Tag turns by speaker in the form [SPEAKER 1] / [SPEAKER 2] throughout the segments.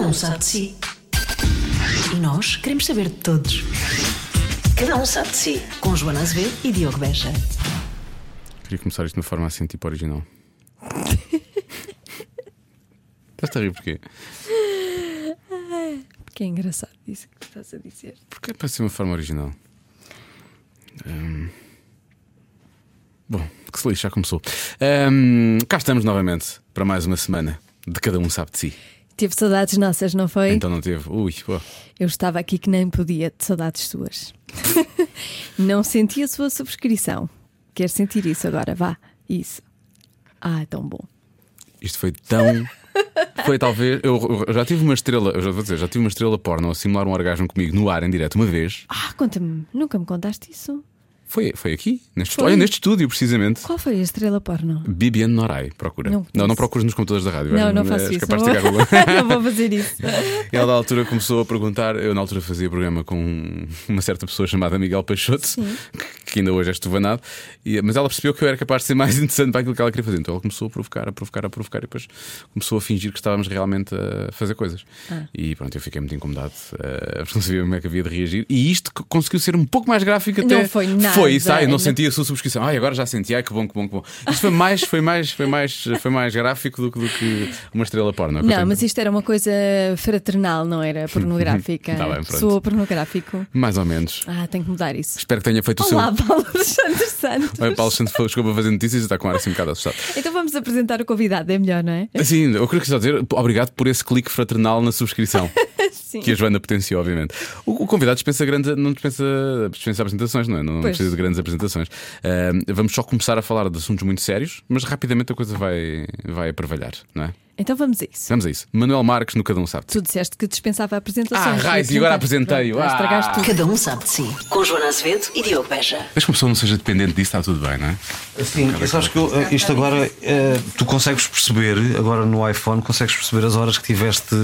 [SPEAKER 1] um sabe de si. E nós queremos saber de todos. Cada um sabe de si. Com Joana Azevedo e Diogo Beja.
[SPEAKER 2] Queria começar isto de uma forma assim, tipo original. Estás a rir porquê?
[SPEAKER 3] Que é engraçado isso que estás a dizer.
[SPEAKER 2] Porque é para ser uma forma original. Hum. Bom, que se lixe, já começou. Hum, cá estamos novamente para mais uma semana de Cada Um Sabe de Si.
[SPEAKER 3] Teve saudades nossas, não foi?
[SPEAKER 2] Então não teve. Ui, pô.
[SPEAKER 3] Eu estava aqui que nem podia de saudades suas. não senti a sua subscrição. Quer sentir isso agora? Vá. Isso. Ah, é tão bom.
[SPEAKER 2] isto foi tão. Foi talvez. Eu, eu já tive uma estrela, eu já vou dizer, já tive uma estrela porno a simular um orgasmo comigo no ar em direto uma vez.
[SPEAKER 3] Ah, conta-me. Nunca me contaste isso.
[SPEAKER 2] Foi, foi aqui, neste,
[SPEAKER 3] Foi.
[SPEAKER 2] olha, neste estúdio, precisamente.
[SPEAKER 3] Qual foi a estrela porno?
[SPEAKER 2] Bibiane Norai, procura.
[SPEAKER 3] Não
[SPEAKER 2] Não,
[SPEAKER 3] conheço.
[SPEAKER 2] não, procures nos computadores da rádio.
[SPEAKER 3] Não, não
[SPEAKER 2] és
[SPEAKER 3] faço isso.
[SPEAKER 2] capaz de
[SPEAKER 3] não,
[SPEAKER 2] ter
[SPEAKER 3] vou...
[SPEAKER 2] Google.
[SPEAKER 3] não vou fazer isso.
[SPEAKER 2] Ela, na altura, começou a perguntar. Eu, na altura, fazia programa com uma certa pessoa chamada Miguel Peixoto, que- que ainda hoje é estovanado, e- mas ela percebeu que eu era capaz de ser mais interessante para aquilo que ela queria fazer. Então ela começou a provocar, a provocar, a provocar, e depois começou a fingir que estávamos realmente a fazer coisas.
[SPEAKER 3] Ah.
[SPEAKER 2] E pronto, eu fiquei muito incomodado, eh, porque não sabia como é que havia de reagir. E isto co- conseguiu ser um pouco mais gráfico até.
[SPEAKER 3] Não foi nada.
[SPEAKER 2] Foi isso, ai, eu não
[SPEAKER 3] Não-
[SPEAKER 2] senti a sua subscrição. Ai, agora já senti, ai, que bom, que bom, que bom. Isto foi mais, foi mais, foi mais, foi mais gráfico do que, do que uma estrela porno. é o que eu
[SPEAKER 3] Não,
[SPEAKER 2] tenho-
[SPEAKER 3] mas isto era uma coisa fraternal, não era pornográfica.
[SPEAKER 2] Tá bem, pronto.
[SPEAKER 3] Sou pornográfico.
[SPEAKER 2] Mais ou menos.
[SPEAKER 3] Ah, tenho que mudar isso.
[SPEAKER 2] Espero que tenha feito
[SPEAKER 3] Olá,
[SPEAKER 2] o
[SPEAKER 3] Paulo Alexandre Santos.
[SPEAKER 2] seu. Olha, Paulo Santos chegou para fazer notícias e está com um ar assim um bocado assustado.
[SPEAKER 3] Então vamos apresentar o convidado, é melhor, não é?
[SPEAKER 2] Assim, eu queria só dizer obrigado por esse clique fraternal na subscrição.
[SPEAKER 3] Sim.
[SPEAKER 2] Que a Joana potenciou, obviamente. O, o convidado dispensa grande, não dispensa, dispensa apresentações, não é? Não
[SPEAKER 3] Pois.
[SPEAKER 2] precisa de grandes apresentações. Ahm, vamos só começar a falar de assuntos muito sérios, mas rapidamente a coisa vai, vai aparvalhar, não é?
[SPEAKER 3] Então vamos a isso.
[SPEAKER 2] Vamos a isso. Manuel Marques no Cada Um Sabe.
[SPEAKER 3] Tu disseste que dispensava
[SPEAKER 2] Ah,
[SPEAKER 3] apresentações. é?
[SPEAKER 2] raios, e agora apresentei-o.
[SPEAKER 3] Pronto, já estragaste
[SPEAKER 2] Ah.
[SPEAKER 3] tudo.
[SPEAKER 1] Cada um sabe de si. Com Joana Azevedo e Diogo Beja.
[SPEAKER 2] Desde que a pessoa não seja dependente disso, está tudo bem, não é?
[SPEAKER 4] Sim, sabes que eu, eh, isto agora eh, tu consegues perceber, agora no iPhone, consegues perceber as horas que tiveste.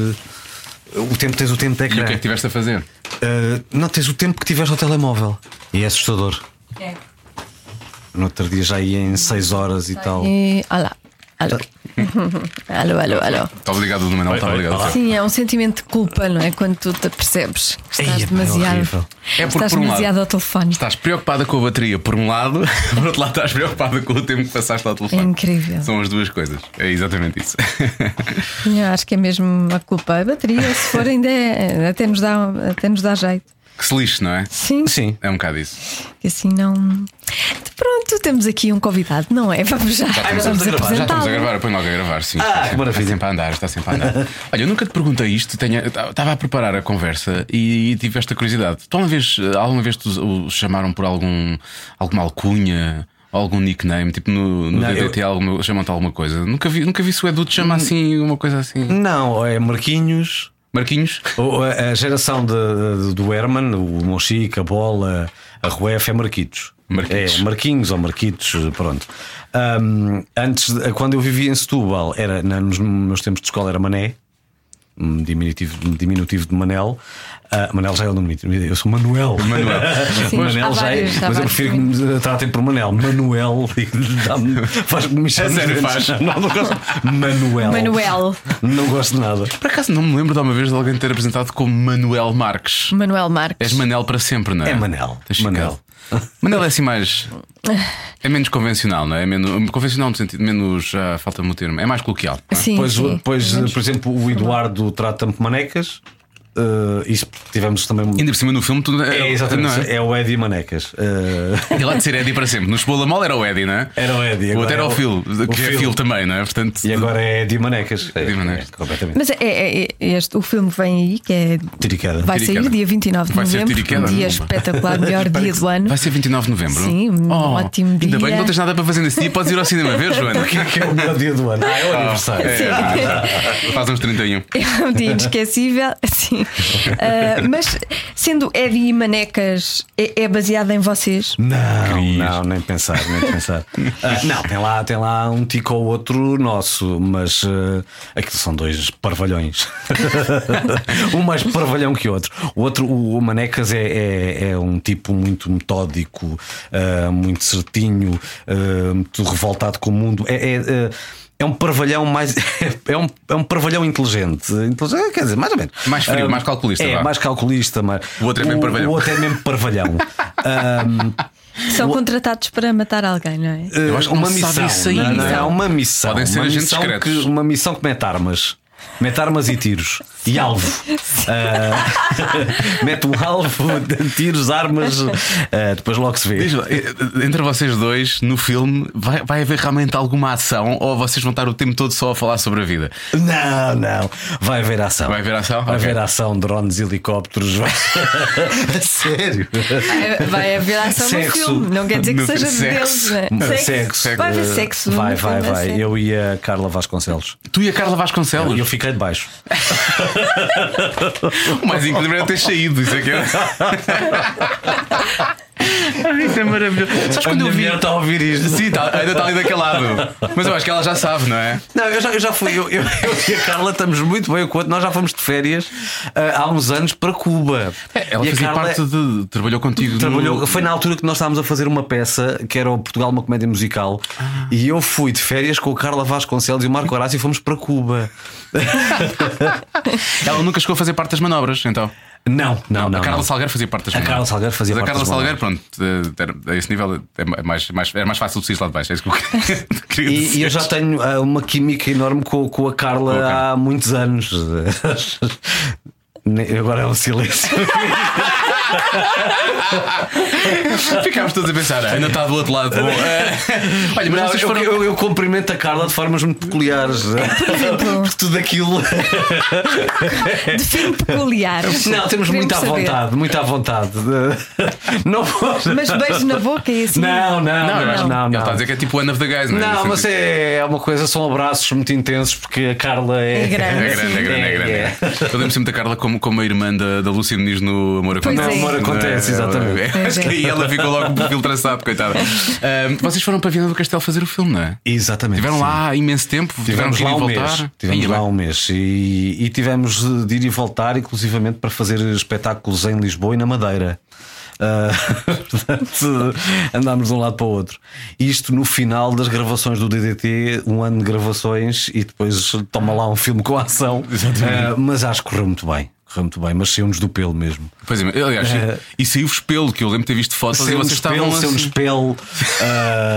[SPEAKER 4] eh, O tempo tens o tempo de
[SPEAKER 2] E o
[SPEAKER 4] ecrã.
[SPEAKER 2] que é que tiveste a fazer?
[SPEAKER 4] Eh, não, tens o tempo que tiveste ao telemóvel. E é assustador. No outro dia já ia em 6 horas e tal.
[SPEAKER 3] E... Olá. Alô. alô, alô, alô.
[SPEAKER 2] Estava ligado do Manuel, estava ligado ao seu.
[SPEAKER 3] Sim, é um sentimento de culpa, não é? Quando tu te percebes que estás
[SPEAKER 4] Ei, é
[SPEAKER 3] demasiado.
[SPEAKER 4] horrível.
[SPEAKER 2] É porque,
[SPEAKER 3] estás
[SPEAKER 2] por um lado,
[SPEAKER 3] demasiado ao telefone.
[SPEAKER 2] Estás preocupada com a bateria, por um lado, por outro lado, estás preocupada com o tempo que passaste ao
[SPEAKER 3] É
[SPEAKER 2] telefone.
[SPEAKER 3] incrível.
[SPEAKER 2] São as duas coisas. É exatamente isso.
[SPEAKER 3] Eu acho que é mesmo a culpa. A bateria, se for, ainda é- até, nos dá, até nos dá jeito.
[SPEAKER 2] que se lixe, não é?
[SPEAKER 3] Sim.
[SPEAKER 4] Sim.
[SPEAKER 2] É um bocado isso.
[SPEAKER 3] E assim não. Pronto, temos aqui um convidado, não é? Vamos já.
[SPEAKER 2] Já
[SPEAKER 4] estamos a gravar, já
[SPEAKER 2] Ah, estamos a
[SPEAKER 3] apresentá-lo.
[SPEAKER 2] gravar, põe logo a gravar, sim.
[SPEAKER 4] que
[SPEAKER 2] está, sempre, Ah, está
[SPEAKER 4] maravilha.
[SPEAKER 2] sempre a andar, está sempre a andar. Olha, eu nunca te perguntei isto, tenho- estava a preparar a conversa e tive esta curiosidade. Tu alguma vez, alguma vez te o chamaram por algum, alguma alcunha? Algum nickname, tipo no, no
[SPEAKER 4] Não,
[SPEAKER 2] DDT alguma- chamam-te alguma coisa. Nunca vi, nunca vi se o Edu te chama assim, uma coisa assim.
[SPEAKER 4] Não, ou é Marquinhos.
[SPEAKER 2] Marquinhos?
[SPEAKER 4] ou a, a geração de- de- do Herman, o Monchique, a Bola, a Ruef, é Marquitos.
[SPEAKER 2] Marquitos.
[SPEAKER 4] É, Marquinhos ou Marquitos, pronto. Ahm, antes, de- quando eu vivia em Setúbal, era, na- nos meus tempos de escola era Mané, um diminutivo, um diminutivo de Manel. Ah, Manel já é o nome, eu sou Manuel.
[SPEAKER 2] Manuel.
[SPEAKER 3] Sim, há
[SPEAKER 4] Manel já é,
[SPEAKER 3] vários, há
[SPEAKER 4] mas eu
[SPEAKER 3] vários
[SPEAKER 4] prefiro que me tratem por Manuel. Manuel, dá-me- faz-me mexer.
[SPEAKER 2] A
[SPEAKER 4] nos
[SPEAKER 2] sério,
[SPEAKER 4] dentes.
[SPEAKER 2] faz?
[SPEAKER 4] Não, não gosto. Manuel.
[SPEAKER 3] Manuel.
[SPEAKER 4] Não gosto de nada.
[SPEAKER 2] Por acaso não me lembro de uma vez de alguém ter apresentado como Manuel Marques.
[SPEAKER 3] Manuel Marques.
[SPEAKER 2] És Manel para sempre, não é?
[SPEAKER 4] É Manel,
[SPEAKER 2] Tens ficado.
[SPEAKER 4] Manel.
[SPEAKER 2] Manel é assim mais. É menos convencional, não é? É menos, convencional no sentido, menos. ah, Falta-me o termo. É mais coloquial. não é?
[SPEAKER 3] Sim,
[SPEAKER 4] Pois,
[SPEAKER 3] sim.
[SPEAKER 4] pois, por exemplo, o Eduardo trata-me por manecas. eh, isso tivemos também.
[SPEAKER 2] Ainda por cima no filme, tu,
[SPEAKER 4] É, exatamente,
[SPEAKER 2] Não
[SPEAKER 4] é? o Eddie Manecas. Eh,
[SPEAKER 2] é? Ele há de ser Eddie para sempre. No Cebola Mol era o Eddie, não é?
[SPEAKER 4] Era o Eddie,
[SPEAKER 2] O
[SPEAKER 4] agora
[SPEAKER 2] outro era
[SPEAKER 4] é
[SPEAKER 2] o
[SPEAKER 4] o-
[SPEAKER 2] Phil,
[SPEAKER 4] o
[SPEAKER 2] que é
[SPEAKER 4] Phil.
[SPEAKER 2] Phil também, não é? Portanto,
[SPEAKER 4] e agora é Eddie Manecas. É,
[SPEAKER 2] Eddie Manecas.
[SPEAKER 4] é, completamente.
[SPEAKER 3] Mas é, é- é este, o filme que vem aí, que é.
[SPEAKER 4] Tiriqueda.
[SPEAKER 3] Vai
[SPEAKER 2] Tiriqueda.
[SPEAKER 3] sair dia 29 de
[SPEAKER 2] Vai ser
[SPEAKER 3] novembro.
[SPEAKER 2] Tiriqueda,
[SPEAKER 3] um dia
[SPEAKER 2] não?
[SPEAKER 3] espetacular, melhor dia do ano.
[SPEAKER 2] Vai ser 29 de novembro.
[SPEAKER 3] Sim, um
[SPEAKER 2] Oh,
[SPEAKER 3] ótimo
[SPEAKER 2] Ainda
[SPEAKER 3] dia.
[SPEAKER 2] bem que não tens nada para fazer nesse dia, podes ir ao cinema ver, Joana. Que, que...
[SPEAKER 4] É o melhor dia do ano. Ah, é o aniversário.
[SPEAKER 2] É, faz uns 31.
[SPEAKER 3] É um dia inesquecível, sim. Ah, mas sendo Eddie e Manecas, é, é baseado em vocês?
[SPEAKER 4] Não,
[SPEAKER 2] Querias.
[SPEAKER 4] não, nem pensar, nem pensar. Ah, não, tem lá, tem lá um tico ou outro nosso, mas eh, aquilo são dois parvalhões. um mais parvalhão que o outro. O outro, o, o Manecas, é, é- é um tipo muito metódico, ah, muito certinho, ah, muito revoltado com o mundo. É, é, eh, É um parvalhão mais. É um, é um parvalhão inteligente. Inteligente, Quer dizer, mais ou menos.
[SPEAKER 2] Mais frio,
[SPEAKER 4] Ah,
[SPEAKER 2] mais calculista,
[SPEAKER 4] É,
[SPEAKER 2] vá.
[SPEAKER 4] mais calculista. Mas...
[SPEAKER 2] O outro é mesmo parvalhão.
[SPEAKER 4] O outro é mesmo parvalhão.
[SPEAKER 3] São contratados para matar alguém, não é?
[SPEAKER 2] Eu acho que
[SPEAKER 4] Eh, uma
[SPEAKER 2] não se sabe
[SPEAKER 4] missão.
[SPEAKER 2] isso aí.
[SPEAKER 4] não, não, é
[SPEAKER 3] Missão.
[SPEAKER 4] uma missão.
[SPEAKER 2] Podem ser
[SPEAKER 4] uma
[SPEAKER 2] agentes
[SPEAKER 4] missão que,
[SPEAKER 2] secretos.
[SPEAKER 4] Uma missão que mete armas. Mete armas e tiros. E alvo. Ah, mete um alvo, tiros, armas. ah, depois logo se vê.
[SPEAKER 2] Diz lá, eh, entre vocês dois, no filme, vai, vai haver realmente alguma ação ou vocês vão estar o tempo todo só a falar sobre a vida?
[SPEAKER 4] Não, não. Vai haver ação.
[SPEAKER 2] Vai haver ação?
[SPEAKER 4] Vai
[SPEAKER 2] Ok.
[SPEAKER 4] haver ação, drones, helicópteros. vai- Sério?
[SPEAKER 3] Vai- Vai haver ação no
[SPEAKER 4] Sexo.
[SPEAKER 3] filme, não quer dizer que
[SPEAKER 2] No
[SPEAKER 3] seja de Deus.
[SPEAKER 2] sexo.
[SPEAKER 3] não é?
[SPEAKER 4] Sexo.
[SPEAKER 3] Vai haver sexo. no
[SPEAKER 4] Vai, vai,
[SPEAKER 2] é
[SPEAKER 3] filme, a
[SPEAKER 4] vai.
[SPEAKER 3] sério.
[SPEAKER 4] Eu e a Carla Vasconcelos.
[SPEAKER 2] Tu e a Carla
[SPEAKER 4] E
[SPEAKER 2] Vasconcelos.
[SPEAKER 4] eu fiquei de baixo.
[SPEAKER 2] O mais incrível era ter saído, isso é que era. Ai, Isso é maravilhoso. Sabes quando
[SPEAKER 4] a
[SPEAKER 2] eu
[SPEAKER 4] minha
[SPEAKER 2] vi.
[SPEAKER 4] mulher está a ouvir isto.
[SPEAKER 2] Sim, tá- ainda está ali daquele lado. Mas eu acho que ela já sabe, não é?
[SPEAKER 4] Não, eu já, eu já fui. Eu, eu- eu e a Carla estamos muito bem. Enquanto nós já fomos de férias ah, há uns anos para Cuba.
[SPEAKER 2] É, Ela
[SPEAKER 4] E a
[SPEAKER 2] fazia
[SPEAKER 4] Carla é-
[SPEAKER 2] parte de. Trabalhou contigo. no-
[SPEAKER 4] Trabalhou, foi na altura que nós estávamos a fazer uma peça que era o Portugal, uma comédia musical.
[SPEAKER 2] Ah.
[SPEAKER 4] E eu fui de férias com o Carla Vasconcelos e o Marco Horácio e fomos para Cuba.
[SPEAKER 2] Ela nunca chegou a fazer parte das manobras, então.
[SPEAKER 4] Não, não, não.
[SPEAKER 2] a Carla
[SPEAKER 4] não.
[SPEAKER 2] Salgueiro fazia parte das
[SPEAKER 4] A
[SPEAKER 2] manobras.
[SPEAKER 4] Carla Salgueiro fazia
[SPEAKER 2] Mas a
[SPEAKER 4] parte
[SPEAKER 2] Carla Salgueiro,
[SPEAKER 4] das
[SPEAKER 2] pronto, eh, era- a esse nível é mais, mais, era mais fácil de sair lá de baixo. É isso que eu queria
[SPEAKER 4] E,
[SPEAKER 2] dizer.
[SPEAKER 4] e eu já tenho ah, uma química enorme com, com a Carla
[SPEAKER 2] Com a Carla.
[SPEAKER 4] há muitos anos. Ne- Agora é um silêncio.
[SPEAKER 2] Ficámos todos a pensar, ainda está do outro lado. Bom, eh, olha, mas
[SPEAKER 4] Não,
[SPEAKER 2] vocês
[SPEAKER 4] eu,
[SPEAKER 2] foram.
[SPEAKER 4] eu- eu cumprimento a Carla de formas muito peculiares.
[SPEAKER 3] É
[SPEAKER 4] Porque tudo aquilo.
[SPEAKER 3] Define peculiares.
[SPEAKER 4] Não, temos
[SPEAKER 3] Queremos
[SPEAKER 4] muito à
[SPEAKER 3] saber.
[SPEAKER 4] vontade, muito à vontade. Não vou-
[SPEAKER 3] Mas beijo na boca e assim.
[SPEAKER 4] Não, não,
[SPEAKER 2] eu
[SPEAKER 4] não,
[SPEAKER 2] acho-
[SPEAKER 4] não,
[SPEAKER 2] Ele está a
[SPEAKER 4] não.
[SPEAKER 2] dizer que é tipo One of the Guys, não é?
[SPEAKER 4] Não,
[SPEAKER 2] No
[SPEAKER 4] mas
[SPEAKER 2] sentido-
[SPEAKER 4] é é uma coisa, são abraços muito intensos porque a Carla é.
[SPEAKER 3] É grande.
[SPEAKER 2] É grande, é grande, é grande. é grande. Eu lembro sempre da Carla como, como a irmã da, da Lúcia Muniz no Amor
[SPEAKER 3] Pois
[SPEAKER 2] Acontece.
[SPEAKER 3] é. No
[SPEAKER 4] Amor Acontece,
[SPEAKER 2] Não é?
[SPEAKER 4] exatamente.
[SPEAKER 2] É, Acho que aí ela ficou logo com o perfil traçado, coitada. Ahm, vocês foram para a Viana do Castelo fazer o filme, não é?
[SPEAKER 4] Exatamente.
[SPEAKER 2] Tiveram
[SPEAKER 4] sim.
[SPEAKER 2] lá imenso tempo,
[SPEAKER 4] Tivemos
[SPEAKER 2] tiveram que
[SPEAKER 4] lá um
[SPEAKER 2] ir e voltar.
[SPEAKER 4] mês. Tivemos
[SPEAKER 2] Aí,
[SPEAKER 4] lá
[SPEAKER 2] bem.
[SPEAKER 4] um mês. E, e tivemos de- de ir e voltar, inclusivamente para fazer espetáculos em Lisboa e na Madeira. Ah, portanto, andámos de um lado para o outro. Isto no final das gravações do DDT, um ano de gravações e depois toma lá um filme com ação. Ah, mas acho que correu muito bem. Correu muito bem, mas saiu-nos do pelo mesmo.
[SPEAKER 2] Pois é, aliás, e saiu-vos pelo, que eu lembro de ter visto fotos e
[SPEAKER 4] Seu
[SPEAKER 2] vocês estavam
[SPEAKER 4] despelo, seu
[SPEAKER 2] assim.
[SPEAKER 4] despelo,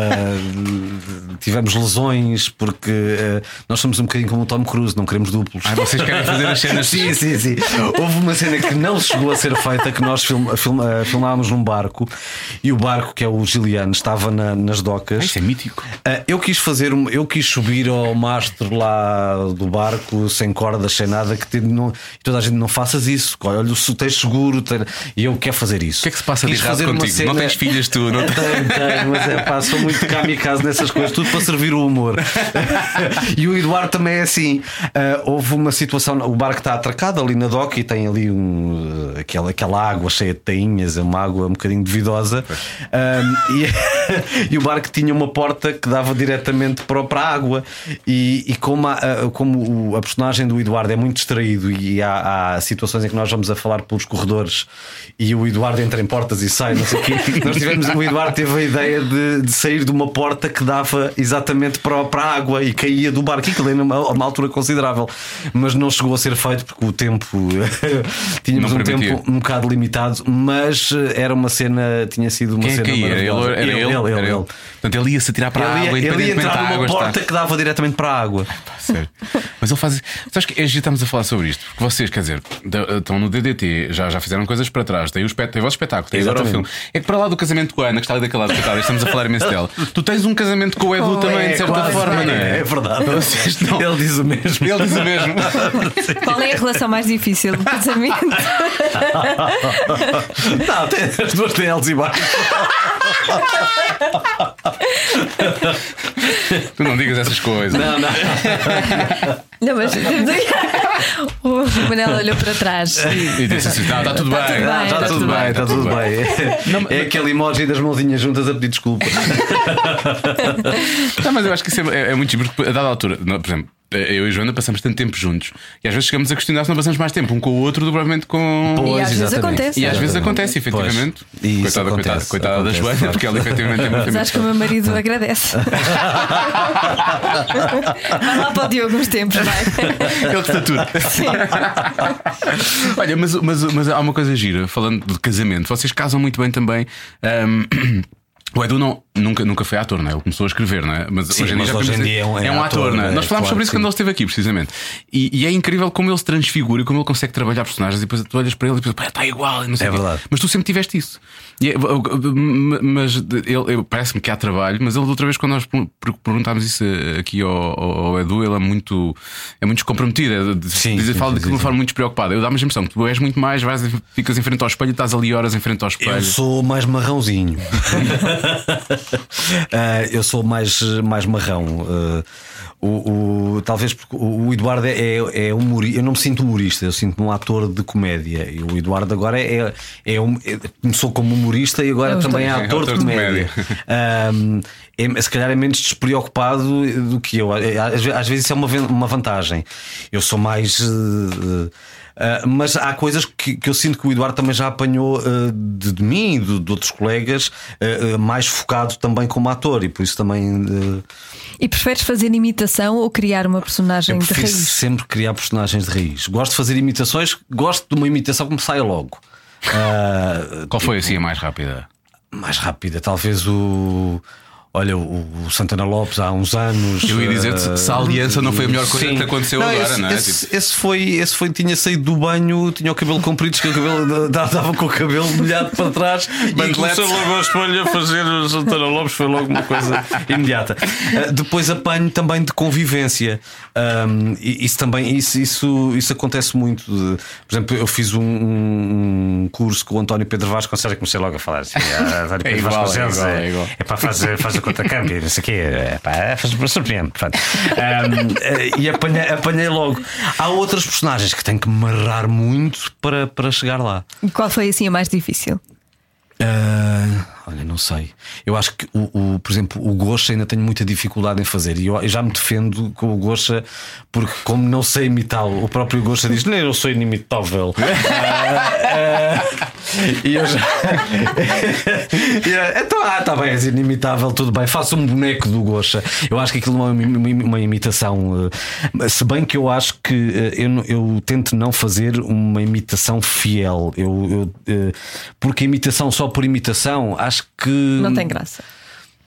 [SPEAKER 4] ah, tivemos lesões, porque ah, nós somos um bocadinho como o Tom Cruise, não queremos duplos.
[SPEAKER 2] Ai, vocês querem fazer as cenas.
[SPEAKER 4] Sim, sim, sim. Houve uma cena que não chegou a ser feita, que nós film, film- ah, filmámos num barco e o barco, que é o Giliano, estava na- nas
[SPEAKER 2] Ah,
[SPEAKER 4] docas.
[SPEAKER 2] Isto é mítico.
[SPEAKER 4] Ah, eu quis fazer um- eu quis subir ao mastro lá do barco sem cordas, sem nada, que te- não- e toda a gente não faças isso. Olha, se tens seguro, tem- e eu quero fazer isso.
[SPEAKER 2] O que é que se passa de
[SPEAKER 4] Quis
[SPEAKER 2] errado
[SPEAKER 4] fazer uma
[SPEAKER 2] contigo?
[SPEAKER 4] cena-
[SPEAKER 2] Não tens filhas tu, não tens.
[SPEAKER 4] tenho, tenho, mas é pá, sou muito kamikaze nessas coisas, tudo para servir o humor. e o Eduardo também é assim. Ah, houve uma situação, o barco está atracado ali na doca e tem ali um, ah, aquela, aquela água cheia de tainhas, é uma água um bocadinho duvidosa. Ah, e, e o barco tinha uma porta que dava diretamente para, para a água. E, e como, a, a- como o- a personagem do Eduardo é muito distraído e há, há situações em que nós vamos a falar pelos corredores e o Eduardo entra em portas e sai, não sei o quê. Nós tivemos, o Eduardo teve a ideia de, de sair de uma porta que dava exatamente para, para a água e caía do barco, e que numa, a uma altura considerável, mas não chegou a ser feito porque o tempo tínhamos
[SPEAKER 2] Não
[SPEAKER 4] um
[SPEAKER 2] permitia.
[SPEAKER 4] tempo um bocado limitado, mas eh, era uma cena, tinha sido uma
[SPEAKER 2] Quem é
[SPEAKER 4] cena
[SPEAKER 2] que ia? Era ele?
[SPEAKER 4] maravilhosa.
[SPEAKER 2] Era ele?
[SPEAKER 4] ele,
[SPEAKER 2] Era
[SPEAKER 4] ele,
[SPEAKER 2] ele. Portanto, ele ia se tirar para a
[SPEAKER 4] Ele ia-
[SPEAKER 2] água,
[SPEAKER 4] ele ia,
[SPEAKER 2] independentemente
[SPEAKER 4] entrar
[SPEAKER 2] da
[SPEAKER 4] numa
[SPEAKER 2] água estar.
[SPEAKER 4] porta que dava diretamente para a água.
[SPEAKER 2] Sério. Mas ele faz. Sabes que é giro estamos a falar sobre isto? Porque vocês, quer dizer, da- estão no DDT, já, já fizeram coisas para trás, tem o, espet... tem o vosso espetáculo, tem agora o filme.
[SPEAKER 4] Exatamente.
[SPEAKER 2] É que para lá do casamento com a Ana, que está ali daquele lado, coitada, estamos a falar imenso dela. Tu tens um casamento com o Edu também, de certa
[SPEAKER 4] quase,
[SPEAKER 2] forma,
[SPEAKER 4] é,
[SPEAKER 2] não é?
[SPEAKER 4] É verdade.
[SPEAKER 2] Vocês não-
[SPEAKER 4] Ele diz o mesmo.
[SPEAKER 2] Ele diz o mesmo.
[SPEAKER 3] Qual é a relação mais difícil do casamento?
[SPEAKER 4] Não, tem as duas têm altos e baixos.
[SPEAKER 2] tu não digas essas coisas.
[SPEAKER 4] Não, não.
[SPEAKER 3] Não, mas temos aqui- o Manel olhou para trás.
[SPEAKER 2] E disse assim: está tudo
[SPEAKER 3] Tá
[SPEAKER 2] bem.
[SPEAKER 3] tudo bem,
[SPEAKER 4] Está
[SPEAKER 3] tá
[SPEAKER 4] tudo bem, está tudo bem. É aquele emoji das mãozinhas juntas a pedir desculpa.
[SPEAKER 2] Não, mas eu acho que isso é, é- é muito giro, porque a dada altura, não, por exemplo, eu e a Joana passamos tanto tempo juntos e às vezes chegamos a questionar se não passamos mais tempo um com o outro do que provavelmente com.
[SPEAKER 3] E às vezes acontece.
[SPEAKER 2] E às vezes
[SPEAKER 4] Exatamente.
[SPEAKER 2] acontece,
[SPEAKER 4] Pois.
[SPEAKER 2] efetivamente.
[SPEAKER 4] E isso
[SPEAKER 2] coitada, coitada,
[SPEAKER 4] acontece,
[SPEAKER 2] coitada da
[SPEAKER 4] acontece,
[SPEAKER 2] Joana,
[SPEAKER 4] claro.
[SPEAKER 2] porque ela efetivamente é tem uma
[SPEAKER 3] Mas
[SPEAKER 2] família.
[SPEAKER 3] acho que o meu marido agradece. vai lá para o Diogo uns tempos, vai.
[SPEAKER 2] Ele está tudo. Olha, mas, mas, mas há uma coisa gira, falando de casamento, vocês casam muito bem também. ahm, o Edu não, nunca, nunca foi ator, não é? Ele começou a escrever, não é? Mas
[SPEAKER 4] Sim,
[SPEAKER 2] hoje em dia,
[SPEAKER 4] mas
[SPEAKER 2] já
[SPEAKER 4] hoje em
[SPEAKER 2] podemos
[SPEAKER 4] dia é um-
[SPEAKER 2] dizer-
[SPEAKER 4] é
[SPEAKER 2] é um ator, não é?
[SPEAKER 4] é,
[SPEAKER 2] Nós falámos
[SPEAKER 4] claro
[SPEAKER 2] sobre isso
[SPEAKER 4] que
[SPEAKER 2] quando
[SPEAKER 4] sim.
[SPEAKER 2] ele esteve aqui, precisamente. E, e é incrível como ele se transfigura e como ele consegue trabalhar personagens. E depois tu olhas para ele e pensas, pá, está igual. e não sei
[SPEAKER 4] É
[SPEAKER 2] o quê.
[SPEAKER 4] verdade.
[SPEAKER 2] Mas tu sempre tiveste isso. E é- mas ele, ele- parece-me que há trabalho, mas ele, da outra vez, quando nós per- perguntámos isso eh, aqui ao, ao Edu, ele é muito, é muito descomprometido. É, de-
[SPEAKER 4] Sim,
[SPEAKER 2] diz-
[SPEAKER 4] sim,
[SPEAKER 2] fala
[SPEAKER 4] sim,
[SPEAKER 2] de uma
[SPEAKER 4] sim,
[SPEAKER 2] forma muito despreocupada. Eu dá-me a impressão que tu és muito mais, vais, ficas em frente ao espelho e estás ali horas em frente ao espelho.
[SPEAKER 4] Eu sou mais marrãozinho. Ah, eu sou mais, mais marrão. Ah, o, o- talvez porque o, o Eduardo é, é humorista. Eu não me sinto humorista, eu sinto-me um ator de comédia. E o Eduardo agora é, é, um- é- começou como humorista e agora
[SPEAKER 3] É os
[SPEAKER 4] também é
[SPEAKER 2] dois.
[SPEAKER 4] ator de comédia. Ahm, é- se calhar é menos despreocupado do que eu. Às, ve- às vezes isso é uma, ven- uma vantagem. Eu sou mais. eh, eh, mas há coisas que, que eu sinto que o Eduardo também já apanhou eh, de, de mim e de, de outros colegas, eh, eh, mais focado também como ator, e por isso também eh,
[SPEAKER 3] E preferes fazer imitação ou criar uma personagem
[SPEAKER 4] eu
[SPEAKER 3] de
[SPEAKER 4] prefiro
[SPEAKER 3] raiz?
[SPEAKER 4] sempre criar personagens de raiz. Gosto de fazer imitações, gosto de uma imitação que me saia logo. Ah,
[SPEAKER 2] Qual foi assim a mais rápida?
[SPEAKER 4] mais rápida, talvez o. Olha, o o Santana Lopes há uns anos. eh,
[SPEAKER 2] Eu ia dizer, se- se a aliança não foi a melhor coisa
[SPEAKER 4] Sim.
[SPEAKER 2] que aconteceu agora,
[SPEAKER 4] esse,
[SPEAKER 2] não é?
[SPEAKER 4] Esse, esse foi, esse foi, tinha saído do banho, tinha o cabelo comprido, que o cabelo da- dava com o cabelo molhado para trás e
[SPEAKER 2] Bandeletes.
[SPEAKER 4] começou logo ao espelho a fazer o Santana Lopes, foi logo uma coisa imediata. Ah, depois apanho também de convivência. Ahm, e- isso também, isso, isso, isso acontece muito. de- por exemplo, eu fiz um, um curso com o António Pedro Vasconcelos, e comecei logo a falar assim, "Ah, António Pedro
[SPEAKER 2] igual, é
[SPEAKER 4] Vasconcelos,
[SPEAKER 2] igual, é igual."
[SPEAKER 4] é pá, faz, faz o contra-câmbio, não sei o quê, é pá, faz me surpreende. pronto. Ahm, eh, e apanhei, apanhei logo. Há outras personagens que tenho que marrar muito para, para chegar lá.
[SPEAKER 3] E qual foi assim a mais difícil?
[SPEAKER 4] Ah, olha, não sei. Eu acho que, o, o- por exemplo, o Gosha ainda tenho muita dificuldade em fazer. E eu, eu já me defendo com o Gosha, porque, como não sei imitá-lo, o próprio Gosha diz: Nem eu sou inimitável. Ah, ah, e eu já. E eu, então, ah, tá bem, és inimitável, tudo bem. Faço um boneco do Gosha. Eu acho que aquilo não é uma, imi- uma imitação. eh, Se bem que eu acho que eh, eu, não- eu tento não fazer uma imitação fiel. Eu, eu, eh, porque a imitação só por imitação, acho que.
[SPEAKER 3] Não tem graça.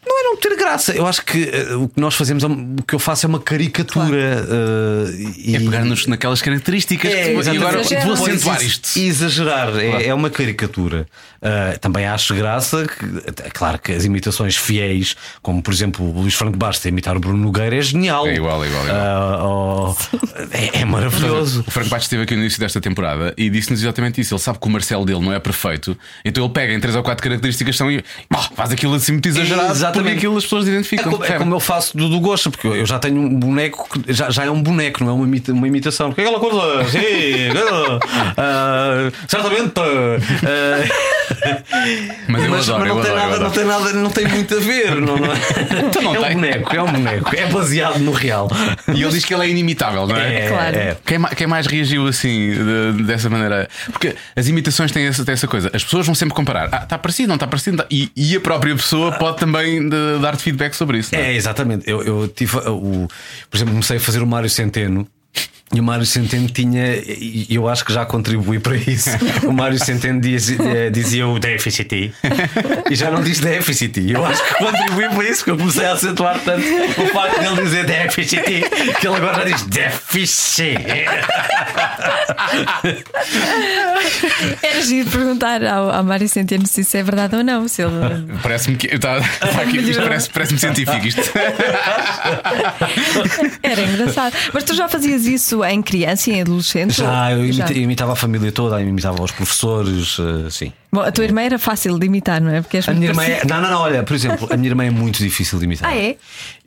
[SPEAKER 4] Não é não ter graça. Eu acho que eh, o que nós fazemos, é um- o que eu faço é uma caricatura. eh, e...
[SPEAKER 2] É pegar nos, naquelas características
[SPEAKER 4] É,
[SPEAKER 2] que tu, e
[SPEAKER 4] exatamente.
[SPEAKER 2] agora
[SPEAKER 3] Exageram.
[SPEAKER 2] vou
[SPEAKER 4] Pois,
[SPEAKER 2] acentuar
[SPEAKER 4] ex-
[SPEAKER 2] isto.
[SPEAKER 4] Exagerar, é- é, uma caricatura. Ah, também acho graça que, é claro que as imitações fiéis, como por exemplo o Luís Franco Basta imitar o Bruno Nogueira, é genial.
[SPEAKER 2] É igual, é igual, é igual.
[SPEAKER 4] Ah, oh, é, é maravilhoso.
[SPEAKER 2] O Franco Bastos esteve aqui no início desta temporada e disse-nos exatamente isso. Ele sabe que o Marcelo dele não é perfeito, então ele pega em três ou quatro características que são e pá, faz aquilo assim muito exagerado, porque
[SPEAKER 4] Exatamente.
[SPEAKER 2] aquilo as pessoas
[SPEAKER 4] É
[SPEAKER 2] identificam.
[SPEAKER 4] como, é como eu faço do, do gosto, porque eu já tenho um boneco que já, já é um boneco, não é uma, imita- uma imitação. Porque aquela coisa, sim, ah, certamente. ah,
[SPEAKER 2] Mas eu adoro, eu
[SPEAKER 4] não, tem
[SPEAKER 2] adoro, eu
[SPEAKER 4] nada,
[SPEAKER 2] adoro.
[SPEAKER 4] não tem nada, não tem muito a ver. Não, não é?
[SPEAKER 2] Tu não
[SPEAKER 4] é
[SPEAKER 2] tem.
[SPEAKER 4] um boneco, é um boneco, é baseado no real.
[SPEAKER 2] E ele diz que ele é inimitável, não é?
[SPEAKER 4] É,
[SPEAKER 3] Claro.
[SPEAKER 4] é.
[SPEAKER 2] Quem, ma- quem mais reagiu assim, de- dessa maneira? Porque as imitações têm essa, têm essa coisa. As pessoas vão sempre comparar. Ah, está parecido, não está parecido. não tá- E, e a própria pessoa pode também de- dar-te feedback sobre isso. não é?
[SPEAKER 4] É, exatamente. Eu, eu tive uh, o. Por exemplo, comecei a fazer o Mário Centeno. E o Mário Centeno tinha, e eu acho que já contribuí para isso. O Mário Centeno diz- eh, dizia o déficit e já não diz déficit. Eu acho que contribuí para isso, que eu comecei a acentuar tanto o facto dele dizer déficit que ele agora já diz déficit.
[SPEAKER 3] Era giro perguntar ao, ao Mário Centeno se isso é verdade ou não. Se ele...
[SPEAKER 2] Parece-me que. Tá, tá aqui, isto parece- parece-me científico isto.
[SPEAKER 3] Era engraçado. Mas tu já fazias isso em criança e em adolescente?
[SPEAKER 4] Já, eu
[SPEAKER 3] Já.
[SPEAKER 4] imita- eu imitava a família toda, eu imitava os professores, eh, sim.
[SPEAKER 3] Bom, a tua irmã era fácil de imitar, não é? Porque és
[SPEAKER 4] A
[SPEAKER 3] muito
[SPEAKER 4] minha irmã é.
[SPEAKER 3] parecida.
[SPEAKER 4] Não, não, não, olha, por exemplo, a minha irmã é muito difícil de imitar.
[SPEAKER 3] Ah, é?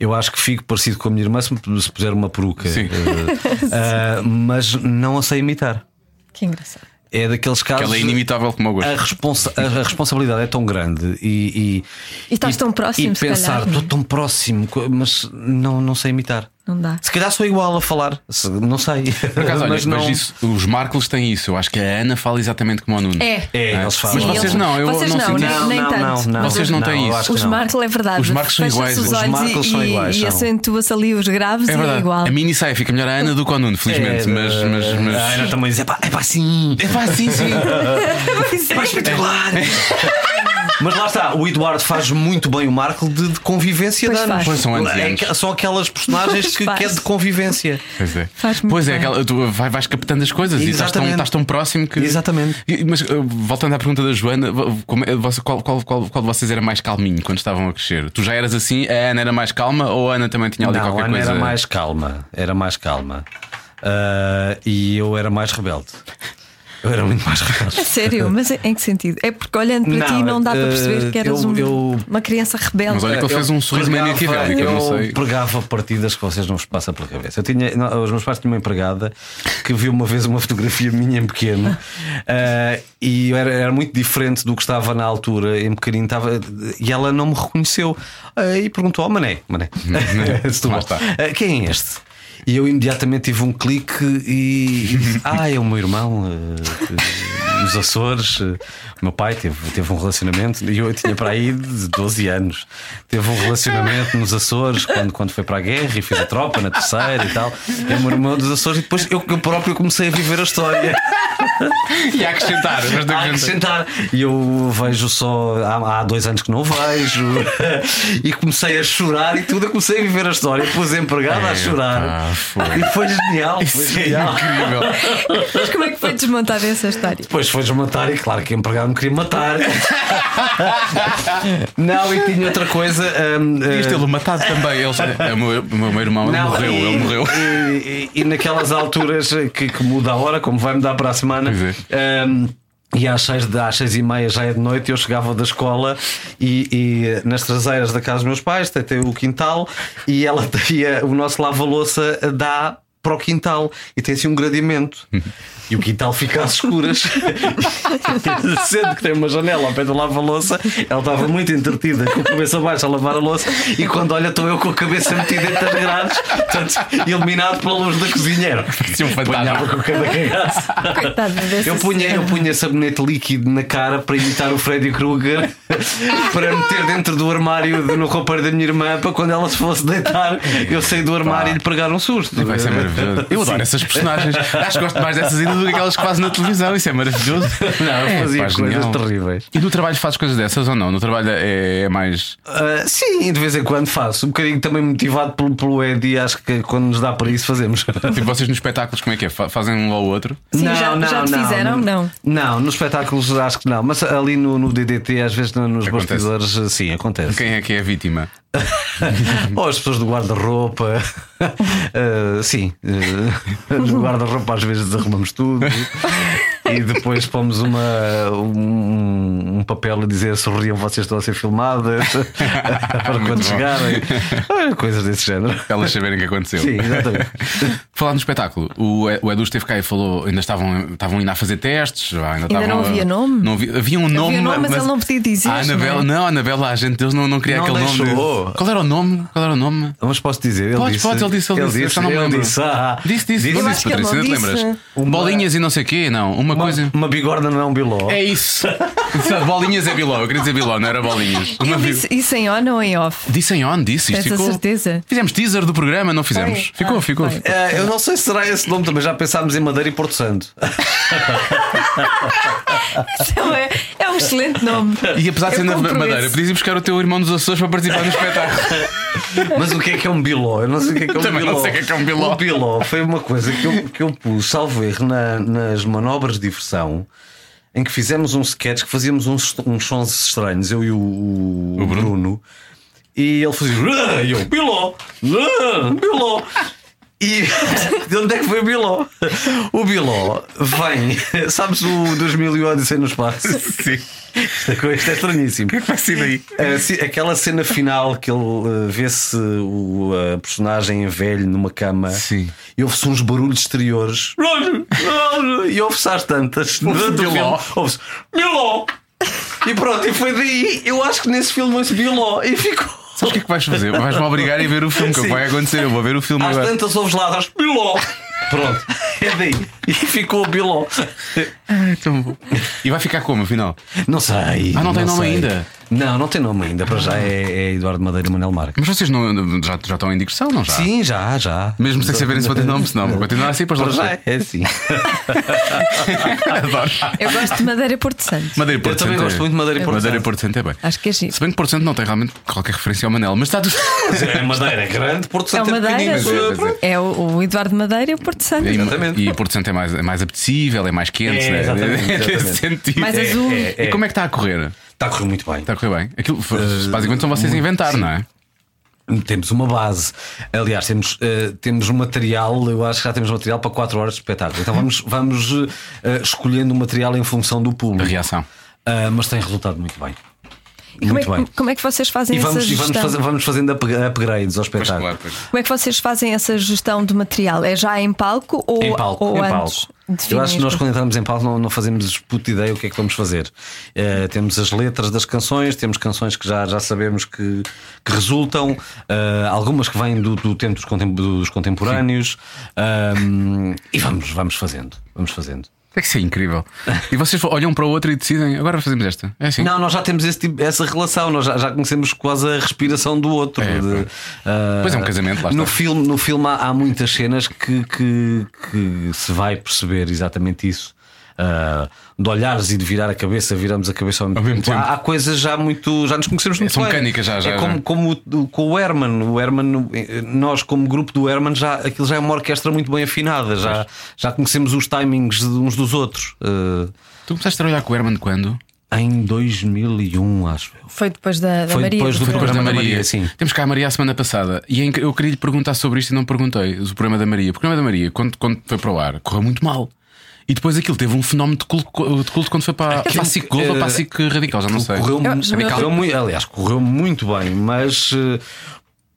[SPEAKER 4] Eu acho que fico parecido com a minha irmã se, me- se puser uma peruca.
[SPEAKER 2] Sim.
[SPEAKER 4] Eh, ah, mas não a sei imitar.
[SPEAKER 3] Que engraçado.
[SPEAKER 4] É daqueles casos.
[SPEAKER 2] Ela é inimitável como eu
[SPEAKER 4] a,
[SPEAKER 2] gosto.
[SPEAKER 4] responsa- a- a responsabilidade é tão grande e.
[SPEAKER 3] E estás tão próximo,
[SPEAKER 4] E
[SPEAKER 3] se calhar,
[SPEAKER 4] pensar,
[SPEAKER 3] não é?
[SPEAKER 4] estou tão próximo, co- mas não, não sei imitar.
[SPEAKER 3] Não dá.
[SPEAKER 4] Se calhar sou igual a falar, Se- não sei.
[SPEAKER 2] Por acaso, olha, mas, isso, os Marcos têm isso. Eu acho que a Ana fala exatamente como o Nuno.
[SPEAKER 3] É.
[SPEAKER 4] É, eles falam.
[SPEAKER 2] Mas vocês não, eu
[SPEAKER 3] Vocês
[SPEAKER 2] não
[SPEAKER 3] não,
[SPEAKER 2] senti
[SPEAKER 3] nem-
[SPEAKER 2] isso.
[SPEAKER 3] nem tanto. Mas
[SPEAKER 2] Vocês não têm
[SPEAKER 4] eu
[SPEAKER 2] isso.
[SPEAKER 4] acho que
[SPEAKER 3] Os
[SPEAKER 4] não.
[SPEAKER 3] marcos é verdade.
[SPEAKER 2] Os marcos são
[SPEAKER 3] Fecha-se
[SPEAKER 2] iguais.
[SPEAKER 3] Os
[SPEAKER 2] Os
[SPEAKER 3] olhos
[SPEAKER 4] marcos
[SPEAKER 3] e,
[SPEAKER 4] são iguais,
[SPEAKER 3] e,
[SPEAKER 4] são.
[SPEAKER 3] acentua-se ali os graves
[SPEAKER 2] É
[SPEAKER 3] e é
[SPEAKER 2] verdade.
[SPEAKER 3] igual.
[SPEAKER 2] A mim saia fica melhor a Ana do que o Nuno, felizmente.
[SPEAKER 4] É,
[SPEAKER 2] mas. mas, mas...
[SPEAKER 4] A Ana também diz: é pá, é pá, sim.
[SPEAKER 2] É pá, sim, sim.
[SPEAKER 4] É pá, espetacular. Mas lá está, o Eduardo faz muito bem o Marco de, de convivência
[SPEAKER 3] Pois
[SPEAKER 4] de anos.
[SPEAKER 3] faz. Pois
[SPEAKER 2] são anos e
[SPEAKER 4] É
[SPEAKER 2] anos.
[SPEAKER 4] que- são aquelas personagens
[SPEAKER 3] Pois
[SPEAKER 4] que, que é
[SPEAKER 3] faz.
[SPEAKER 4] de convivência.
[SPEAKER 2] Pois é.
[SPEAKER 3] Faz muito
[SPEAKER 2] pois é,
[SPEAKER 3] bem.
[SPEAKER 2] aquela, tu vai- vais captando as coisas e estás tão,
[SPEAKER 4] Exatamente.
[SPEAKER 2] estás tão próximo que.
[SPEAKER 4] Exatamente.
[SPEAKER 2] E- Mas uh, voltando à pergunta da Joana, vo- como é- você- qual, qual, qual, qual de vocês era mais calminho quando estavam a crescer? Tu já eras assim, a Ana era mais calma ou a Ana também tinha ali
[SPEAKER 4] não,
[SPEAKER 2] qualquer
[SPEAKER 4] a Ana
[SPEAKER 2] coisa?
[SPEAKER 4] era mais calma, era mais calma. Ah, e eu era mais rebelde. Eu era muito mais rebelde.
[SPEAKER 3] A sério, mas em que sentido? É porque olhando para
[SPEAKER 4] Não,
[SPEAKER 3] ti não dá para
[SPEAKER 4] eh,
[SPEAKER 3] perceber que eras
[SPEAKER 4] eu-
[SPEAKER 3] um-
[SPEAKER 4] eu-
[SPEAKER 3] uma criança rebelde.
[SPEAKER 2] Mas olha que ele fez um sorriso meio
[SPEAKER 4] pregava-
[SPEAKER 2] naquivelo, que eu não sei.
[SPEAKER 4] Eu pregava partidas que vocês não vos passam pela cabeça. Eu tinha, não, os meus pais tinham uma empregada que viu uma vez uma fotografia minha em pequeno ah, e eu era, era muito diferente do que estava na altura, em pequenino. Estava, e ela não me reconheceu. Ah, e perguntou ao Mané: Mané, se tu
[SPEAKER 2] Uhum. Lá
[SPEAKER 4] voltas.
[SPEAKER 2] está.
[SPEAKER 4] Ah, quem é este? E eu imediatamente tive um clique e. e disse, ah, é o meu irmão eh, nos Açores. eh, O meu pai teve, teve um relacionamento, e eu tinha para aí de 12 anos. Teve um relacionamento nos Açores quando, quando foi para a guerra e fez a tropa na terceira e tal. É o meu irmão dos Açores, e depois eu, eu próprio comecei a viver a história.
[SPEAKER 2] E a acrescentar, mas não
[SPEAKER 4] Há que
[SPEAKER 2] acrescentar.
[SPEAKER 4] acrescentar. E eu vejo só há, há dois anos que não vejo e comecei a chorar e tudo. Eu comecei a viver a história. Pus a empregada a chorar.
[SPEAKER 2] pá, foi.
[SPEAKER 4] E foi genial. Foi
[SPEAKER 2] Isso é
[SPEAKER 4] genial.
[SPEAKER 2] incrível.
[SPEAKER 3] Mas como é que foi desmontada essa história?
[SPEAKER 4] Depois foi matar e claro que a empregada me queria matar. não, e tinha outra coisa. hum,
[SPEAKER 2] Isto ele matado também. Ele, é, o meu, o meu irmão ele
[SPEAKER 4] Não,
[SPEAKER 2] morreu,
[SPEAKER 4] e-
[SPEAKER 2] ele morreu.
[SPEAKER 4] E, e- e naquelas alturas que, que muda a hora, como vai mudar para a semana.
[SPEAKER 2] Pois é.
[SPEAKER 4] hum, e às seis, de- às seis e meia já é de noite, eu chegava da escola e, e nas traseiras da casa dos meus pais tem, tem o quintal e ela tinha o nosso lava-louça dá para o quintal e tem assim um gradimento.
[SPEAKER 2] Uhum.
[SPEAKER 4] E o quintal fica às escuras. Sendo que tem uma janela ao pé do lava-louça, ela estava muito entretida com a cabeça baixa a lavar a louça e quando olha estou eu com a cabeça metida entre as grades, portanto, iluminado pela luz da cozinheira.
[SPEAKER 2] Parecia um fantasma.
[SPEAKER 4] Apanhava com cada cagaço.
[SPEAKER 3] Coitada dessa
[SPEAKER 4] Eu punha, eu
[SPEAKER 3] senhora.
[SPEAKER 4] punha sabonete líquido na cara para imitar o Freddy Krueger para meter dentro do armário de- no roupeiro da minha irmã para quando ela se fosse deitar eu sair do armário e lhe pregar um susto.
[SPEAKER 2] Vai ser é maravilhoso. Eu adoro essas personagens. Acho que gosto mais dessas ainda do que aquelas que fazem na televisão. Isso é maravilhoso.
[SPEAKER 4] Não, eu
[SPEAKER 2] É,
[SPEAKER 4] fazia
[SPEAKER 2] pá,
[SPEAKER 4] coisas
[SPEAKER 2] genial.
[SPEAKER 4] terríveis.
[SPEAKER 2] E no trabalho fazes coisas dessas ou não? No trabalho é, é mais.
[SPEAKER 4] Ah, sim, de vez em quando faço. Um bocadinho também motivado pelo, pelo Eddie, acho que quando nos dá para isso fazemos.
[SPEAKER 2] Tipo, vocês nos espetáculos, como é que é? Fa- Fazem um ao outro?
[SPEAKER 3] Sim, já- já te fizeram? Não.
[SPEAKER 4] Não, nos espetáculos acho que não. Mas ali no, no DDT, às vezes no- nos
[SPEAKER 2] Acontece.
[SPEAKER 4] bastidores, eh, sim, acontece.
[SPEAKER 2] Quem é que é a vítima?
[SPEAKER 4] Ou as pessoas do guarda-roupa. Ah, sim, ah, no guarda-roupa às vezes desarrumamos tudo e depois pomos uma, um, um papel a dizer sorriam, vocês estão a ser filmadas para
[SPEAKER 2] Muito bom.
[SPEAKER 4] quando chegarem. Ah, Coisas desse género.
[SPEAKER 2] Para elas saberem o que aconteceu.
[SPEAKER 4] Sim, exatamente.
[SPEAKER 2] Falar no espetáculo, o E- o Edu esteve cá e falou, ainda estavam, estavam ainda a fazer testes, ainda, estavam
[SPEAKER 3] não
[SPEAKER 2] a-
[SPEAKER 3] havia nome?
[SPEAKER 2] Não havia, havia um nome,
[SPEAKER 3] nome, mas ele não podia dizer,
[SPEAKER 2] A Anabela,
[SPEAKER 3] não é?
[SPEAKER 2] não, a Anabela, a gente, Deus não, não queria
[SPEAKER 4] Não
[SPEAKER 2] aquele
[SPEAKER 4] deixou.
[SPEAKER 2] nome. Qual era o nome? Qual era o nome?
[SPEAKER 4] Mas posso dizer, ele
[SPEAKER 2] Podes,
[SPEAKER 4] disse.
[SPEAKER 2] podes, ele disse, ele disse, eu só não me
[SPEAKER 4] ele
[SPEAKER 2] lembro.
[SPEAKER 4] disse, ah,
[SPEAKER 2] Disse, disse,
[SPEAKER 4] disse
[SPEAKER 2] não disse,
[SPEAKER 3] Eu acho que ele
[SPEAKER 2] Patrícia, ainda te
[SPEAKER 3] não disse.
[SPEAKER 2] lembras?
[SPEAKER 4] Uma-
[SPEAKER 2] Bolinhas e não sei o quê, não. Uma,
[SPEAKER 4] uma,
[SPEAKER 2] coisa.
[SPEAKER 4] uma bigorda não é um biló.
[SPEAKER 2] É isso. Sabe, bolinhas é biló, eu queria dizer biló, não era bolinhas. Uma
[SPEAKER 3] Eu
[SPEAKER 2] vi-
[SPEAKER 3] disse isso em on ou em off?
[SPEAKER 2] Disse em on, disse isto.
[SPEAKER 3] Tens a
[SPEAKER 2] Ficou...
[SPEAKER 3] certeza?
[SPEAKER 2] Fizemos teaser do programa, não fizemos.
[SPEAKER 3] Foi?
[SPEAKER 2] Ficou,
[SPEAKER 3] Ah,
[SPEAKER 2] ficou.
[SPEAKER 3] foi.
[SPEAKER 4] Eh, eu não sei se será esse nome também, já pensámos em Madeira e Porto Santo.
[SPEAKER 3] Então é, é um excelente nome.
[SPEAKER 2] E apesar de
[SPEAKER 3] Eu
[SPEAKER 2] ser na
[SPEAKER 3] compro
[SPEAKER 2] Madeira,
[SPEAKER 3] esse.
[SPEAKER 2] podias ir buscar o teu irmão dos Açores para participar no espetáculo.
[SPEAKER 4] Mas o que é que é um biló? Eu não sei o que é que é um
[SPEAKER 2] Também não
[SPEAKER 4] biló.
[SPEAKER 2] sei o que é que é um biló.
[SPEAKER 4] O biló foi uma coisa que eu, que eu pus, salvo erro, na- nas manobras de diversão. Em que fizemos um sketch que fazíamos uns, uns sons estranhos, eu e o, o Bruno. e ele fazia "Ah", e eu, Biló, ah, Biló. E de onde é que foi o Biló? O Biló vem, sabes, o 2001 Odisseia Um no Espaço.
[SPEAKER 2] Sim.
[SPEAKER 4] Esta coisa é estranhíssimo.
[SPEAKER 2] que vai ser daí?
[SPEAKER 4] A ci- Aquela cena final que ele eh, vê-se o eh, personagem velho numa cama
[SPEAKER 2] Sim.
[SPEAKER 4] e ouve-se uns barulhos exteriores e ouve-se às tantas. Durante o
[SPEAKER 2] Biló.
[SPEAKER 4] filme, Ouve-se Biló! E pronto, e foi daí. Eu acho que nesse filme ouve-se Biló e ficou.
[SPEAKER 2] Sabes o que é que vais fazer? Vais-me obrigar a ver o filme, que é o que
[SPEAKER 4] Sim.
[SPEAKER 2] vai acontecer. Eu vou ver o filme
[SPEAKER 4] Às
[SPEAKER 2] agora.
[SPEAKER 4] tantas ouves ladras, Biló! é Pronto, é daí. E ficou o Biló.
[SPEAKER 2] Ai, tão bom. E vai ficar como, afinal?
[SPEAKER 4] Não sei.
[SPEAKER 2] Ah, não tem nome ainda?
[SPEAKER 4] Não, não tem nome ainda. Para já é, é Eduardo Madeira e Manuel Marques.
[SPEAKER 2] Mas vocês não, já, já estão em digressão, não já?
[SPEAKER 4] Sim, já, já.
[SPEAKER 2] Mesmo sem saberem se vão ter nome, se não, vou continuar assim para
[SPEAKER 4] Para
[SPEAKER 2] os
[SPEAKER 4] já
[SPEAKER 2] lados.
[SPEAKER 4] é é assim.
[SPEAKER 2] Adoro.
[SPEAKER 3] Eu gosto de Madeira Porto Santo.
[SPEAKER 2] Madeira e Porto
[SPEAKER 4] Eu também
[SPEAKER 2] Santo
[SPEAKER 4] gosto muito de Madeira e Porto
[SPEAKER 2] Madeira e
[SPEAKER 4] Santo.
[SPEAKER 2] Porto Santo é bem.
[SPEAKER 3] Acho que é giro.
[SPEAKER 2] Se bem que Porto Santo não tem realmente qualquer referência ao Manel, mas está tudo.
[SPEAKER 4] É Madeira grande, Porto
[SPEAKER 3] É o
[SPEAKER 4] Santo é
[SPEAKER 3] Madeira.
[SPEAKER 2] pequenino, mas é, mas
[SPEAKER 3] É o, o Eduardo Madeira e o Porto Santo.
[SPEAKER 2] E,
[SPEAKER 4] Exatamente.
[SPEAKER 2] e Porto Santo é mais, é mais apetecível, é mais quente,
[SPEAKER 4] É,
[SPEAKER 2] né?
[SPEAKER 4] exatamente,
[SPEAKER 2] É nesse
[SPEAKER 4] exatamente.
[SPEAKER 2] sentido.
[SPEAKER 3] Mais azul.
[SPEAKER 4] é, é.
[SPEAKER 2] E como é que está a correr?
[SPEAKER 4] Está a correr muito bem.
[SPEAKER 2] Está a correr bem? Aquilo, foi-
[SPEAKER 4] Eh,
[SPEAKER 2] basicamente são
[SPEAKER 4] um
[SPEAKER 2] vocês a inventar, não é?
[SPEAKER 4] Temos uma base. Aliás, temos, eh, temos um material, eu acho que já temos material para 4 horas de espetáculo. Então vamos, vamos eh, eh, escolhendo o material em função do público.
[SPEAKER 2] Da reação.
[SPEAKER 4] Ah, mas tem resultado muito bem.
[SPEAKER 3] E como, é,
[SPEAKER 4] muito bem.
[SPEAKER 3] que- como é que vocês fazem
[SPEAKER 4] E vamos,
[SPEAKER 3] essa
[SPEAKER 4] e vamos,
[SPEAKER 3] gestão?
[SPEAKER 4] fazer- vamos fazendo up- upgrades ao
[SPEAKER 2] Pois
[SPEAKER 4] espetáculo.
[SPEAKER 2] claro, pois.
[SPEAKER 3] Como é que vocês fazem essa gestão do material? É já em palco ou,
[SPEAKER 4] Em palco,
[SPEAKER 3] ou
[SPEAKER 4] em
[SPEAKER 3] antes?
[SPEAKER 4] palco. Eu
[SPEAKER 3] Definem
[SPEAKER 4] acho que nós
[SPEAKER 3] as-
[SPEAKER 4] quando entramos em palco não, não fazemos puta ideia o que é que vamos fazer. Eh, temos as letras das canções, temos canções que já, já sabemos que, que resultam, eh, algumas que vêm do, do tempo dos, contem- dos contemporâneos ahm, e vamos, vamos fazendo. Vamos fazendo.
[SPEAKER 2] É que isso é incrível. E vocês olham um para o outro e decidem, agora fazemos esta. É assim.
[SPEAKER 4] Não, nós já temos esse tipo- essa relação, nós já, já conhecemos quase a respiração do outro.
[SPEAKER 2] É,
[SPEAKER 4] de-
[SPEAKER 2] pá.
[SPEAKER 4] ah,
[SPEAKER 2] Pois é, um casamento, lá
[SPEAKER 4] no
[SPEAKER 2] está.
[SPEAKER 4] filme, no filme há, há muitas cenas que, que- que se vai perceber exatamente isso. Ah, de olhares e de virar a cabeça, viramos a cabeça ao mesmo,
[SPEAKER 2] Ao mesmo tempo.
[SPEAKER 4] Há, há coisas já muito. Já nos conhecemos muito
[SPEAKER 2] são
[SPEAKER 4] bem.
[SPEAKER 2] mecânicas já, já,
[SPEAKER 4] É como,
[SPEAKER 2] já.
[SPEAKER 4] como o- com o Herman. O Herman, eh, nós, como grupo do Herman, já, aquilo já é uma orquestra muito bem afinada. Já, já conhecemos os timings de uns dos outros. Ah,
[SPEAKER 2] Tu começaste a trabalhar com o Herman quando?
[SPEAKER 4] em 2001, acho eu.
[SPEAKER 3] Foi depois da, da
[SPEAKER 4] Foi
[SPEAKER 3] Maria.
[SPEAKER 4] depois do-
[SPEAKER 2] Foi depois da
[SPEAKER 4] programa da
[SPEAKER 2] Maria.
[SPEAKER 4] Maria, sim.
[SPEAKER 2] Temos cá a Maria a semana passada e é inc- eu queria lhe perguntar sobre isto e não perguntei. O programa da Maria. O programa da Maria, quando, quando foi para o ar, correu muito mal. E depois aquilo teve um fenómeno de culto, de culto quando foi para, para a SIC Globo ou para a SIC Radical, já não sei.
[SPEAKER 4] eh, Correu,
[SPEAKER 3] Eu-
[SPEAKER 4] mu-
[SPEAKER 3] eu-
[SPEAKER 4] correu muito, aliás, correu muito bem, mas eh,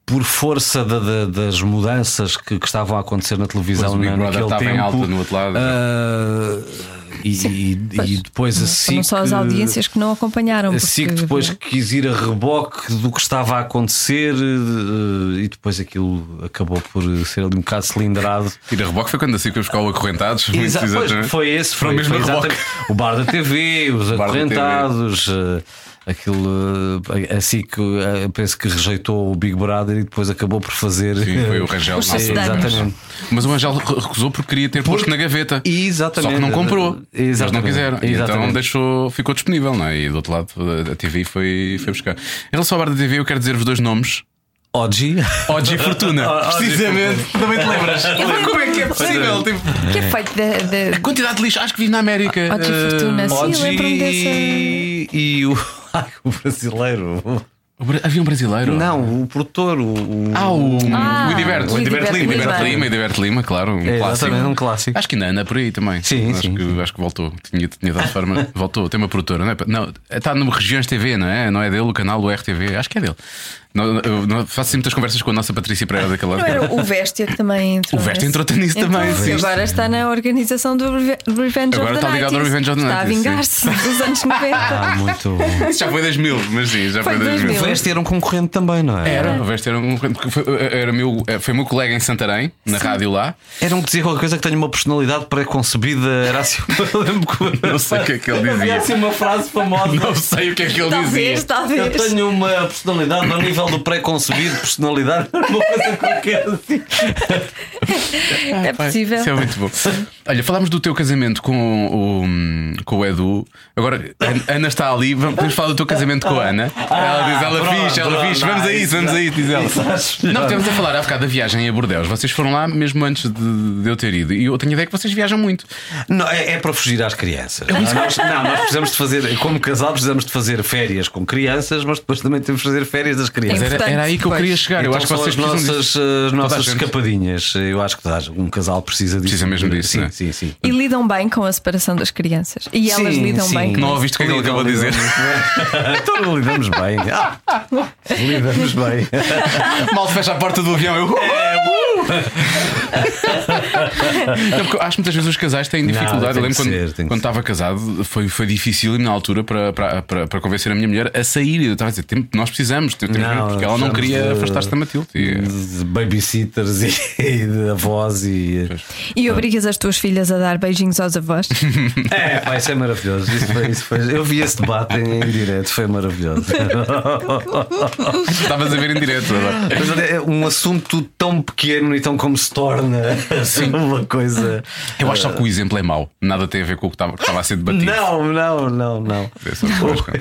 [SPEAKER 4] por força da- da- das mudanças que, que estavam a acontecer na televisão
[SPEAKER 2] Pois, o Big
[SPEAKER 4] na,
[SPEAKER 2] Brother
[SPEAKER 4] naquele
[SPEAKER 2] estava em
[SPEAKER 4] tempo,
[SPEAKER 2] alta no outro lado.
[SPEAKER 4] eh, e, e-
[SPEAKER 3] pois.
[SPEAKER 4] e depois assim.
[SPEAKER 3] Foram só as audiências que não acompanharam.
[SPEAKER 4] A SIC
[SPEAKER 3] porque-
[SPEAKER 4] depois quis ir a reboque do que estava a acontecer eh, e depois aquilo acabou por ser ali um bocado cilindrado
[SPEAKER 2] E da reboque foi quando a SIC foi buscar o acorrentados. muito
[SPEAKER 4] Exa pois,
[SPEAKER 2] exatamente.
[SPEAKER 4] foi esse,
[SPEAKER 2] Foi
[SPEAKER 4] foi,
[SPEAKER 2] o mesmo
[SPEAKER 4] foi
[SPEAKER 2] reboque.
[SPEAKER 4] exatamente. O bar da TV, os
[SPEAKER 2] Bar da TV.
[SPEAKER 4] acorrentados, eh, aquilo eh, assim que eh, penso que rejeitou o Big Brother e depois acabou por fazer.
[SPEAKER 2] Sim, foi o Rangel.
[SPEAKER 3] Os
[SPEAKER 2] na altura.
[SPEAKER 3] sucedâneos.
[SPEAKER 4] Exatamente.
[SPEAKER 2] Mas o Rangel re- recusou porque queria ter posto na gaveta.
[SPEAKER 4] Exatamente.
[SPEAKER 2] Só que não comprou. Eles não
[SPEAKER 4] Exatamente.
[SPEAKER 2] quiseram. E então
[SPEAKER 4] Exatamente.
[SPEAKER 2] deixou, ficou disponível, não é? E do outro lado a TV foi, foi buscar. Em relação ao bar da TV, eu quero dizer-vos dois nomes.
[SPEAKER 4] Oji.
[SPEAKER 2] Odd e Fortuna.
[SPEAKER 4] Ó- Odd e
[SPEAKER 2] Precisamente. Também te lembras? Como é que é possível? Tipo,
[SPEAKER 3] Que é feito da. da...
[SPEAKER 2] quantidade de lixo. Acho que vi na América.
[SPEAKER 3] Odd e
[SPEAKER 2] Eh,
[SPEAKER 3] Fortuna, sim.
[SPEAKER 4] Oji
[SPEAKER 3] lembro-me
[SPEAKER 4] e,
[SPEAKER 3] é um dessa-
[SPEAKER 4] o. Ai, o brasileiro.
[SPEAKER 2] o Bra- Havia um brasileiro?
[SPEAKER 4] Não, o produtor. O, o-
[SPEAKER 2] Ah, o,
[SPEAKER 3] Ah,
[SPEAKER 2] o Idiberto.
[SPEAKER 3] o
[SPEAKER 2] Idiberto
[SPEAKER 3] Idiberto
[SPEAKER 2] Lima. Idiberto
[SPEAKER 3] Lima.
[SPEAKER 2] Lima, Idiberto Lima, claro. Um
[SPEAKER 4] É,
[SPEAKER 2] clássico.
[SPEAKER 4] exatamente, um clássico.
[SPEAKER 2] Acho que ainda anda por aí também.
[SPEAKER 4] Sim,
[SPEAKER 2] acho
[SPEAKER 4] sim,
[SPEAKER 2] Que, acho que voltou. Tinha, tinha dado forma. voltou. Tem uma produtora, não é? Não, está no Regiões TV, não é? Não é dele, o canal do RTV. Acho que é dele. Não, eu não- faço sempre muitas conversas com a nossa Patrícia Pereira daquela
[SPEAKER 3] Não era o Véstia que também entrou.
[SPEAKER 2] O Véstia
[SPEAKER 3] nesse-
[SPEAKER 2] entrou-te nisso
[SPEAKER 3] Entrou,
[SPEAKER 2] também,
[SPEAKER 3] e
[SPEAKER 2] sim.
[SPEAKER 3] Agora está na organização do Reve- Revenge
[SPEAKER 2] Agora
[SPEAKER 3] of the
[SPEAKER 2] está ligado ao
[SPEAKER 3] Nighties.
[SPEAKER 2] Revenge of the
[SPEAKER 3] Está a
[SPEAKER 2] Nighties,
[SPEAKER 3] vingar-se dos anos 90.
[SPEAKER 4] Ah, muito. bom.
[SPEAKER 2] Já foi 2000, mas sim, já
[SPEAKER 3] Foi
[SPEAKER 2] foi 2000.
[SPEAKER 3] 2000.
[SPEAKER 4] Veste era um concorrente também, não é?
[SPEAKER 2] Era, o Veste era um. porque Foi, era meu, foi meu colega em Santarém, na rádio lá.
[SPEAKER 4] Era um que dizia qualquer coisa que tenho uma personalidade pré-concebida. Era assim, eu lembro que-
[SPEAKER 2] Não sei o que é que ele dizia.
[SPEAKER 4] Havia assim uma frase famosa.
[SPEAKER 2] Não sei o que é que ele
[SPEAKER 3] Talvez,
[SPEAKER 2] dizia.
[SPEAKER 4] Eu
[SPEAKER 3] talvez.
[SPEAKER 4] tenho uma personalidade ao nível do pré-concebido, personalidade, uma coisa qualquer assim.
[SPEAKER 3] É possível.
[SPEAKER 2] Isso é muito bom. Olha, falámos do teu casamento com o, hum, com o Edu. Agora, a Ana está ali. Vamos podemos falar do teu casamento com a Ana. ela diz: ela
[SPEAKER 4] Ah, pronto,
[SPEAKER 2] fixe, ela
[SPEAKER 4] pronto,
[SPEAKER 2] fixe.
[SPEAKER 4] não,
[SPEAKER 2] Vamos a isso,
[SPEAKER 4] isso
[SPEAKER 2] vamos a isso, diz
[SPEAKER 4] isso
[SPEAKER 2] ela.
[SPEAKER 4] acho melhor.
[SPEAKER 2] Não, estamos a falar há bocado da viagem a Bordeus. Vocês foram lá mesmo antes de, de eu ter ido. E eu tenho a ideia que vocês viajam muito.
[SPEAKER 4] Não, é, é para fugir às crianças. Não, nós, não, nós precisamos de fazer, como casal, precisamos de fazer férias com crianças, mas depois também temos de fazer férias das
[SPEAKER 2] Mas
[SPEAKER 4] crianças.
[SPEAKER 2] era, era aí que eu
[SPEAKER 3] Pois.
[SPEAKER 2] queria chegar. É Eu
[SPEAKER 4] Então
[SPEAKER 2] acho que
[SPEAKER 4] são
[SPEAKER 2] vocês
[SPEAKER 4] as
[SPEAKER 2] precisam disso.
[SPEAKER 4] nossas, eh, as nossas
[SPEAKER 2] gente.
[SPEAKER 4] escapadinhas. Eu acho que dá, um casal precisa disso.
[SPEAKER 2] Precisa mesmo disso,
[SPEAKER 4] Sim,
[SPEAKER 2] né?
[SPEAKER 4] sim, sim.
[SPEAKER 3] E lidam bem com a separação das crianças. E elas
[SPEAKER 4] Sim,
[SPEAKER 3] lidam
[SPEAKER 4] sim.
[SPEAKER 3] bem com
[SPEAKER 2] Não ouviste o que é que ele acabou de dizer?
[SPEAKER 4] Então lidamos bem. Ah, lidamos bem. É, uh!
[SPEAKER 2] Mal fecha a porta do avião. Eu... Não, porque eu acho que muitas vezes os casais têm dificuldade.
[SPEAKER 4] tem
[SPEAKER 2] eu lembro
[SPEAKER 4] que
[SPEAKER 2] quando,
[SPEAKER 4] ser, tem que
[SPEAKER 2] quando
[SPEAKER 4] ser.
[SPEAKER 2] estava casado, foi, foi difícil na altura para, para, para, para convencer a minha mulher a sair. Eu estava a dizer, "Tem- nós precisamos, temos que ir", porque ela não
[SPEAKER 4] precisamos
[SPEAKER 2] queria
[SPEAKER 4] de-
[SPEAKER 2] afastar-se da Matilde. E-
[SPEAKER 4] de babysitters e, e de avós e.
[SPEAKER 3] E obrigas as tuas filhas a dar beijinhos aos avós.
[SPEAKER 4] É, vai ser maravilhoso. Isso foi, isso foi- Eu vi esse debate em, em direto, foi maravilhoso.
[SPEAKER 2] Estavas a ver em direto agora.
[SPEAKER 4] Mas é um assunto tão pequeno e tão como se torna assim, uma coisa.
[SPEAKER 2] Eu acho só que o exemplo é mau. Nada tem a ver com o que estava, que estava a ser debatido.
[SPEAKER 4] Não, não, não, não.
[SPEAKER 2] É só uma coisa.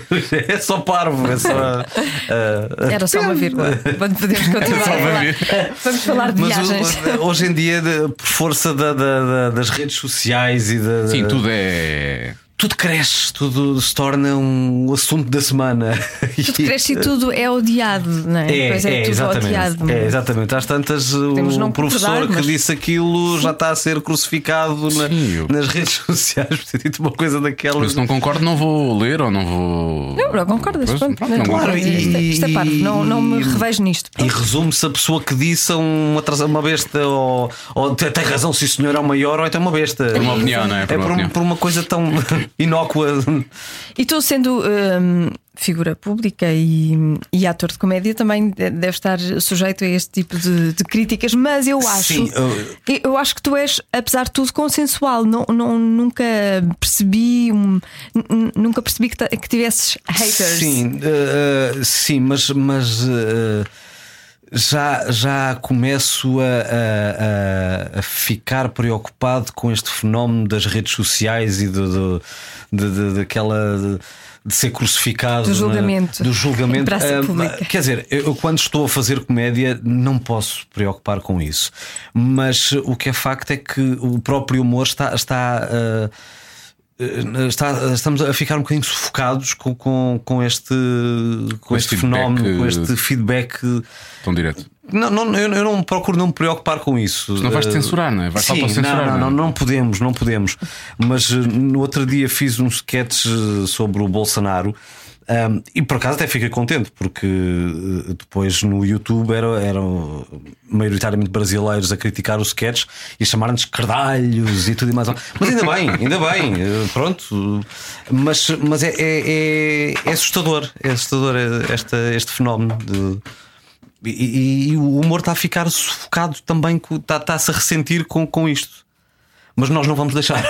[SPEAKER 4] É só parvo, é só. ah,
[SPEAKER 3] Era só uma vírgula. Vamos- Podemos continuar.
[SPEAKER 2] Só
[SPEAKER 3] a
[SPEAKER 2] para
[SPEAKER 3] falar.
[SPEAKER 2] ver.
[SPEAKER 3] Vamos falar de
[SPEAKER 4] Mas o-
[SPEAKER 3] viagens.
[SPEAKER 4] hoje em dia, de- por força da- da- da- das redes sociais e da.
[SPEAKER 2] Sim, tudo é.
[SPEAKER 4] tudo cresce, tudo se torna um assunto da semana.
[SPEAKER 3] Tudo cresce e tudo é odiado, não é?
[SPEAKER 4] É,
[SPEAKER 3] Pois é,
[SPEAKER 4] é,
[SPEAKER 3] tudo odiado.
[SPEAKER 4] exatamente. É, exatamente. Às tantas,
[SPEAKER 3] Podemos
[SPEAKER 4] o
[SPEAKER 3] não
[SPEAKER 4] professor
[SPEAKER 3] concordar,
[SPEAKER 4] que
[SPEAKER 3] mas-
[SPEAKER 4] disse aquilo já está a ser crucificado na-
[SPEAKER 2] Sim, eu-
[SPEAKER 4] nas redes sociais por ter dito uma coisa daquelas.
[SPEAKER 2] Eu, se não concordo, não vou ler ou não vou.
[SPEAKER 3] Não, não concordas?
[SPEAKER 2] Pois,
[SPEAKER 3] Pronto,
[SPEAKER 2] pronto, não
[SPEAKER 3] não
[SPEAKER 2] concordo.
[SPEAKER 3] concordas.
[SPEAKER 4] concordo.
[SPEAKER 3] Isto é- Isto é parvo, não, não me revejo nisto.
[SPEAKER 4] E
[SPEAKER 3] Pronto.
[SPEAKER 4] resume-se a pessoa que disse a uma, tra- uma besta, ou, ou te- tem razão se o senhor é o maior, ou então é uma besta.
[SPEAKER 2] Por uma opinião, não é? Por
[SPEAKER 4] É
[SPEAKER 2] uma
[SPEAKER 4] por, um-
[SPEAKER 2] opinião.
[SPEAKER 4] por uma coisa tão inócua.
[SPEAKER 3] E tu, sendo hum, figura pública e, e ator de comédia, também de- deve estar sujeito a este tipo de, de críticas, mas eu acho.
[SPEAKER 4] Sim, eu-
[SPEAKER 3] eu... acho que tu és, apesar de tudo, consensual. Não, não- nunca percebi um- n- n- nunca percebi que, ta- que tivesses haters.
[SPEAKER 4] Sim, eh, eh, sim, mas, mas eh, já, já começo a, a- a- a ficar preocupado com este fenómeno das redes sociais e do, do- de, de- daquela. De, de ser crucificado
[SPEAKER 3] Do
[SPEAKER 4] né?
[SPEAKER 3] julgamento.
[SPEAKER 4] do julgamento
[SPEAKER 3] Em praça
[SPEAKER 4] Ah,
[SPEAKER 3] pública.
[SPEAKER 4] quer dizer eu eu quando estou a fazer comédia não posso preocupar com isso mas eh, o que é facto é que o próprio humor está está ah, eh, Está- estamos a ficar um bocadinho sufocados com, com, com este, com este,
[SPEAKER 2] este feedback,
[SPEAKER 4] fenómeno, com
[SPEAKER 2] eh,
[SPEAKER 4] este feedback.
[SPEAKER 2] Tão direto.
[SPEAKER 4] Não, não, eu, eu não procuro não me preocupar com isso.
[SPEAKER 2] Senão vais-te
[SPEAKER 4] Eh,
[SPEAKER 2] censurar, não é? Vais só
[SPEAKER 4] sim,
[SPEAKER 2] para censurar,
[SPEAKER 4] Não, não,
[SPEAKER 2] não é?
[SPEAKER 4] não, não podemos, não podemos. Mas eh, no outro dia fiz um sketch eh, sobre o Bolsonaro. ahm, e por acaso até fiquei contente porque eh, depois no YouTube era- eram maioritariamente brasileiros a criticar o sketch e chamaram-nos cardalhos e tudo e mais. Mas ainda bem, ainda bem, eh, pronto. Mas, mas é, é- é- é assustador, é assustador eh, esta, este fenómeno de, e, e- e o humor está a ficar sufocado também, com- está, está-se a ressentir com, com isto. Mas nós não vamos deixar.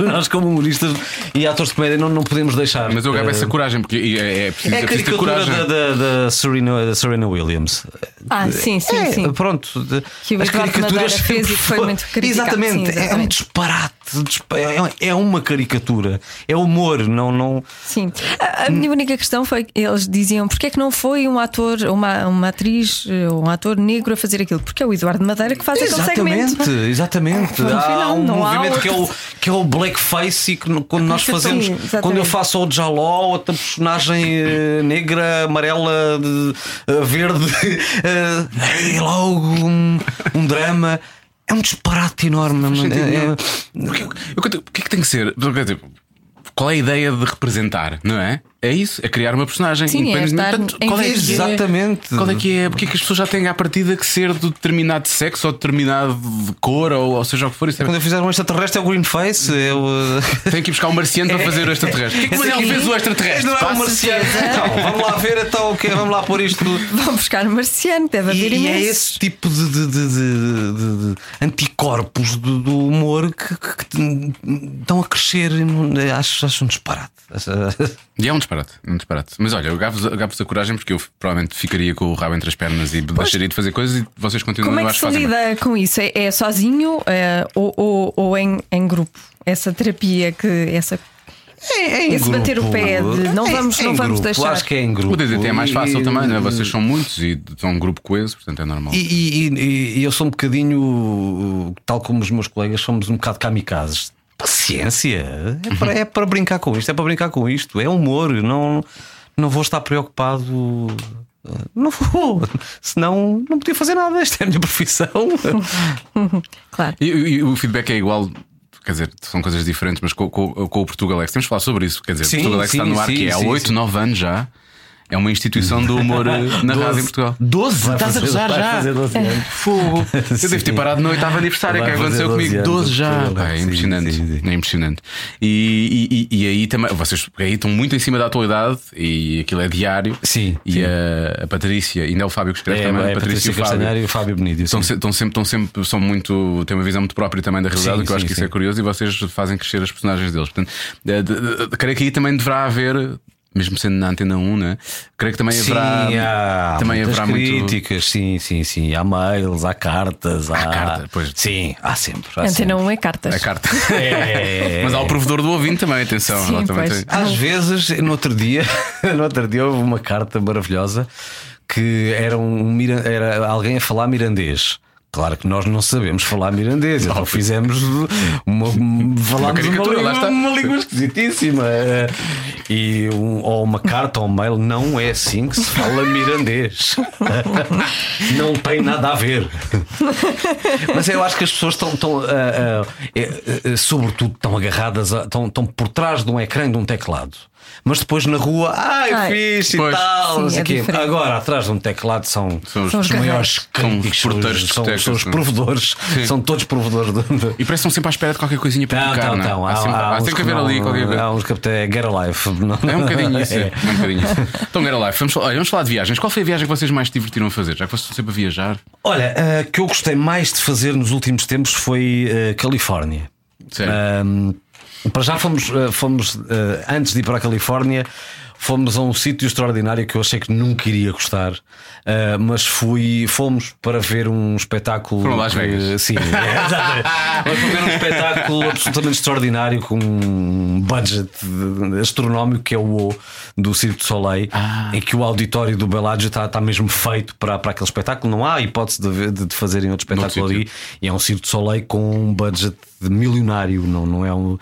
[SPEAKER 4] nós, como humoristas e atores de comédia, não, não podemos deixar.
[SPEAKER 2] Mas eu
[SPEAKER 4] Eh,
[SPEAKER 2] gabo essa coragem, porque é, é preciso,
[SPEAKER 4] é
[SPEAKER 2] é preciso ter
[SPEAKER 4] a caricatura
[SPEAKER 2] coragem.
[SPEAKER 4] da, da- da Serena, da Serena Williams.
[SPEAKER 3] Ah, sim, sim,
[SPEAKER 4] É,
[SPEAKER 3] sim.
[SPEAKER 4] Pronto, de-
[SPEAKER 3] Que o
[SPEAKER 4] as
[SPEAKER 3] Eduardo Madeira
[SPEAKER 4] caricaturas
[SPEAKER 3] fez e que foi muito criticado.
[SPEAKER 4] Exatamente,
[SPEAKER 3] Sim,
[SPEAKER 4] é um
[SPEAKER 3] exatamente.
[SPEAKER 4] disparate. dispa- é- É uma caricatura, é humor, não. não...
[SPEAKER 3] Sim. A, a minha única questão foi que eles diziam porque é que não foi um ator, uma, uma atriz, eh, um ator negro a fazer aquilo? Porque é o Eduardo Madeira que faz aquele
[SPEAKER 4] Exatamente,
[SPEAKER 3] segmento.
[SPEAKER 4] exatamente.
[SPEAKER 3] Ponto
[SPEAKER 4] Há
[SPEAKER 3] É, final,
[SPEAKER 4] um
[SPEAKER 3] não há
[SPEAKER 4] movimento que é, o,
[SPEAKER 3] outro.
[SPEAKER 4] que é o blackface e que no- quando nós fazemos,
[SPEAKER 3] Sim, exatamente.
[SPEAKER 4] quando eu faço ao Jaló, outra personagem eh, negra, amarela, de- eh, verde, eh, é logo um, um drama. É um disparate enorme. mano. É- é-
[SPEAKER 2] Porquê, eu conto- porquê que tem que ser? Quer dizer, Qual é a ideia de representar, não é? É isso, é criar uma personagem.
[SPEAKER 3] Sim, é
[SPEAKER 2] independentemente-
[SPEAKER 3] estar em
[SPEAKER 2] qual é
[SPEAKER 3] vez
[SPEAKER 2] que
[SPEAKER 4] de-
[SPEAKER 2] é-
[SPEAKER 4] Exatamente.
[SPEAKER 2] Qual é que é? Porque é que as pessoas já têm à partida que ser de determinado sexo ou determinado de cor ou, ou seja o que for? Isso é-
[SPEAKER 4] Quando eu fizer um extraterrestre é o Greenface. É o...
[SPEAKER 2] Tem que ir buscar um marciano para fazer o extraterrestre. O que é que o Manel fez o extraterrestre?
[SPEAKER 4] Não é um
[SPEAKER 2] Passa-
[SPEAKER 4] marciano. Então, vamos lá ver, então, o quê? vamos lá pôr isto.
[SPEAKER 3] Vão buscar o Marciano, deve haver
[SPEAKER 4] E, e é
[SPEAKER 3] imensos.
[SPEAKER 4] esse tipo de, de- de- de- de- de anticorpos do, do humor que, que- que te- estão a crescer. Acho, acho um disparate.
[SPEAKER 2] E é um disparate, um disparate. Mas olha, eu gavo-vos gavo-vos a coragem porque eu provavelmente ficaria com o rabo entre as pernas e deixaria de fazer coisas e vocês continuam
[SPEAKER 3] Como é
[SPEAKER 2] eu
[SPEAKER 3] que
[SPEAKER 2] acho
[SPEAKER 3] se
[SPEAKER 2] fazem bem.
[SPEAKER 3] lida com isso? É, é sozinho eh, ou, ou- ou em, em grupo? Essa terapia que essa
[SPEAKER 4] É, um
[SPEAKER 3] Esse bater o pé de não é vamos- não
[SPEAKER 4] em
[SPEAKER 3] vamos
[SPEAKER 4] grupo.
[SPEAKER 3] deixar.
[SPEAKER 4] Acho que é em grupo.
[SPEAKER 2] O DDT é mais fácil
[SPEAKER 4] E-
[SPEAKER 2] também, não é? Vocês são muitos e são um grupo coeso, portanto é normal.
[SPEAKER 4] E, e- e- e eu sou um bocadinho, tal como os meus colegas, somos um bocado kamikazes. Paciência, é para, é para brincar com isto, é para brincar com isto, é humor, não, não vou estar preocupado. Não vou, senão não podia fazer nada. Esta é a minha profissão.
[SPEAKER 3] Claro.
[SPEAKER 2] E, e- e o feedback é igual. Quer dizer, são coisas é diferentes, mas com, com- com o Portugalex, temos de falar sobre isso. Quer dizer, o
[SPEAKER 4] Sim,
[SPEAKER 2] Portugalex
[SPEAKER 4] sim,
[SPEAKER 2] está no ar
[SPEAKER 4] sim,
[SPEAKER 2] que é há
[SPEAKER 4] sim,
[SPEAKER 2] 8,
[SPEAKER 4] sim.
[SPEAKER 2] 9 anos já. É uma instituição do humor eh, na rádio em Portugal.
[SPEAKER 4] 12? Estás a
[SPEAKER 2] fazer-
[SPEAKER 4] gozar
[SPEAKER 2] vai
[SPEAKER 4] já?
[SPEAKER 2] fazer
[SPEAKER 4] 12 anos.
[SPEAKER 2] Fogo! Eu devo ter parado no oitavo aniversário,
[SPEAKER 4] Vai
[SPEAKER 2] que aconteceu
[SPEAKER 4] fazer 12
[SPEAKER 2] comigo.
[SPEAKER 4] anos,
[SPEAKER 2] 12 já!
[SPEAKER 4] Portugal.
[SPEAKER 2] Pá, é
[SPEAKER 4] Sim,
[SPEAKER 2] impressionante.
[SPEAKER 4] sim, sim.
[SPEAKER 2] É impressionante. E, e- e- e aí também, vocês aí estão muito em cima da atualidade e aquilo é diário.
[SPEAKER 4] Sim,
[SPEAKER 2] E
[SPEAKER 4] sim.
[SPEAKER 2] A, a Patrícia, e não é o Fábio que escreve
[SPEAKER 4] É,
[SPEAKER 2] também.
[SPEAKER 4] é,
[SPEAKER 2] a Patrícia
[SPEAKER 4] Patrícia
[SPEAKER 2] e o Fábio.
[SPEAKER 4] Castanheira e o Fábio Benítez.
[SPEAKER 2] Estão
[SPEAKER 4] sim.
[SPEAKER 2] sempre, estão sempre, estão sempre, são muito, têm uma visão muito própria também da realidade,
[SPEAKER 4] Sim,
[SPEAKER 2] que eu acho
[SPEAKER 4] sim,
[SPEAKER 2] que isso
[SPEAKER 4] sim.
[SPEAKER 2] é curioso, e vocês fazem crescer as personagens deles. Portanto, eh, de- de- de- creio que aí também deverá haver, mesmo sendo na antena 1, né? creio que também
[SPEAKER 4] Sim,
[SPEAKER 2] haverá.
[SPEAKER 4] há
[SPEAKER 2] também
[SPEAKER 4] muitas
[SPEAKER 2] haverá muito-
[SPEAKER 4] críticas, sim, sim, sim. Há mails, há cartas, há.
[SPEAKER 2] carta, pois.
[SPEAKER 4] Sim, há sempre. Há
[SPEAKER 3] Antena
[SPEAKER 4] sempre.
[SPEAKER 3] 1 é cartas.
[SPEAKER 2] A carta.
[SPEAKER 4] É.
[SPEAKER 2] Mas há o provedor do ouvinte também, atenção.
[SPEAKER 3] Sim,
[SPEAKER 2] ela também
[SPEAKER 3] pois.
[SPEAKER 2] tem-
[SPEAKER 4] Às vezes, no outro dia, no outro dia houve uma carta maravilhosa que era, um, mira- era alguém a falar mirandês. Claro que nós não sabemos falar mirandês, então fizemos uma, falámos uma,
[SPEAKER 2] caricatura, lá
[SPEAKER 4] língua,
[SPEAKER 2] está.
[SPEAKER 4] uma língua esquisitíssima. Eh, E um- ou uma carta ou um mail, não é assim que se fala mirandês. não tem nada a ver. Mas eu acho que as pessoas estão, estão, ah, ah, eh, eh, sobretudo, estão agarradas, a- estão, estão por trás de um ecrã e de um teclado. Mas depois na rua, ai,
[SPEAKER 3] Ai,
[SPEAKER 4] fixe
[SPEAKER 2] pois.
[SPEAKER 4] e tal.
[SPEAKER 3] Sim,
[SPEAKER 4] não sei
[SPEAKER 3] é
[SPEAKER 4] quê.
[SPEAKER 3] diferente.
[SPEAKER 4] Agora, atrás de um teclado, são,
[SPEAKER 2] São os-
[SPEAKER 3] São os
[SPEAKER 4] maiores
[SPEAKER 2] São os
[SPEAKER 4] críticos,
[SPEAKER 2] porteiros de
[SPEAKER 4] são,
[SPEAKER 2] discotecas,
[SPEAKER 4] são os
[SPEAKER 2] não é?
[SPEAKER 4] provedores,
[SPEAKER 2] Sim.
[SPEAKER 4] são todos provedores. De, de...
[SPEAKER 2] E parece que estão sempre à espera de qualquer coisinha para
[SPEAKER 4] Não,
[SPEAKER 2] tocar,
[SPEAKER 4] não,
[SPEAKER 2] não é?
[SPEAKER 4] não.
[SPEAKER 2] Há, sempre- há
[SPEAKER 4] uns
[SPEAKER 2] sempre que
[SPEAKER 4] que
[SPEAKER 2] haver ali
[SPEAKER 4] não-
[SPEAKER 2] qualquer coisa.
[SPEAKER 4] Há uns que até get alive. Não.
[SPEAKER 2] É um bocadinho isso. É,
[SPEAKER 4] É.
[SPEAKER 2] é um bocadinho isso. Então, Get Alive, vamos, falar- olha, vamos falar de viagens. Qual foi a viagem que vocês mais se divertiram a fazer? Já que vocês estão sempre a viajar?
[SPEAKER 4] Olha, ah, o que eu gostei mais de fazer nos últimos tempos foi ah, Califórnia.
[SPEAKER 2] Sério.
[SPEAKER 4] Ah. Ahm, para já fomos, ah, fomos ah, antes de ir para a Califórnia, fomos a um sítio extraordinário que eu achei que nunca iria gostar, ah, mas fui, fomos para ver um espetáculo.
[SPEAKER 2] Foram a Las
[SPEAKER 4] que-
[SPEAKER 2] Vegas.
[SPEAKER 4] Sim, é, exatamente. Fomos para ver um espetáculo absolutamente extraordinário com um budget astronómico que é o O do Cirque du Soleil, em que o auditório do Bellagio está, está mesmo feito para, para aquele espetáculo. Não há hipótese de, ver- de, de fazerem outro espetáculo
[SPEAKER 2] sítio.
[SPEAKER 4] ali. E é um Cirque de Soleil com um budget de milionário, não, não é um.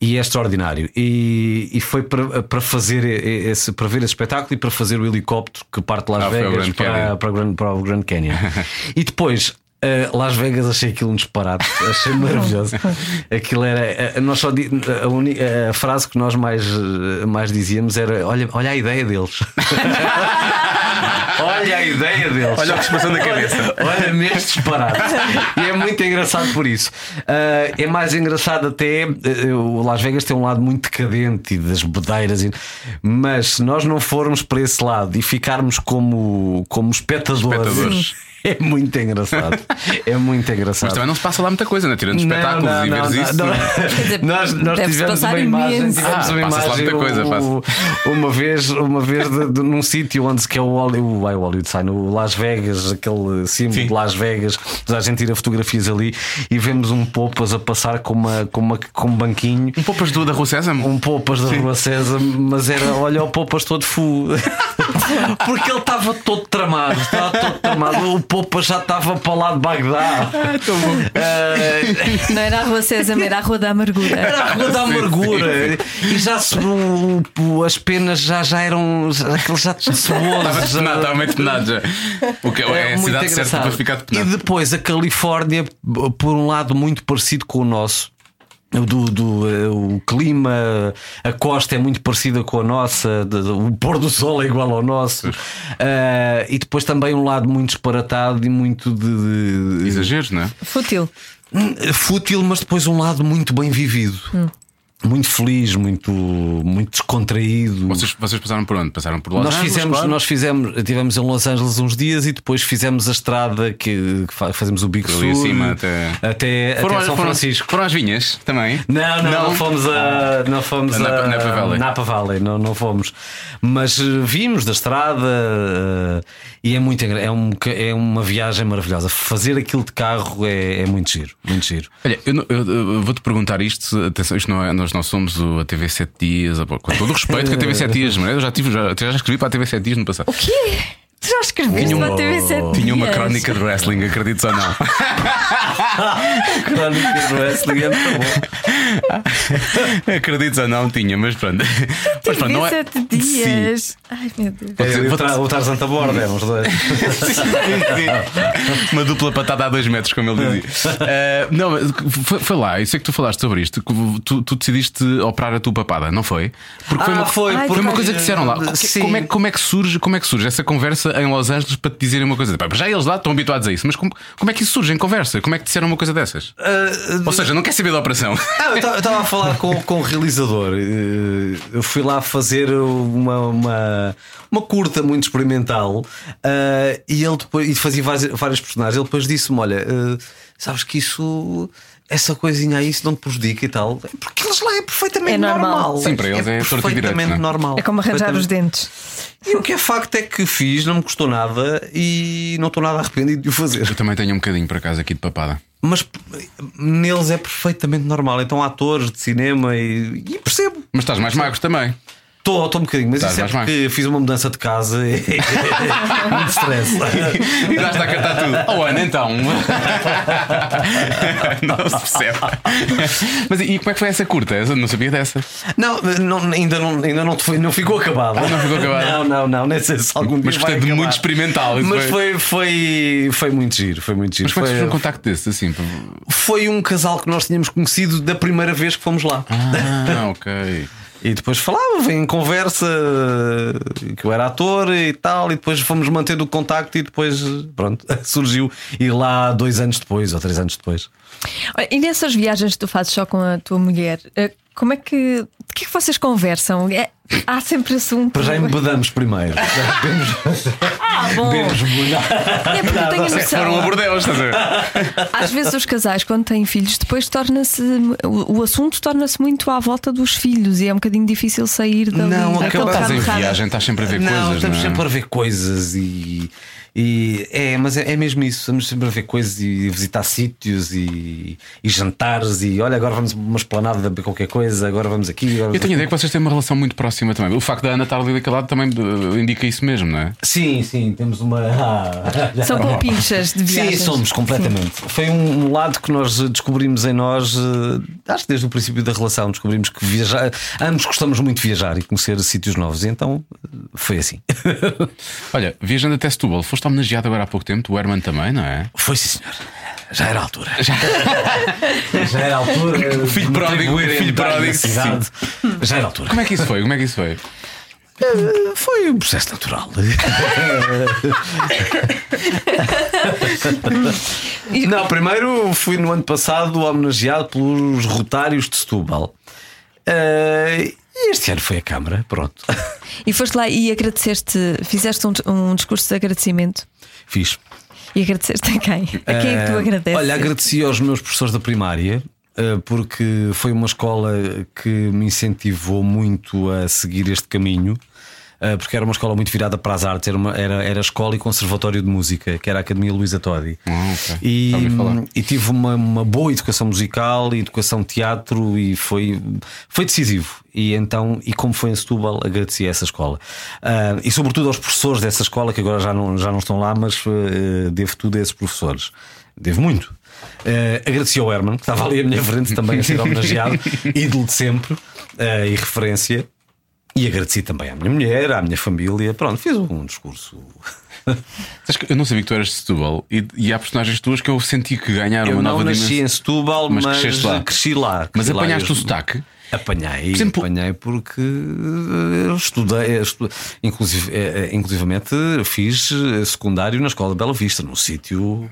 [SPEAKER 4] E é extraordinário. E, e foi para, para fazer e- e- esse, para ver esse espetáculo e para fazer o helicóptero que parte de Las
[SPEAKER 2] Ah, foi ao
[SPEAKER 4] Vegas
[SPEAKER 2] Grand Canyon.
[SPEAKER 4] para, para, o Grand, para o Grand Canyon. e depois. eh, Las Vegas achei aquilo um disparate, achei maravilhoso. Aquilo era. eh, nós só di- a, uni- a frase que nós mais, eh, mais dizíamos era: olha, olha a ideia deles. olha a ideia deles.
[SPEAKER 2] Olha o que se passou na cabeça.
[SPEAKER 4] Olha, neste disparate. e é muito engraçado por isso. Ah, é mais engraçado até. eh, o Las Vegas tem um lado muito decadente e das bedeiras. e- mas se nós não formos para esse lado e ficarmos como, como espectadores,
[SPEAKER 2] Espectadores.
[SPEAKER 4] é muito engraçado. É muito engraçado.
[SPEAKER 2] Mas também não se passa lá muita coisa, né? Tirando espetáculos
[SPEAKER 4] Não,
[SPEAKER 2] e
[SPEAKER 4] não,
[SPEAKER 2] veres
[SPEAKER 4] não,
[SPEAKER 2] isso.
[SPEAKER 4] não.
[SPEAKER 2] não é?
[SPEAKER 3] dizer,
[SPEAKER 4] nós nós
[SPEAKER 3] deve-se
[SPEAKER 4] tivemos
[SPEAKER 3] passar
[SPEAKER 4] uma imagem,
[SPEAKER 3] imenso.
[SPEAKER 4] tivemos
[SPEAKER 2] Ah, passa-se
[SPEAKER 4] uma
[SPEAKER 2] lá
[SPEAKER 4] imagem
[SPEAKER 2] muita coisa,
[SPEAKER 4] o- uma vez, uma vez de, de- num sítio onde se que é o Hollywood, ai, o Hollywood Sign, o Las Vegas, aquele símbolo
[SPEAKER 2] Sim.
[SPEAKER 4] de Las Vegas, a gente tira fotografias ali e vemos um Popas a passar com, uma, com, uma, com um banquinho.
[SPEAKER 2] Um poupas do da Rua Sésamo?
[SPEAKER 4] Um Popas da Rua César, mas era olha o Popas todo fu. Porque ele estava todo tramado, estava todo tramado. O Popas já estava para lá de Bagdá. Ah,
[SPEAKER 3] Não era a Rua César, era a Rua da Amargura.
[SPEAKER 4] era a rua da amargura e já se o- o- as penas já, já eram aqueles já cebou
[SPEAKER 2] Estava depenado, estava meio depenado já. O que é, a cidade certa para ficar
[SPEAKER 4] e
[SPEAKER 2] depenado.
[SPEAKER 4] depois a Califórnia por um lado muito parecido com o nosso do, do, eh, o clima, a costa é muito parecida com a nossa, de- de- o pôr do sol é igual ao nosso, Ah, e depois também um lado muito disparatado e muito de- de,
[SPEAKER 2] Exageros, não é?
[SPEAKER 3] Fútil.
[SPEAKER 4] Hum, fútil, mas depois um lado muito bem vivido. Muito feliz, muito, muito descontraído.
[SPEAKER 2] Vocês, vocês passaram por onde? Passaram por Los
[SPEAKER 4] Nós
[SPEAKER 2] Angeles,
[SPEAKER 4] fizemos,
[SPEAKER 2] claro.
[SPEAKER 4] nós fizemos, tivemos em Los Angeles uns dias e depois fizemos a estrada que, que fa- fazemos o Big Sur
[SPEAKER 2] Ali acima até-
[SPEAKER 4] até,
[SPEAKER 2] foram,
[SPEAKER 4] até São
[SPEAKER 2] foram-
[SPEAKER 4] Francisco.
[SPEAKER 2] foram às vinhas também.
[SPEAKER 4] Não, não, não, fomos a. Não fomos
[SPEAKER 2] A
[SPEAKER 4] a.
[SPEAKER 2] Napa- Napa Valley.
[SPEAKER 4] Napa Valley, não, não fomos. Mas eh, vimos da estrada eh, e é muito engra- é, um, ca- é uma viagem maravilhosa. Fazer aquilo de carro é, é muito giro, muito giro.
[SPEAKER 2] Olha, eu, não- eu- eu vou-te perguntar isto. se- Atenção, isto não é, nós não somos o- a TV 7 Dias, a- com todo o respeito que a TV 7 Dias, mas eu já, tive, já, até já escrevi para a TV 7 Dias no passado. O quê?
[SPEAKER 3] Tu já escreveste para a TV7
[SPEAKER 2] Tinha uma
[SPEAKER 3] dias.
[SPEAKER 2] crónica de wrestling, acredites ou não?
[SPEAKER 4] é tá Crónica do wrestling é muito bom.
[SPEAKER 2] acredites ou não, tinha, mas pronto. Mas pronto, não é.
[SPEAKER 3] TV7 dias. Ai meu Deus.
[SPEAKER 4] É, o tra- O Tarzan da borda, é, os dois.
[SPEAKER 2] Uma dupla patada a dois metros, como ele dizia. Eh, não, mas foi, foi lá, eu sei que tu falaste sobre isto. que Tu, tu decidiste operar a tua papada, não foi? Porque
[SPEAKER 4] Ah,
[SPEAKER 2] uma,
[SPEAKER 4] foi,
[SPEAKER 2] foi
[SPEAKER 3] porque-
[SPEAKER 2] uma coisa que disseram lá. O que-
[SPEAKER 4] Sim.
[SPEAKER 2] Como é, que- como, é que surge, como é que surge essa conversa em Los Angeles para te dizerem uma coisa? Pá, Já eles lá estão habituados a isso, mas como, como é que isso surge em conversa? Como é que disseram uma coisa dessas? Ou seja, não quer saber da operação.
[SPEAKER 4] Ah, eu estava a falar com, com o realizador. Eh, Eu fui lá fazer uma, uma, uma curta muito experimental ah, e ele depois e fazia várias, várias personagens. Ele depois disse-me: Olha, eh, sabes que isso, essa coisinha aí, isso não te prejudica e tal. É Porque eles lá é perfeitamente
[SPEAKER 3] É normal.
[SPEAKER 2] Sim, para eles é torto e direito,
[SPEAKER 4] perfeitamente
[SPEAKER 2] não é?
[SPEAKER 4] normal.
[SPEAKER 3] É como arranjar os
[SPEAKER 4] Perfeitamente.
[SPEAKER 3] dentes.
[SPEAKER 4] E o que é facto é que fiz, não me custou nada e não estou nada arrependido de o fazer.
[SPEAKER 2] Eu também tenho um bocadinho para casa aqui de papada.
[SPEAKER 4] Mas p- neles é perfeitamente normal. Então, há atores de cinema e, e percebo.
[SPEAKER 2] Mas estás mais magro também.
[SPEAKER 4] Estou, estou um bocadinho, mas
[SPEAKER 2] Tá,
[SPEAKER 4] isso é
[SPEAKER 2] vais mais.
[SPEAKER 4] porque fiz uma mudança de casa e. Muito stress.
[SPEAKER 2] E dás-te a cantar tudo. Oh, Ana, então. não se percebe. Mas e e como é que foi essa curta? Eu não sabia dessa.
[SPEAKER 4] Não, não, ainda não, ainda não, te foi- não ficou acabado.
[SPEAKER 2] não ficou acabado.
[SPEAKER 4] Não, não, não, nem sei se algum dia.
[SPEAKER 2] Mas
[SPEAKER 4] vai
[SPEAKER 2] portanto,
[SPEAKER 4] acabar.
[SPEAKER 2] muito experimental. isso
[SPEAKER 4] Mas foi, foi, foi muito giro, foi muito giro.
[SPEAKER 2] Mas como é que surgiu um
[SPEAKER 4] foi,
[SPEAKER 2] contacto desse? Assim, pá?
[SPEAKER 4] foi um casal que nós tínhamos conhecido da primeira vez que fomos lá.
[SPEAKER 2] ah, ok.
[SPEAKER 4] E depois falava em conversa eh, que eu era ator e tal, e depois fomos mantendo o contacto e depois, eh, pronto, surgiu. E lá dois anos depois, ou três anos depois.
[SPEAKER 3] Olha, e nessas viagens que tu fazes só com a tua mulher, eh, como é que. De que é que vocês conversam? É- há sempre um assunto.
[SPEAKER 4] Para já embedamos primeiro.
[SPEAKER 3] Ah, bom.
[SPEAKER 4] Bebemos muito.
[SPEAKER 3] É porque eu tenho
[SPEAKER 4] Não, não,
[SPEAKER 3] noção.
[SPEAKER 2] Foram a bordel, estás a ver?
[SPEAKER 3] Às vezes os casais, quando têm filhos, depois torna-se. O, o assunto torna-se muito à volta dos filhos e é um bocadinho difícil sair dali.
[SPEAKER 4] Não,
[SPEAKER 3] daquele
[SPEAKER 4] acabamos-
[SPEAKER 2] então Estás em
[SPEAKER 3] carro-rada.
[SPEAKER 2] viagem, estás sempre a ver
[SPEAKER 4] não,
[SPEAKER 2] coisas.
[SPEAKER 4] estamos
[SPEAKER 2] não é?
[SPEAKER 4] sempre a ver coisas e. e- é, mas é, é mesmo isso. Estamos sempre a ver coisas e visitar sítios e, e jantares. E olha, agora vamos a uma esplanada de beber qualquer coisa. Agora vamos aqui. Agora
[SPEAKER 2] Eu
[SPEAKER 4] vamos
[SPEAKER 2] tenho a ideia que vocês têm uma relação muito próxima também. O facto da Ana estar ali daquele lado também eh, indica isso mesmo, não é?
[SPEAKER 4] Sim, sim, temos uma. Ah,
[SPEAKER 3] São compinchas de
[SPEAKER 4] Sim,
[SPEAKER 3] viagens.
[SPEAKER 4] somos completamente. Foi um, um lado que nós eh, descobrimos em nós, eh, acho que desde o princípio da relação, descobrimos que viajar, ambos gostamos muito de viajar e conhecer sítios novos, e então eh, foi assim.
[SPEAKER 2] Olha, viajando até Setúbal, foste homenageado agora há pouco tempo, o Herman também, não é?
[SPEAKER 4] Foi sim, senhor. Já era a altura. Já era a altura. O
[SPEAKER 2] filho pródigo, o filho pródigo,
[SPEAKER 4] cidade. Já era a altura.
[SPEAKER 2] Como é que isso foi? Como é que isso foi?
[SPEAKER 4] Eh, Foi um processo natural. Não, primeiro fui no ano passado homenageado pelos Rotários de Setúbal. Eh, E este ano foi a Câmara, pronto.
[SPEAKER 3] E foste lá e agradeceste, fizeste um, um discurso de agradecimento.
[SPEAKER 4] Fiz.
[SPEAKER 3] E agradeceste a quem? A quem é que tu
[SPEAKER 2] Ah,
[SPEAKER 4] Eh,
[SPEAKER 3] agradeces?
[SPEAKER 4] Olha, agradeci aos meus professores da primária. eh, Porque foi uma escola que me incentivou muito a seguir este caminho, eh, porque era uma escola muito virada para as artes, era, uma- era, era escola e conservatório de música, que era a Academia Luísa Todi.
[SPEAKER 2] Ah, ok.
[SPEAKER 4] E,
[SPEAKER 2] Já ouvi falar.
[SPEAKER 4] e tive uma, uma boa educação musical e educação de teatro e foi, foi decisivo. E então, e como foi em Setúbal, agradeci a essa escola. Ah, e sobretudo aos professores dessa escola, que agora já não, já não estão lá, mas eh, devo tudo a esses professores. Devo muito. Eh, agradeci ao Herman, que estava ali à minha frente também a ser homenageado, ídolo de sempre eh, e referência. E agradeci também à minha mulher, à minha família. Pronto, fiz um discurso.
[SPEAKER 2] Sabes que eu não sabia que tu eras de Setúbal e, e há personagens tuas que eu senti que ganharam
[SPEAKER 4] Eu
[SPEAKER 2] uma
[SPEAKER 4] não
[SPEAKER 2] nova
[SPEAKER 4] nasci
[SPEAKER 2] dimensão.
[SPEAKER 4] em Setúbal,
[SPEAKER 2] Mas
[SPEAKER 4] mas,
[SPEAKER 2] cresceste lá.
[SPEAKER 4] cresci lá.
[SPEAKER 2] Mas
[SPEAKER 4] cresci lá.
[SPEAKER 2] apanhaste
[SPEAKER 4] Eu-
[SPEAKER 2] o sotaque?
[SPEAKER 4] Apanhei,
[SPEAKER 2] exemplo-
[SPEAKER 4] apanhei porque eh, eu estudei, eu estu- inclusive, eh, eh, inclusivamente fiz eh, secundário na escola de Bela Vista, num sítio.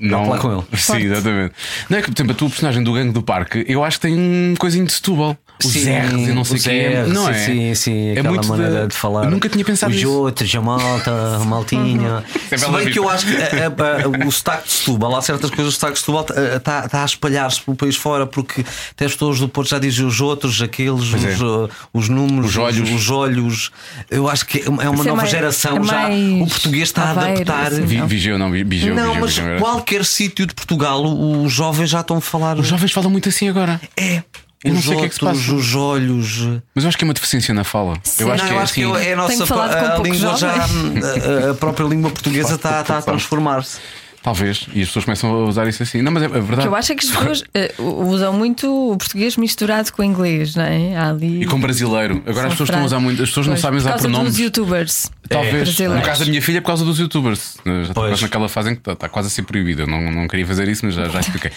[SPEAKER 2] Não.
[SPEAKER 4] falar com ele.
[SPEAKER 2] Sim, exatamente. Não é que, por exemplo, a tua personagem do Gangue do Parque, eu acho que tem um coisinho de Setúbal. Os
[SPEAKER 4] Sim,
[SPEAKER 2] R's e não sei
[SPEAKER 4] os
[SPEAKER 2] quem é.
[SPEAKER 4] R's,
[SPEAKER 2] Não
[SPEAKER 4] sim,
[SPEAKER 2] é?
[SPEAKER 4] Sim, sim,
[SPEAKER 2] é
[SPEAKER 4] aquela
[SPEAKER 2] muito
[SPEAKER 4] maneira
[SPEAKER 2] da-
[SPEAKER 4] de falar.
[SPEAKER 2] Eu nunca tinha pensado
[SPEAKER 4] Os
[SPEAKER 2] nisso.
[SPEAKER 4] outros, a malta, a maltinha.
[SPEAKER 2] é
[SPEAKER 4] Se
[SPEAKER 2] Bela
[SPEAKER 4] bem
[SPEAKER 2] Vista.
[SPEAKER 4] que eu acho que a- a- a- o sotaque de Setúbal, há certas coisas, o sotaque de Setúbal está a espalhar-se pelo país fora, porque até as pessoas do Porto já dizem os outros, aqueles, os,
[SPEAKER 2] Pois é.
[SPEAKER 4] uh, os números,
[SPEAKER 2] Os olhos.
[SPEAKER 4] os olhos. Eu acho que é uma é uma
[SPEAKER 3] Isso é
[SPEAKER 4] nova
[SPEAKER 3] mais-
[SPEAKER 4] geração
[SPEAKER 3] é
[SPEAKER 4] já. O
[SPEAKER 3] mais
[SPEAKER 4] português está a
[SPEAKER 3] Aveiro,
[SPEAKER 4] adaptar.
[SPEAKER 3] assim.
[SPEAKER 2] Vi,
[SPEAKER 3] Não.
[SPEAKER 2] Vigeu, não, vi- Vigeu.
[SPEAKER 4] Não,
[SPEAKER 2] Vigeu,
[SPEAKER 4] mas
[SPEAKER 2] Vigeu, era.
[SPEAKER 4] qualquer sítio de Portugal, os jovens já estão a falar.
[SPEAKER 2] Os jovens falam muito assim agora.
[SPEAKER 4] É.
[SPEAKER 2] Eu não
[SPEAKER 4] os
[SPEAKER 2] sei o que é que se
[SPEAKER 4] outros,
[SPEAKER 2] passa.
[SPEAKER 4] os olhos.
[SPEAKER 2] Mas eu acho que é uma deficiência na fala.
[SPEAKER 3] Sim.
[SPEAKER 2] Eu acho
[SPEAKER 4] Não,
[SPEAKER 2] que é
[SPEAKER 4] eu acho que
[SPEAKER 2] assim.
[SPEAKER 4] eu- é a nossa
[SPEAKER 3] Tenho falado
[SPEAKER 4] a-
[SPEAKER 3] com
[SPEAKER 4] a
[SPEAKER 3] poucos
[SPEAKER 4] língua já
[SPEAKER 3] jovens.
[SPEAKER 4] a- a- a própria língua portuguesa está está a transformar-se.
[SPEAKER 2] Talvez. E as pessoas começam a usar isso assim. Não, mas é, é verdade.
[SPEAKER 3] Que eu acho é que as pessoas eh, usam muito o português misturado com o inglês, não é? Há ali.
[SPEAKER 2] E com brasileiro. Agora
[SPEAKER 3] são
[SPEAKER 2] as pessoas estão a usar
[SPEAKER 3] frases.
[SPEAKER 2] muito. As pessoas não
[SPEAKER 3] Pois,
[SPEAKER 2] sabem
[SPEAKER 3] por
[SPEAKER 2] usar
[SPEAKER 3] causa
[SPEAKER 2] pronomes.
[SPEAKER 3] dos youtubers.
[SPEAKER 2] Talvez.
[SPEAKER 3] brasileiros.
[SPEAKER 2] No caso da minha filha, é por causa dos youtubers. Já está
[SPEAKER 4] Pois.
[SPEAKER 2] quase naquela fase em que está, está quase a ser proibida. Não, não queria fazer isso, mas já, já expliquei.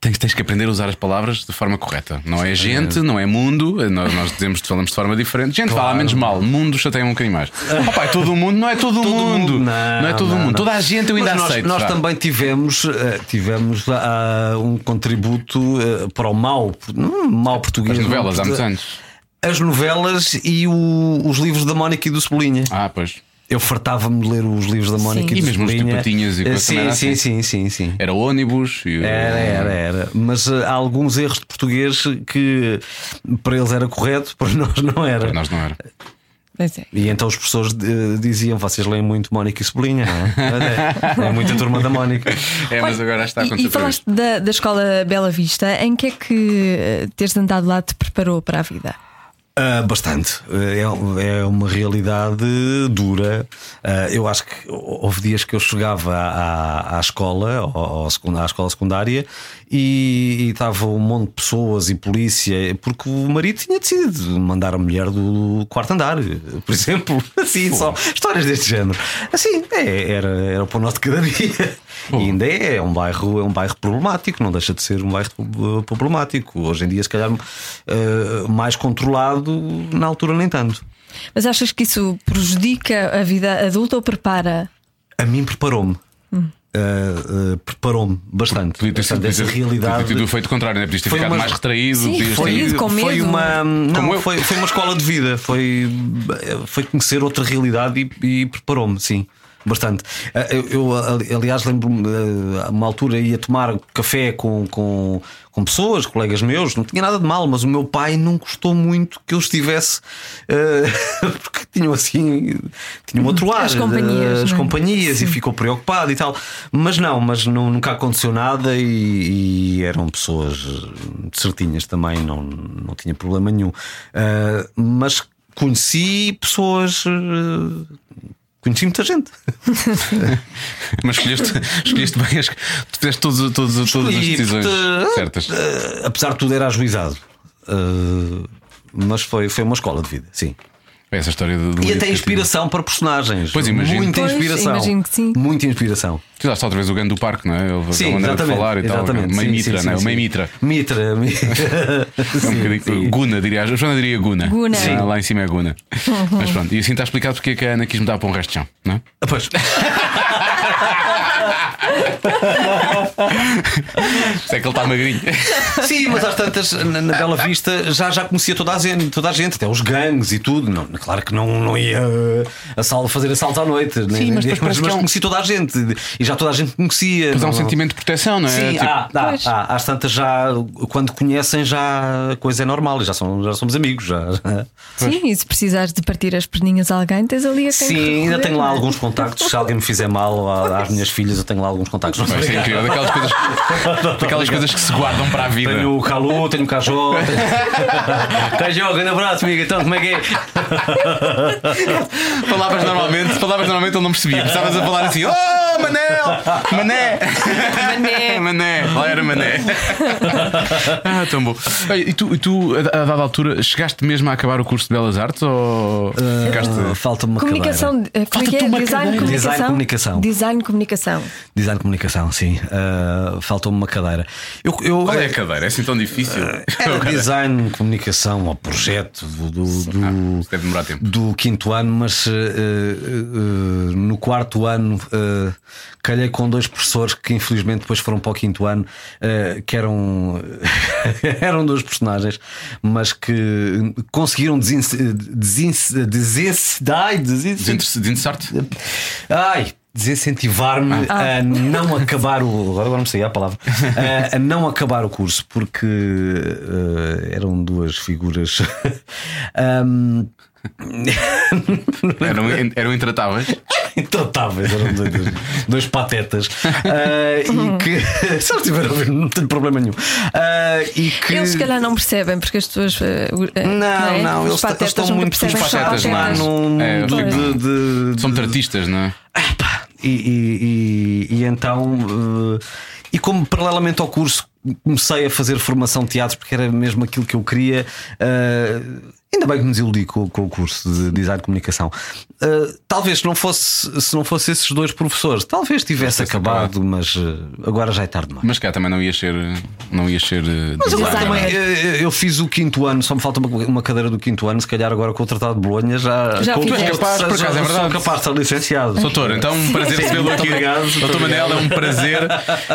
[SPEAKER 2] Tens, tens que aprender a usar as palavras de forma correta. Não é gente, não é mundo. Nós, nós dizemos, falamos de forma diferente. Gente, fala menos mal. Mundo chateia um bocadinho mais. Opa, é todo o mundo, não é todo o
[SPEAKER 4] Todo
[SPEAKER 2] mundo.
[SPEAKER 4] Não,
[SPEAKER 2] é todo o
[SPEAKER 4] não,
[SPEAKER 2] mundo.
[SPEAKER 4] não.
[SPEAKER 2] Toda a gente eu
[SPEAKER 4] Mas
[SPEAKER 2] ainda
[SPEAKER 4] nós,
[SPEAKER 2] aceito.
[SPEAKER 4] Nós
[SPEAKER 2] vá.
[SPEAKER 4] também tivemos, eh, tivemos ah, um contributo eh, para o mal, não, mal português.
[SPEAKER 2] As novelas,
[SPEAKER 4] não,
[SPEAKER 2] há muitos anos.
[SPEAKER 4] As novelas e o- os livros da Mónica e do Cebolinha.
[SPEAKER 2] Ah, pois.
[SPEAKER 4] Eu fartava-me de ler os livros da Mónica
[SPEAKER 3] Sim.
[SPEAKER 4] e
[SPEAKER 2] E
[SPEAKER 4] do
[SPEAKER 2] mesmo os
[SPEAKER 4] Cebolinha.
[SPEAKER 2] Tipatinhas e
[SPEAKER 4] Eh,
[SPEAKER 2] coisa
[SPEAKER 4] sim,
[SPEAKER 2] também era
[SPEAKER 4] sim,
[SPEAKER 2] assim.
[SPEAKER 4] sim, sim, sim.
[SPEAKER 2] Era o ônibus e o-
[SPEAKER 4] Era, era, era. Mas eh, há alguns erros de português que para eles era correto, para nós não era.
[SPEAKER 2] Para nós não era.
[SPEAKER 3] Pois é.
[SPEAKER 4] E então os professores eh, diziam: vocês leem muito Mónica e Cebolinha, não é? é muita turma da Mónica.
[SPEAKER 2] É, mas
[SPEAKER 3] Olha,
[SPEAKER 2] agora está a
[SPEAKER 3] E,
[SPEAKER 2] acontecer.
[SPEAKER 3] e falaste da, da escola Bela Vista, em que é que eh, teres andado lá te preparou para a vida?
[SPEAKER 4] Ah, bastante. É, é uma realidade dura. Ah, eu acho que houve dias que eu chegava à, à- à escola, ao- ao secund- à escola secundária, e e estava um monte de pessoas e polícia, porque o marido tinha decidido mandar a mulher do quarto andar, por exemplo. Assim, só histórias deste género. Assim, é, era, era para o nosso de cada dia. E ainda é, é um bairro, é um bairro problemático, não deixa de ser um bairro eh, problemático. Hoje em dia, se calhar, eh, mais controlado, na altura nem tanto.
[SPEAKER 3] Mas achas que isso prejudica a vida adulta ou prepara?
[SPEAKER 4] A mim preparou-me. Eh, eh, preparou-me bastante.
[SPEAKER 2] Hum. Podia ter sido
[SPEAKER 4] Bastante essa
[SPEAKER 2] podia ter-
[SPEAKER 4] realidade.
[SPEAKER 2] Podia ter tido o feito contrário, né? podias ter
[SPEAKER 4] Foi
[SPEAKER 2] ficado
[SPEAKER 4] uma-
[SPEAKER 2] mais retraído.
[SPEAKER 3] Sim,
[SPEAKER 2] podias
[SPEAKER 3] foi
[SPEAKER 2] ter-
[SPEAKER 3] isso. com
[SPEAKER 4] foi
[SPEAKER 3] medo.
[SPEAKER 4] uma não,
[SPEAKER 2] Como eu.
[SPEAKER 4] foi, foi uma escola de vida foi foi conhecer outra realidade e, e preparou-me sim bastante Ah, eu, eu, ali- aliás lembro-me ah, a uma altura ia tomar café com, com com pessoas colegas meus não tinha nada de mal mas o meu pai não gostou muito que eu estivesse ah, porque tinham assim tinham outro ar
[SPEAKER 3] As companhias,
[SPEAKER 4] as
[SPEAKER 3] não é?
[SPEAKER 4] companhias e ficou preocupado e tal mas não mas não, nunca aconteceu nada e, e eram pessoas eh, certinhas também não não tinha problema nenhum Ah, mas conheci pessoas eh, Conheci muita gente.
[SPEAKER 2] Mas escolheste, escolheste bem, as, tu fizeste todos, todos, todas as
[SPEAKER 4] Escolhi,
[SPEAKER 2] decisões
[SPEAKER 4] porque-
[SPEAKER 2] certas.
[SPEAKER 4] Ah, apesar de tudo, era ajuizado. Ah, mas foi, foi uma escola de vida, sim.
[SPEAKER 2] Essa história do. do
[SPEAKER 4] E até
[SPEAKER 2] Lisboa.
[SPEAKER 4] inspiração para personagens.
[SPEAKER 2] Pois, imagino.
[SPEAKER 4] Muita
[SPEAKER 3] Pois,
[SPEAKER 4] inspiração.
[SPEAKER 3] imagino que sim.
[SPEAKER 4] Muita inspiração.
[SPEAKER 2] Tu já talvez o grande do parque, não é? Ele- a maneira de falar e tal.
[SPEAKER 4] exatamente.
[SPEAKER 2] Meio
[SPEAKER 4] Sim,
[SPEAKER 2] mitra,
[SPEAKER 4] sim,
[SPEAKER 2] não é?
[SPEAKER 4] sim,
[SPEAKER 2] Meio
[SPEAKER 4] sim.
[SPEAKER 2] mitra.
[SPEAKER 4] Mitra. um mi-
[SPEAKER 2] É um
[SPEAKER 4] Sim,
[SPEAKER 2] bocadinho.
[SPEAKER 4] sim.
[SPEAKER 2] Guna, diria. A Joana diria Guna.
[SPEAKER 3] Guna. Sim.
[SPEAKER 2] Ah, lá em cima é Guna. Mas pronto, e assim está explicado porque é que a Ana quis me dar para um resto de chão, não é?
[SPEAKER 4] Ah, Pois.
[SPEAKER 2] Se é que ele está magrinho.
[SPEAKER 4] Sim, mas às tantas, na, na Bela Vista, já, já conhecia toda a, gente, toda a gente, até os gangues e tudo. Não, claro que não, não ia eh, assal- fazer assaltos à noite, né?
[SPEAKER 2] Sim, mas depois parece que é um-
[SPEAKER 4] conheci toda a gente e já toda a gente conhecia.
[SPEAKER 2] Mas há um
[SPEAKER 4] não- não-
[SPEAKER 2] sentimento de proteção, não é?
[SPEAKER 4] Sim,
[SPEAKER 2] Tipo,
[SPEAKER 4] há, há,
[SPEAKER 3] Pois.
[SPEAKER 4] há. às tantas já, quando conhecem, já a coisa é normal, já, são, já somos amigos. Já, já.
[SPEAKER 3] Sim, e se precisares de partir as perninhas a alguém, tens ali a quem
[SPEAKER 4] Sim, ainda
[SPEAKER 3] recorrer,
[SPEAKER 4] tenho lá
[SPEAKER 3] não é?
[SPEAKER 4] alguns contactos. Se alguém me fizer mal a- às minhas filhas, eu tenho lá alguns contactos.
[SPEAKER 2] pá, isto é incrível. Daquelas coisas, daquelas coisas que se guardam para a vida.
[SPEAKER 4] Tenho o Calu, tenho o Cajó. tenho- Cajó, grande abraço, amiga. Então, como é que é?
[SPEAKER 2] Palavras normalmente, palavras normalmente ele não percebia. Estavas a falar assim: Oh, Manel! Mané! Mané! Mané! Lá era Mané! Ah, tão bom. Olha, E tu, e tu, a a dada altura, chegaste mesmo a acabar o curso de Belas Artes ou ficaste.
[SPEAKER 4] Ah, Falta-me uma
[SPEAKER 3] Comunicação,
[SPEAKER 4] cadeira.
[SPEAKER 3] eh, como é que
[SPEAKER 2] Falta-te
[SPEAKER 3] é?
[SPEAKER 2] uma
[SPEAKER 3] Design
[SPEAKER 2] cadeira.
[SPEAKER 4] Design,
[SPEAKER 3] comunicação.
[SPEAKER 4] comunicação.
[SPEAKER 3] Design comunicação.
[SPEAKER 4] Design de comunicação, sim. Ah, Falta-me uma cadeira. Eu, eu,
[SPEAKER 2] Qual é a cadeira? É assim tão difícil?
[SPEAKER 4] Era É design, comunicação ou projeto do, do, do-
[SPEAKER 2] Ah, isso deve demorar tempo.
[SPEAKER 4] do quinto ano, mas eh, eh, eh, no quarto ano eh, calhei com dois professores que infelizmente depois foram para o quinto ano, eh, que eram, eram dois personagens, mas que conseguiram desinse- desinse- desinse- ai, desinse-
[SPEAKER 2] Desinter- Desinteressar-te?
[SPEAKER 4] Ai, desincentivar-me
[SPEAKER 3] Ah.
[SPEAKER 4] a não acabar o. Agora agora não sei a palavra. A, a não acabar o curso, porque eh, eram duas figuras. ahm,
[SPEAKER 2] Eram, eram intratáveis.
[SPEAKER 4] Intratáveis, então tá, eram dois, dois- dois patetas. Ah, e que. Se eles tiveram a ver, não tenho problema nenhum. Ah, e que.
[SPEAKER 3] Eles se calhar não percebem, porque as pessoas. eh, o- eh,
[SPEAKER 4] Não,
[SPEAKER 3] é?
[SPEAKER 4] não,
[SPEAKER 3] Os
[SPEAKER 4] eles,
[SPEAKER 3] patetas
[SPEAKER 4] estão
[SPEAKER 3] nunca
[SPEAKER 4] muito
[SPEAKER 3] percebem que são
[SPEAKER 4] patetas lá
[SPEAKER 3] patetas.
[SPEAKER 4] num mundo
[SPEAKER 2] É,
[SPEAKER 4] de- de-
[SPEAKER 2] São artistas, não é?
[SPEAKER 4] Ah, pá. E, e- e- e então, eh, e como paralelamente ao curso, comecei a fazer formação de teatro porque era mesmo aquilo que eu queria. eh, ainda bem que me desiludi com, com o curso de design de comunicação. Eh, talvez se não fosse se não fosse esses dois professores, talvez tivesse acabado, mas eh, agora já é tarde demais.
[SPEAKER 2] Mas cá também não ia ser. Não ia ser.
[SPEAKER 4] Mas agora
[SPEAKER 3] Designer.
[SPEAKER 4] também, eh, eu fiz o quinto ano, só me falta uma, uma cadeira do quinto ano. Se calhar agora com o Tratado de Bolonha já,
[SPEAKER 3] Já
[SPEAKER 4] com-
[SPEAKER 3] fizeste. Tu és
[SPEAKER 2] capaz, por acaso, é
[SPEAKER 4] sou
[SPEAKER 2] verdade.
[SPEAKER 4] capaz de ser licenciado.
[SPEAKER 2] Doutor, então um prazer recebê-lo
[SPEAKER 4] muito
[SPEAKER 2] aqui.
[SPEAKER 4] obrigado, muito
[SPEAKER 2] Doutor
[SPEAKER 4] obrigado.
[SPEAKER 2] Manel, é um prazer.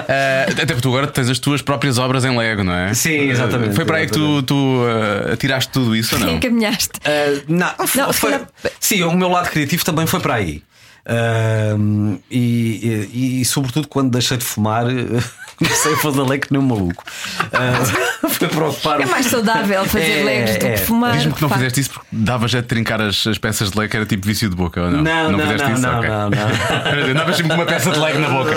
[SPEAKER 2] Eh, até porque tu agora tens as tuas próprias obras em Lego, não é?
[SPEAKER 4] Sim, exatamente,
[SPEAKER 2] Foi para aí que tu, tu eh, tiraste tudo isso ou não?
[SPEAKER 3] Encaminhaste.
[SPEAKER 4] Uh, não,
[SPEAKER 3] Não,
[SPEAKER 4] foi-
[SPEAKER 3] se calhar-
[SPEAKER 4] Sim, o meu lado criativo também foi para aí. Uh, e, e- e, sobretudo quando deixei de fumar, uh, comecei a fazer leque nem um maluco. Uh, foi para ocupar.
[SPEAKER 3] É mais saudável fazer
[SPEAKER 4] É,
[SPEAKER 3] legos do
[SPEAKER 4] é.
[SPEAKER 3] que fumar.
[SPEAKER 2] Diz-me que não
[SPEAKER 3] pá.
[SPEAKER 2] fizeste isso porque davas a trincar as, as peças de Lego, era tipo vício de boca ou não?
[SPEAKER 4] Não, não,
[SPEAKER 2] fizeste
[SPEAKER 4] não,
[SPEAKER 2] isso?
[SPEAKER 4] não,
[SPEAKER 2] Ok.
[SPEAKER 4] não, não.
[SPEAKER 2] Quer dizer, Davas sempre com uma peça de Lego na boca.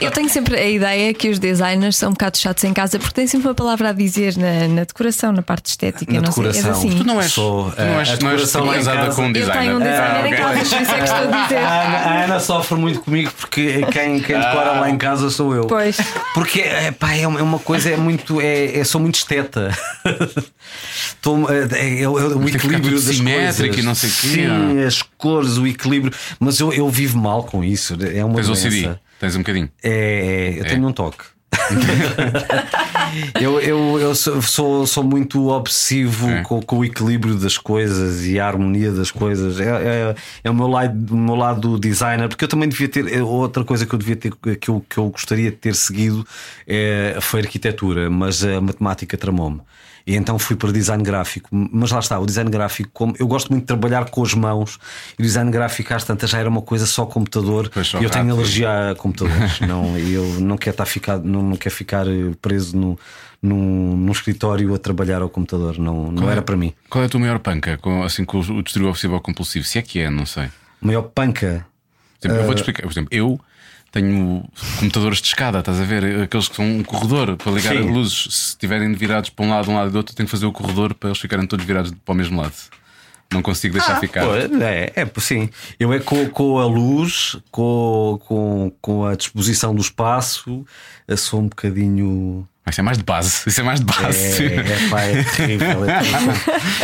[SPEAKER 3] E Eu tenho sempre a ideia que os designers são um bocado chatos em casa porque têm sempre uma palavra a dizer na, na decoração, na parte estética.
[SPEAKER 4] Na
[SPEAKER 3] não sei, és
[SPEAKER 4] decoração.
[SPEAKER 3] assim.
[SPEAKER 2] Tu não és.
[SPEAKER 4] Sou,
[SPEAKER 2] tu não és,
[SPEAKER 4] eh, a
[SPEAKER 2] não és
[SPEAKER 4] decoração lá em
[SPEAKER 2] casada
[SPEAKER 4] casa.
[SPEAKER 2] com um
[SPEAKER 3] Eu
[SPEAKER 2] designer.
[SPEAKER 3] tenho um designer
[SPEAKER 2] Ah,
[SPEAKER 3] em
[SPEAKER 2] ok.
[SPEAKER 3] casa, por isso é que estou a
[SPEAKER 4] A
[SPEAKER 3] dizer.
[SPEAKER 4] Ana, a Ana sofre muito comigo porque quem, quem
[SPEAKER 2] Ah.
[SPEAKER 4] decora lá em casa sou eu.
[SPEAKER 3] Pois.
[SPEAKER 4] Porque é, pá, é uma é uma coisa, é muito. É, é- sou muito esteta. Tô- é, é- é o- é o
[SPEAKER 2] Mas tem que ficar
[SPEAKER 4] equilíbrio
[SPEAKER 2] tudo
[SPEAKER 4] das
[SPEAKER 2] simétrico
[SPEAKER 4] coisas.
[SPEAKER 2] e não sei o quê,
[SPEAKER 4] Sim, as cores, o equilíbrio. Mas eu, eu vivo mal com isso. É uma
[SPEAKER 2] Tens
[SPEAKER 4] doença.
[SPEAKER 2] OCD. Tens um bocadinho.
[SPEAKER 4] É, é, eu
[SPEAKER 2] É.
[SPEAKER 4] tenho um toque. eu eu, eu sou, sou, sou muito obsessivo
[SPEAKER 2] É.
[SPEAKER 4] com, com o equilíbrio das coisas e a harmonia das coisas. É, é, é o meu lado, o meu lado do designer, porque eu também devia ter. é Outra coisa que eu devia ter que eu, que eu gostaria de ter seguido é, foi arquitetura, mas a matemática tramou-me. E então fui para design gráfico. Mas lá está, o design gráfico, como eu gosto muito de trabalhar com as mãos, e o design gráfico às tantas já era uma coisa só computador.
[SPEAKER 2] Pois só
[SPEAKER 4] E eu tenho
[SPEAKER 2] rápido.
[SPEAKER 4] alergia a computadores. não, eu não quero estar ficar, não, não quero ficar eh, preso no, num, num escritório a trabalhar ao computador. Não, não era para mim.
[SPEAKER 2] Qual é a tua maior panca com, assim, com o distúrbio obsessivo compulsivo? Se é que é, não sei.
[SPEAKER 4] A maior panca.
[SPEAKER 2] Por exemplo, Eu
[SPEAKER 4] Ah.
[SPEAKER 2] vou-te explicar. Por exemplo, eu tenho computadores de escada, estás a ver? Aqueles que são um corredor para ligar
[SPEAKER 4] Sim.
[SPEAKER 2] as luzes. Se estiverem virados para um lado, um lado e do outro, eu tenho que fazer o corredor para eles ficarem todos virados para o mesmo lado. Não consigo
[SPEAKER 4] Ah,
[SPEAKER 2] deixar ficar.
[SPEAKER 4] Pô, é, é, sim. Eu é com, com a luz, com, com, com a disposição do espaço, eu sou um bocadinho.
[SPEAKER 2] Mas Isso é mais de base. Isso é mais de base.
[SPEAKER 4] É, é, pá, é terrível. é terrível.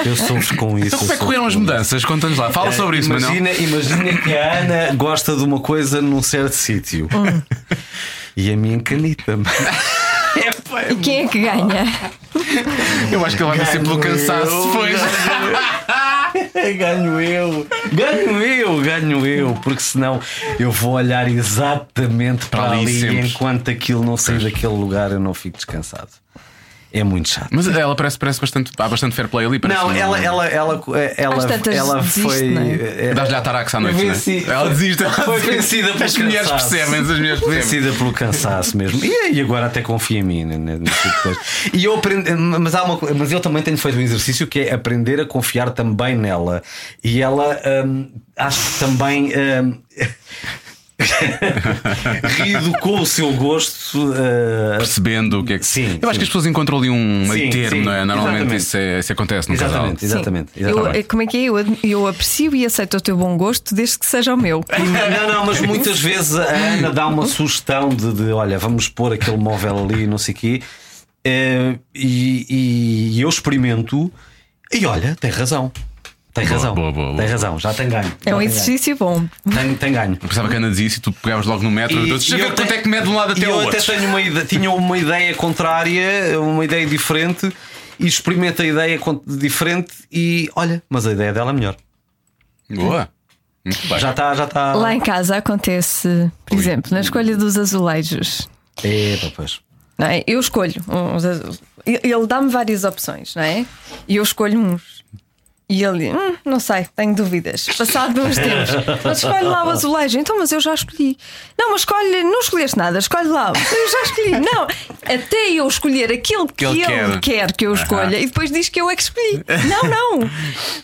[SPEAKER 4] eu sofro com isso.
[SPEAKER 2] Então, como é que correram as
[SPEAKER 4] eu sofro com isso.
[SPEAKER 2] mudanças? Conta-nos lá. Fala sobre isso, Manuel.
[SPEAKER 4] imagina, imagina que a Ana gosta de uma coisa num certo sítio e a minha encanita-me.
[SPEAKER 3] E quem é que ganha?
[SPEAKER 2] Eu acho que ele vai vencer pelo
[SPEAKER 4] Ganho eu,
[SPEAKER 2] cansaço depois.
[SPEAKER 4] Ganho eu, ganho eu, ganho eu, porque senão eu vou olhar exatamente para,
[SPEAKER 2] Para ali
[SPEAKER 4] ali,
[SPEAKER 2] sempre.
[SPEAKER 4] e enquanto aquilo não sair daquele lugar eu não fico descansado. É muito chato.
[SPEAKER 2] Mas ela parece, parece bastante. Há bastante fair play ali. parece
[SPEAKER 4] Não,
[SPEAKER 2] que
[SPEAKER 4] ela, ela, ela,
[SPEAKER 3] Às
[SPEAKER 4] ela,
[SPEAKER 3] tantas
[SPEAKER 4] ela
[SPEAKER 3] desiste,
[SPEAKER 4] foi.
[SPEAKER 3] não é?
[SPEAKER 4] eh,
[SPEAKER 2] Dás-lhe a taraxa à noite.
[SPEAKER 4] Venci-
[SPEAKER 2] né? Ela desiste. ela
[SPEAKER 4] assim. Foi
[SPEAKER 2] desiste.
[SPEAKER 4] vencida pelo
[SPEAKER 2] As mulheres
[SPEAKER 4] cansaço.
[SPEAKER 2] percebem, as mulheres percebem.
[SPEAKER 4] Vencida pelo cansaço mesmo. E, e agora até confia em mim. né, né, nesse tipo de coisa. E eu aprendo, mas, há uma, co- mas eu também tenho feito um exercício que é aprender a confiar também nela. E ela hum, acho que também. hum, Rido com o seu gosto, uh,
[SPEAKER 2] Percebendo o que é que.
[SPEAKER 4] Sim,
[SPEAKER 2] Eu acho
[SPEAKER 4] sim.
[SPEAKER 2] que as pessoas encontram ali um meio
[SPEAKER 4] Sim,
[SPEAKER 2] termo,
[SPEAKER 4] sim,
[SPEAKER 2] não é? Normalmente
[SPEAKER 4] exatamente.
[SPEAKER 2] isso, é- isso acontece no
[SPEAKER 4] Exatamente,
[SPEAKER 2] casal.
[SPEAKER 4] exatamente.
[SPEAKER 3] Sim. Eu-
[SPEAKER 4] exatamente.
[SPEAKER 3] como é que é? Eu, ad- eu aprecio e aceito o teu bom gosto desde que seja o meu.
[SPEAKER 4] É Não, não, mas muitas vezes a Ana dá uma sugestão de, de, olha, vamos pôr aquele móvel ali, não sei o quê, eh, e, e- e eu experimento e olha, tem razão. Tem
[SPEAKER 2] Boa,
[SPEAKER 4] razão.
[SPEAKER 2] boa, boa, boa.
[SPEAKER 4] Tem razão, já tem ganho.
[SPEAKER 3] É um
[SPEAKER 4] Já
[SPEAKER 3] exercício bom.
[SPEAKER 4] Tem, ganho. Tem- tem ganho.
[SPEAKER 2] Eu pensava que a Ana dizia isso e tu pegavas logo no metro. E, Deixa eu ver
[SPEAKER 4] te-
[SPEAKER 2] quanto é que mede de um lado
[SPEAKER 4] e
[SPEAKER 2] até ao
[SPEAKER 4] eu
[SPEAKER 2] outro.
[SPEAKER 4] até tenho uma ideia, tinha uma ideia contrária, uma ideia diferente, e experimento a ideia con- diferente e olha, mas a ideia dela é melhor.
[SPEAKER 2] Boa. Muito bem.
[SPEAKER 4] Já está, já tá. está.
[SPEAKER 3] Lá em casa acontece, por
[SPEAKER 2] Ui.
[SPEAKER 3] exemplo, na escolha dos azulejos.
[SPEAKER 4] É, pá, pois.
[SPEAKER 3] não é? Eu escolho uns azu- Ele dá-me várias opções, não é? E eu escolho uns.
[SPEAKER 5] E ele, hum, não sei, tenho dúvidas. Passado uns tempos, mas escolhe lá o azulejo. Então, mas eu já escolhi. Não, mas escolhe, não escolheste nada, escolhe lá. Eu já escolhi. Não, até eu escolher aquilo que,
[SPEAKER 2] ele
[SPEAKER 5] ele
[SPEAKER 2] quer.
[SPEAKER 5] quer. que eu escolha. E depois diz que eu é que escolhi. Não, não.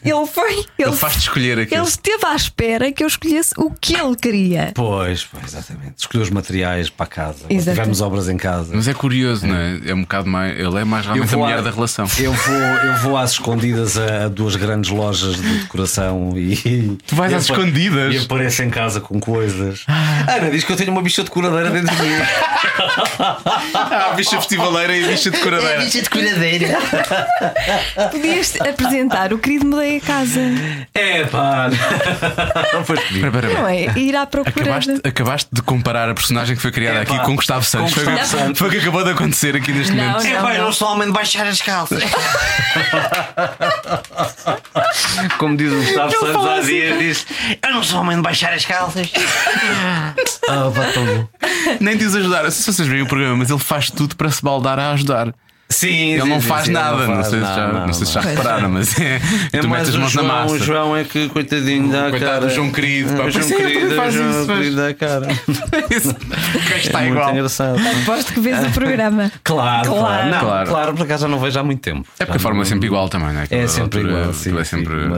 [SPEAKER 5] Ele foi. Ele,
[SPEAKER 2] faz-te escolher aquilo.
[SPEAKER 5] Ele esteve à espera que eu escolhesse o que ele queria.
[SPEAKER 4] Pois, pois, exatamente. Escolheu os materiais para a casa.
[SPEAKER 5] Exato.
[SPEAKER 4] Tivemos obras em casa.
[SPEAKER 2] Mas é curioso, não é? É um bocado mais. Ele é mais realmente a mulher
[SPEAKER 4] à-
[SPEAKER 2] da relação.
[SPEAKER 4] Eu vou, eu vou às escondidas a duas grandes lojas de decoração e.
[SPEAKER 2] Tu vais
[SPEAKER 4] e
[SPEAKER 2] às
[SPEAKER 4] apa-
[SPEAKER 2] escondidas?
[SPEAKER 4] E apareço em casa com coisas. Ana diz que eu tenho uma bicha de curadeira dentro de mim.
[SPEAKER 2] Ah, a bicha festivaleira e É a bicha decoradeira.
[SPEAKER 4] de curadeira.
[SPEAKER 3] Podias apresentar o querido mudei a casa,
[SPEAKER 4] É pá. Não foste comigo.
[SPEAKER 2] Espera, espera, espera.
[SPEAKER 3] não é? Ir à procura.
[SPEAKER 2] Acabaste,
[SPEAKER 3] de-
[SPEAKER 2] acabaste de comparar a personagem que foi criada
[SPEAKER 4] Epá,
[SPEAKER 2] aqui com Gustavo Santos.
[SPEAKER 4] É,
[SPEAKER 2] Foi
[SPEAKER 4] com
[SPEAKER 2] o que-
[SPEAKER 4] Gustavo Santos.
[SPEAKER 2] foi o que acabou de acontecer aqui neste
[SPEAKER 3] Não,
[SPEAKER 2] momento.
[SPEAKER 4] É
[SPEAKER 3] não,
[SPEAKER 4] pá, eu
[SPEAKER 3] não.
[SPEAKER 4] não sou homem de baixar as calças. Como diz o Gustavo Santos
[SPEAKER 2] assim.
[SPEAKER 4] há dias, diz: Eu não sou homem de baixar as calças. Ah, pá, tão bom.
[SPEAKER 2] Nem diz ajudar. Não sei se vocês veem o programa, mas ele faz tudo para se baldar a ajudar.
[SPEAKER 4] Sim,
[SPEAKER 2] Ele
[SPEAKER 4] sim,
[SPEAKER 2] não
[SPEAKER 4] sim,
[SPEAKER 2] faz
[SPEAKER 4] sim, ele
[SPEAKER 2] nada. Não
[SPEAKER 4] faz
[SPEAKER 2] sei se já-
[SPEAKER 4] nada,
[SPEAKER 2] não sei se já
[SPEAKER 4] não.
[SPEAKER 2] repararam, mas é.
[SPEAKER 4] É
[SPEAKER 2] Tu metes
[SPEAKER 4] mais
[SPEAKER 2] as
[SPEAKER 4] o
[SPEAKER 2] mãos na
[SPEAKER 4] João,
[SPEAKER 2] massa.
[SPEAKER 4] O João é que, coitadinho da
[SPEAKER 2] Coitado
[SPEAKER 4] cara.
[SPEAKER 2] do João querido, pá.
[SPEAKER 4] O
[SPEAKER 2] Pois
[SPEAKER 4] João
[SPEAKER 2] é, ele
[SPEAKER 4] querido, o
[SPEAKER 2] faz
[SPEAKER 4] João
[SPEAKER 2] isso, faz.
[SPEAKER 4] querido da cara.
[SPEAKER 2] Está
[SPEAKER 4] é muito
[SPEAKER 2] igual.
[SPEAKER 4] engraçado.
[SPEAKER 3] Aposto que vês o programa.
[SPEAKER 4] Claro, claro. Não,
[SPEAKER 2] Claro.
[SPEAKER 4] claro. por acaso já não vejo há muito tempo.
[SPEAKER 2] É porque a forma é sempre igual também, não é? Aquela
[SPEAKER 4] sempre
[SPEAKER 2] altura,
[SPEAKER 4] igual,
[SPEAKER 2] aquilo
[SPEAKER 4] sim,
[SPEAKER 2] é
[SPEAKER 4] sim,
[SPEAKER 2] sempre. hum,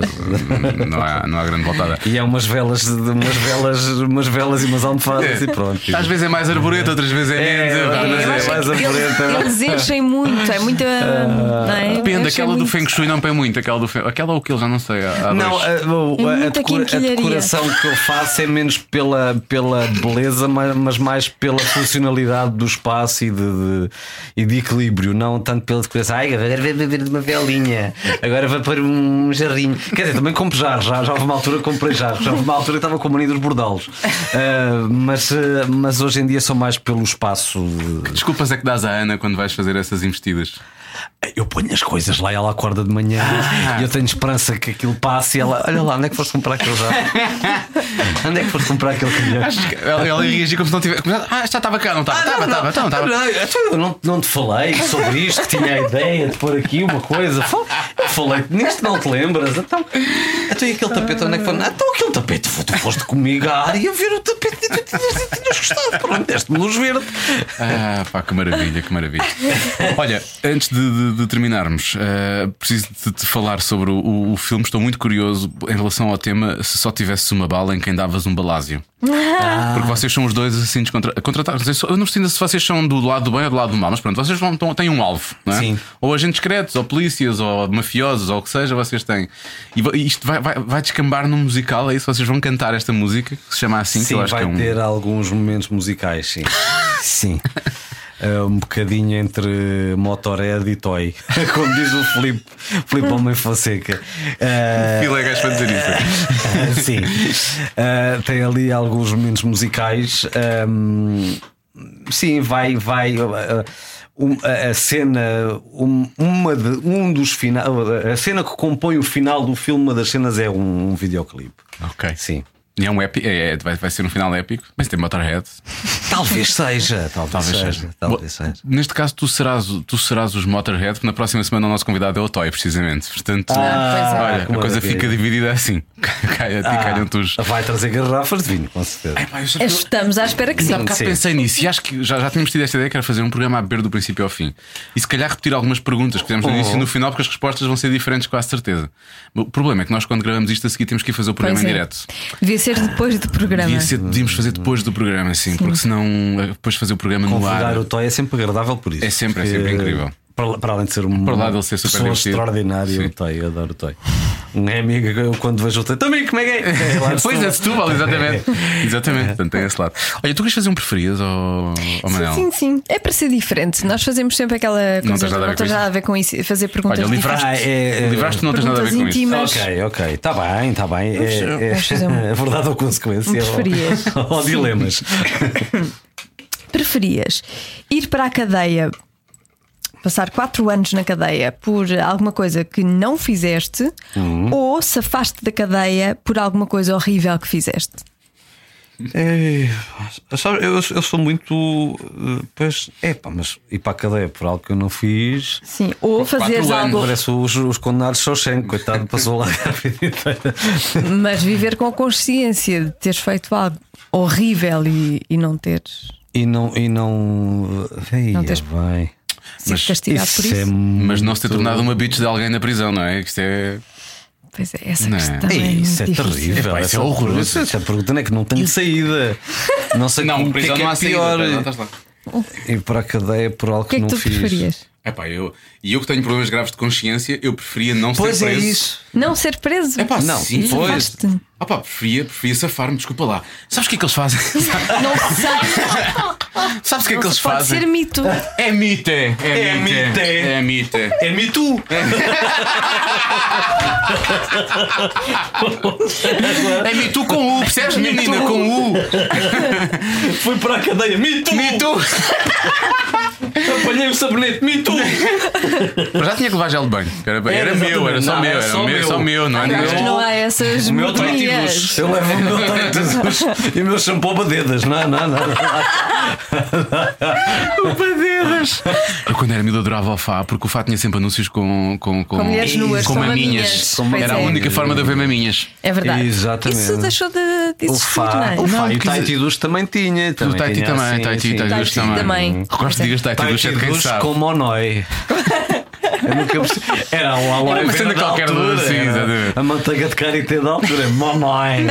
[SPEAKER 4] mas-
[SPEAKER 2] Não, há, não há grande voltada.
[SPEAKER 4] E há umas velas, de- umas velas, umas velas e umas almofadas e assim, pronto.
[SPEAKER 2] Às vezes é mais arboreto, outras vezes é
[SPEAKER 4] É,
[SPEAKER 2] menos.
[SPEAKER 4] eu
[SPEAKER 2] mas
[SPEAKER 4] acho
[SPEAKER 2] é- Ah,
[SPEAKER 4] que- mais
[SPEAKER 5] eles,
[SPEAKER 4] aborreta.
[SPEAKER 5] eles enchem muito, é muita. não é?
[SPEAKER 2] Depende,
[SPEAKER 5] Enchem
[SPEAKER 2] aquela do
[SPEAKER 5] muito.
[SPEAKER 2] Feng Shui não põe muito, aquela do Feng... Aquela ou aquilo, já não sei. há- há
[SPEAKER 4] Não,
[SPEAKER 2] dois.
[SPEAKER 4] a, o-
[SPEAKER 3] É
[SPEAKER 4] a- a
[SPEAKER 3] muita
[SPEAKER 4] decora- a
[SPEAKER 3] quinquilharia.
[SPEAKER 4] decoração que eu faço é menos pela, pela beleza, mas, mas mais pela funcionalidade do espaço e de, de- e de equilíbrio, não tanto pela decoração. Ai, agora vou beber de uma velinha, agora vou pôr um jarrinho. Quer dizer, também compro jarros, já, já houve uma altura que comprei jarros, já houve uma altura que estava com o mania dos bordalos. Ah, mas, ah, mas hoje em dia sou mais pelo espaço. de-
[SPEAKER 2] Desculpas é que dás à Ana quando vais fazer essas investidas.
[SPEAKER 4] Eu ponho as coisas lá e ela acorda de manhã e eu tenho esperança que aquilo passe e ela, olha lá, onde é que foste comprar aquele já? onde é que foste comprar aquele colher?
[SPEAKER 2] Ela, ela reagir como se não tivesse. como se- Ah, já estava cá, não estava? Estava, estava, então estava.
[SPEAKER 4] Não, eu não, não te falei sobre isto, que tinha a ideia de pôr aqui uma coisa. Fal- Eu falei nisto, não te lembras? Então, então e aquele tapete, onde é que foi? Ah, Então aquele tapete, fo- tu foste comigo à área ver o tapete e tu tinhas, e tinhas gostado. Pronto, deste-me luz verde.
[SPEAKER 2] Ah, pá, que maravilha, que maravilha. Olha, antes de, de- de terminarmos, ah, preciso de te falar sobre o, o- o filme. Estou muito curioso em relação ao tema se só tivesse uma bala em quem davas um balásio. Porque vocês são os dois assassinos contra, contratados. Eu só- eu não sei ainda se vocês são do lado do bem ou do lado do mal, mas pronto, vocês vão, tão- têm um alvo, não é?
[SPEAKER 4] Sim.
[SPEAKER 2] Ou agentes secretos, ou polícias, ou mafiosos, ou o que seja, vocês têm. E vo- e isto vai, vai, vai descambar num musical, é isso? Vocês vão cantar esta música que se chama assim, que
[SPEAKER 4] Sim,
[SPEAKER 2] eu acho
[SPEAKER 4] vai
[SPEAKER 2] que é um.
[SPEAKER 4] ter alguns momentos musicais, sim. sim. É um bocadinho entre Motorhead e Toy, como diz o Filipe, Filipe Homem Fonseca. Ah,
[SPEAKER 2] Que legais para dizer isso.
[SPEAKER 4] sim. Ah, tem ali alguns momentos musicais. Ahm, sim, vai, vai. ah, um- a a cena, um, uma de- um dos final, a cena que compõe o final do filme, uma das cenas é um, um videoclipe.
[SPEAKER 2] Ok.
[SPEAKER 4] Sim.
[SPEAKER 2] E É um épico, é, é- vai, vai ser um final épico, mas tem Motorhead.
[SPEAKER 4] Talvez seja, talvez,
[SPEAKER 2] Talvez
[SPEAKER 4] seja,
[SPEAKER 2] seja.
[SPEAKER 4] talvez seja.
[SPEAKER 2] Neste caso, tu serás, o- tu serás os Motorhead, porque na próxima semana o nosso convidado é o Toy, precisamente. Portanto,
[SPEAKER 4] Ah,
[SPEAKER 2] olha, a
[SPEAKER 4] como
[SPEAKER 2] coisa
[SPEAKER 4] é que é?
[SPEAKER 2] fica dividida assim. Calha te e calham-te os.
[SPEAKER 4] Ah, Vai trazer garrafas de vinho, com certeza.
[SPEAKER 2] Pá, eu
[SPEAKER 3] É
[SPEAKER 2] só- eu-
[SPEAKER 3] Estamos à espera que sim.
[SPEAKER 2] Há bocado
[SPEAKER 4] Sim.
[SPEAKER 2] pensei nisso e acho que já, já tínhamos tido esta ideia que era fazer um programa a beber do princípio ao fim. E se calhar repetir algumas perguntas que fizemos no início e
[SPEAKER 4] Oh.
[SPEAKER 2] no final, porque as respostas vão ser diferentes, com a certeza. O problema é que nós, quando gravamos isto a seguir, temos que ir fazer o programa
[SPEAKER 3] Pois
[SPEAKER 2] em
[SPEAKER 3] é.
[SPEAKER 2] direto.
[SPEAKER 3] Devia ser depois do programa.
[SPEAKER 2] Devia ser, devíamos fazer depois do programa, assim, porque senão eh, depois fazer o programa no ar.
[SPEAKER 4] Convidar o Toy é sempre agradável por isso.
[SPEAKER 2] É sempre, é
[SPEAKER 4] porque,
[SPEAKER 2] sempre incrível.
[SPEAKER 4] Para, para além de ser um
[SPEAKER 2] Para lá dele ser super
[SPEAKER 4] pessoa
[SPEAKER 2] divertido.
[SPEAKER 4] extraordinária,
[SPEAKER 2] Sim.
[SPEAKER 4] o Toy, eu adoro o Toy. Um é amigo, eu quando vejo o Toy, também como é que é? É lá de
[SPEAKER 2] Pois é,
[SPEAKER 4] Setúbal.
[SPEAKER 2] Setúbal, exatamente. exatamente, portanto tem esse lado. Olha, tu queres fazer um preferido ao, ao Manel?
[SPEAKER 3] Sim, sim. É para ser diferente. Nós fazemos sempre aquela coisa.
[SPEAKER 2] Não tens nada a ver
[SPEAKER 3] não tens
[SPEAKER 2] com
[SPEAKER 3] nada a ver com isso. Fazer perguntas
[SPEAKER 2] Olha, livraste-
[SPEAKER 4] Ah, é, é,
[SPEAKER 2] Livraste-te, não tens nada a ver com
[SPEAKER 3] Perguntas
[SPEAKER 2] isso.
[SPEAKER 3] íntimas.
[SPEAKER 4] Ok, ok, está bem, está bem. É, é,
[SPEAKER 3] vamos fazer um-
[SPEAKER 4] é verdade ou consequência? é
[SPEAKER 3] Um preferias.
[SPEAKER 4] Ou, ou dilemas.
[SPEAKER 3] Preferias ir para a cadeia, passar quatro anos na cadeia por alguma coisa que não fizeste ou safaste da cadeia por alguma coisa horrível que fizeste?
[SPEAKER 4] É, sabe, eu, eu sou muito. eh, Pois, é pá, mas ir para a cadeia por algo que eu não fiz.
[SPEAKER 3] Sim, ou fazeres
[SPEAKER 2] quatro
[SPEAKER 3] algo,
[SPEAKER 4] Parece os, os condenados Shawshank, coitado, passou lá a vida inteira.
[SPEAKER 3] mas viver com a consciência de teres feito algo horrível e, e não teres
[SPEAKER 4] E não. E não. Ei, ah,
[SPEAKER 3] Não tens-
[SPEAKER 4] vai.
[SPEAKER 3] sido castigado por isso.
[SPEAKER 4] é
[SPEAKER 2] Mas não se ter
[SPEAKER 4] muito-
[SPEAKER 2] tornado uma bitch de alguém na prisão, não é? Que Isto é.
[SPEAKER 3] Pois é, essa
[SPEAKER 2] Não.
[SPEAKER 3] questão. é
[SPEAKER 4] Ei, isso é
[SPEAKER 3] muito difícil.
[SPEAKER 4] terrível.
[SPEAKER 2] Epá, isso
[SPEAKER 4] essa
[SPEAKER 2] é horroroso.
[SPEAKER 4] Essa pergunta é que não tem saída. Não sei
[SPEAKER 2] Não,
[SPEAKER 4] como- o que é
[SPEAKER 2] prisão
[SPEAKER 4] que
[SPEAKER 2] não
[SPEAKER 4] é
[SPEAKER 2] há
[SPEAKER 4] pior.
[SPEAKER 2] saída. Estás lá. tá,
[SPEAKER 4] Ir para a cadeia por algo
[SPEAKER 3] O que é que
[SPEAKER 4] não
[SPEAKER 3] tu
[SPEAKER 4] fiz.
[SPEAKER 3] preferias?
[SPEAKER 2] Epá, eu, e eu que tenho problemas graves de consciência, eu preferia não
[SPEAKER 4] Pois
[SPEAKER 2] ser
[SPEAKER 4] é
[SPEAKER 2] preso.
[SPEAKER 4] isso.
[SPEAKER 3] Não ser preso?
[SPEAKER 2] Epá,
[SPEAKER 4] Não,
[SPEAKER 2] sim,
[SPEAKER 4] pois.
[SPEAKER 2] pois. Ah pá, preferia, preferia safar-me, desculpa lá. Sabes o que é que eles fazem?
[SPEAKER 3] Não sei.
[SPEAKER 2] Sabes o que é que eles
[SPEAKER 3] Pode
[SPEAKER 2] fazem?
[SPEAKER 3] ser mito.
[SPEAKER 2] É mite! É
[SPEAKER 4] mite.
[SPEAKER 2] mite! É mite!
[SPEAKER 4] É me tu!
[SPEAKER 2] É mito com U, percebes, menina? Com U!
[SPEAKER 4] Fui para a cadeia, me tu!
[SPEAKER 2] Mito!
[SPEAKER 4] Apanhei o sabonete, me tu!
[SPEAKER 2] Mas já tinha que levar gel de banho. Era, era,
[SPEAKER 4] Era
[SPEAKER 2] meu, era só
[SPEAKER 4] exatamente.
[SPEAKER 2] meu,
[SPEAKER 4] Não,
[SPEAKER 2] era só meu, só meu, não é
[SPEAKER 3] Acho que
[SPEAKER 2] meu.
[SPEAKER 3] não há essas
[SPEAKER 4] O meu
[SPEAKER 3] manias.
[SPEAKER 4] Titus. Eu levo o meu Titus e o meu shampoo badedas. Não, não, não.
[SPEAKER 2] Eu quando era miúdo adorava o Fá, porque o Fá tinha sempre anúncios com, com, com,
[SPEAKER 3] Com mulheres nuas,
[SPEAKER 2] com
[SPEAKER 3] só
[SPEAKER 2] maminhas.
[SPEAKER 3] maminhas. Pois
[SPEAKER 2] Era a
[SPEAKER 3] é.
[SPEAKER 2] única forma de haver maminhas.
[SPEAKER 3] É verdade.
[SPEAKER 4] Exatamente.
[SPEAKER 3] Isso deixou de, de
[SPEAKER 4] O
[SPEAKER 3] existir, não
[SPEAKER 4] Fá,
[SPEAKER 3] é?
[SPEAKER 4] o Fá e
[SPEAKER 2] quer
[SPEAKER 4] o
[SPEAKER 2] dizer-
[SPEAKER 4] Taiti Dush também tinha.
[SPEAKER 2] O Taiti
[SPEAKER 4] tinha,
[SPEAKER 2] também,
[SPEAKER 4] sim,
[SPEAKER 2] Taiti,
[SPEAKER 4] sim.
[SPEAKER 2] Taiti
[SPEAKER 3] Taiti
[SPEAKER 2] dos também.
[SPEAKER 3] também.
[SPEAKER 2] Gosto de digas Taiti dos
[SPEAKER 4] Taiti
[SPEAKER 2] sete, quem
[SPEAKER 4] Dush
[SPEAKER 2] sabe.
[SPEAKER 4] como o Noi. Eu nunca percebi. Era um aloe
[SPEAKER 2] Era uma
[SPEAKER 4] vera
[SPEAKER 2] cena
[SPEAKER 4] da
[SPEAKER 2] qualquer
[SPEAKER 4] altura,
[SPEAKER 2] do- sim,
[SPEAKER 4] era
[SPEAKER 2] exatamente.
[SPEAKER 4] A manteiga de karité da altura. Monoi.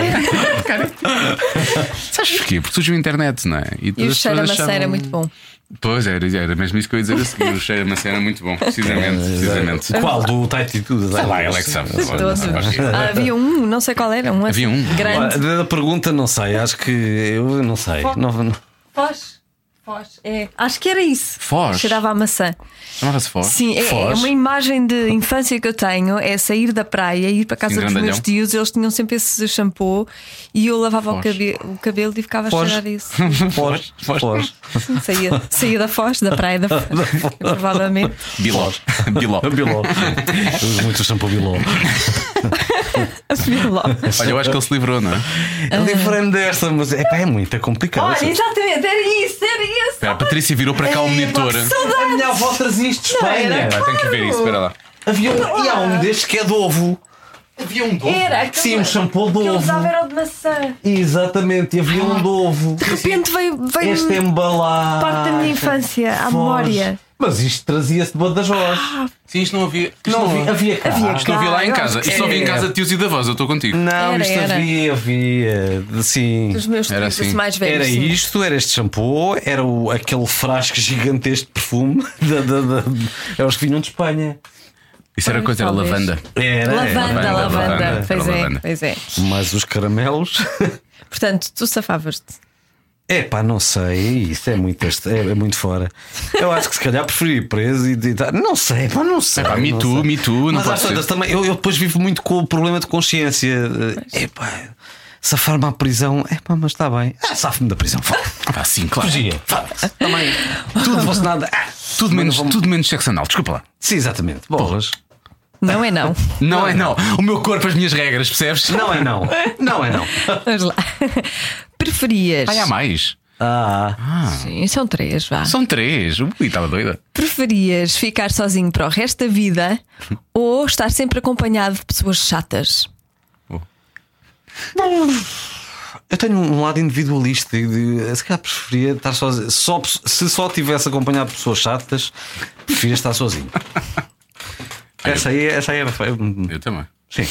[SPEAKER 2] Sabes porquê? Porque surgiu a internet, não é?
[SPEAKER 3] E
[SPEAKER 2] todas
[SPEAKER 3] o
[SPEAKER 2] as
[SPEAKER 3] cheiro a
[SPEAKER 2] pessoas
[SPEAKER 3] maçã
[SPEAKER 2] achavam-
[SPEAKER 3] era muito bom.
[SPEAKER 2] Pois era, era mesmo isso que eu ia dizer a seguir. O cheiro a maçã era muito bom, precisamente. precisamente.
[SPEAKER 4] Qual? Do Taiti Dush?
[SPEAKER 2] Sei lá, ela é que sabe.
[SPEAKER 3] Todos. Ah, havia um, não sei qual era. Um
[SPEAKER 2] Havia um.
[SPEAKER 3] Grande.
[SPEAKER 4] Da pergunta, não sei. Acho que eu não sei. Não, não.
[SPEAKER 3] Foz. Foz. É. Acho que era isso.
[SPEAKER 2] Foz?
[SPEAKER 3] Cheirava a maçã.
[SPEAKER 2] Chamava-se Foz.
[SPEAKER 3] Sim, é, é
[SPEAKER 4] Foz?
[SPEAKER 3] uma imagem de infância que eu tenho é sair da praia, ir para a casa
[SPEAKER 2] Sim,
[SPEAKER 3] dos meus
[SPEAKER 2] grandalhão.
[SPEAKER 3] tios, eles tinham sempre esse shampoo e eu lavava o,
[SPEAKER 2] Foz.
[SPEAKER 3] cabe- o cabelo e ficava
[SPEAKER 4] Foz.
[SPEAKER 3] a cheirar isso.
[SPEAKER 4] Foz. Foz.
[SPEAKER 3] Sim, saía, saía da Foz, da praia da Foz, provavelmente.
[SPEAKER 2] Biló. Biló.
[SPEAKER 4] Biló. Eu uso muito o shampoo Biló.
[SPEAKER 3] Vila Lobos.
[SPEAKER 2] Olha, eu acho que ele se livrou, não é?
[SPEAKER 4] Eu livrei-me desta, mas é, pá, é muito complicado.
[SPEAKER 3] Olha, exatamente, era isso, era isso.
[SPEAKER 2] Espera, a Patrícia virou para cá o monitor.
[SPEAKER 4] a minha avó trazia isto de Espanha.
[SPEAKER 2] Espera, tenho que ver isso, espera lá.
[SPEAKER 4] Havia um, e há um destes que é de ovo.
[SPEAKER 2] Havia um dom.
[SPEAKER 3] Ah. Era aquele
[SPEAKER 4] Sim, um shampoo de
[SPEAKER 3] que eu usava
[SPEAKER 4] ovo.
[SPEAKER 3] era o de maçã.
[SPEAKER 4] Exatamente, e havia um de ovo.
[SPEAKER 3] De repente veio, veio
[SPEAKER 4] Este é embalado.
[SPEAKER 3] parte da minha infância, à memória. Ah,
[SPEAKER 4] Mas isto trazia-se de Badajoz.
[SPEAKER 2] Sim, isto não havia. Isto
[SPEAKER 4] não havia, havia cá.
[SPEAKER 3] Havia
[SPEAKER 2] Isto não havia lá em
[SPEAKER 3] Ah, eu
[SPEAKER 2] casa.
[SPEAKER 3] acho que
[SPEAKER 2] Isto só havia em
[SPEAKER 4] era.
[SPEAKER 2] casa de tios e da voz, eu estou contigo.
[SPEAKER 4] Não,
[SPEAKER 3] Era,
[SPEAKER 4] isto
[SPEAKER 3] era.
[SPEAKER 4] havia, havia. Sim.
[SPEAKER 3] Os meus
[SPEAKER 2] Era
[SPEAKER 3] tios
[SPEAKER 2] assim.
[SPEAKER 3] mais velhos.
[SPEAKER 4] Era
[SPEAKER 3] sim.
[SPEAKER 4] isto, era este shampoo, era o, aquele frasco gigantesco de perfume. Da, da, da, eram os que vinham de Espanha.
[SPEAKER 2] Isso era coisa, era
[SPEAKER 3] Talvez.
[SPEAKER 2] lavanda.
[SPEAKER 4] Era,
[SPEAKER 3] Lavanda,
[SPEAKER 2] Lavanda,
[SPEAKER 3] lavanda,
[SPEAKER 2] lavanda,
[SPEAKER 3] Pois
[SPEAKER 2] era
[SPEAKER 3] é,
[SPEAKER 2] lavanda.
[SPEAKER 3] pois é.
[SPEAKER 4] Mas os caramelos.
[SPEAKER 3] Portanto, tu safavas-te.
[SPEAKER 4] É pá, não sei, isso é muito, este- é, é muito fora. Eu acho que se calhar preferi ir preso e deitar. Não sei, pá, não sei.
[SPEAKER 2] Epá, me
[SPEAKER 4] não
[SPEAKER 2] too,
[SPEAKER 4] sei.
[SPEAKER 2] me too, não
[SPEAKER 4] Mas
[SPEAKER 2] pode
[SPEAKER 4] às
[SPEAKER 2] ser.
[SPEAKER 4] tantas também, eu, eu depois vivo muito com o problema de consciência. É pá, safar-me à prisão, é pá, mas está bem. Ah, safo-me da prisão, vá.
[SPEAKER 2] Ah, sim, claro.
[SPEAKER 4] Fugia, vá. Também, tudo, fosse nada. Ah,
[SPEAKER 2] Tudo menos,
[SPEAKER 4] vamos-
[SPEAKER 2] tudo menos sexo anal, desculpa lá.
[SPEAKER 4] Sim, exatamente. Bolas.
[SPEAKER 3] Não é não.
[SPEAKER 2] Não é não. O meu corpo, as minhas regras, percebes?
[SPEAKER 4] Não é não. Não é não.
[SPEAKER 3] Vamos lá. Preferias.
[SPEAKER 2] Ai, há mais.
[SPEAKER 4] Ah,
[SPEAKER 3] Sim, são três, vá.
[SPEAKER 2] São três. Ui, estava doida.
[SPEAKER 3] Preferias ficar sozinho para o resto da vida ou estar sempre acompanhado de pessoas chatas?
[SPEAKER 4] eu tenho um lado individualista. e de- Se calhar preferia estar sozinho. Só, pe- se só tivesse acompanhado pessoas chatas, preferia estar sozinho. Essa aí, essa aí é.
[SPEAKER 2] Eu também.
[SPEAKER 4] Sim.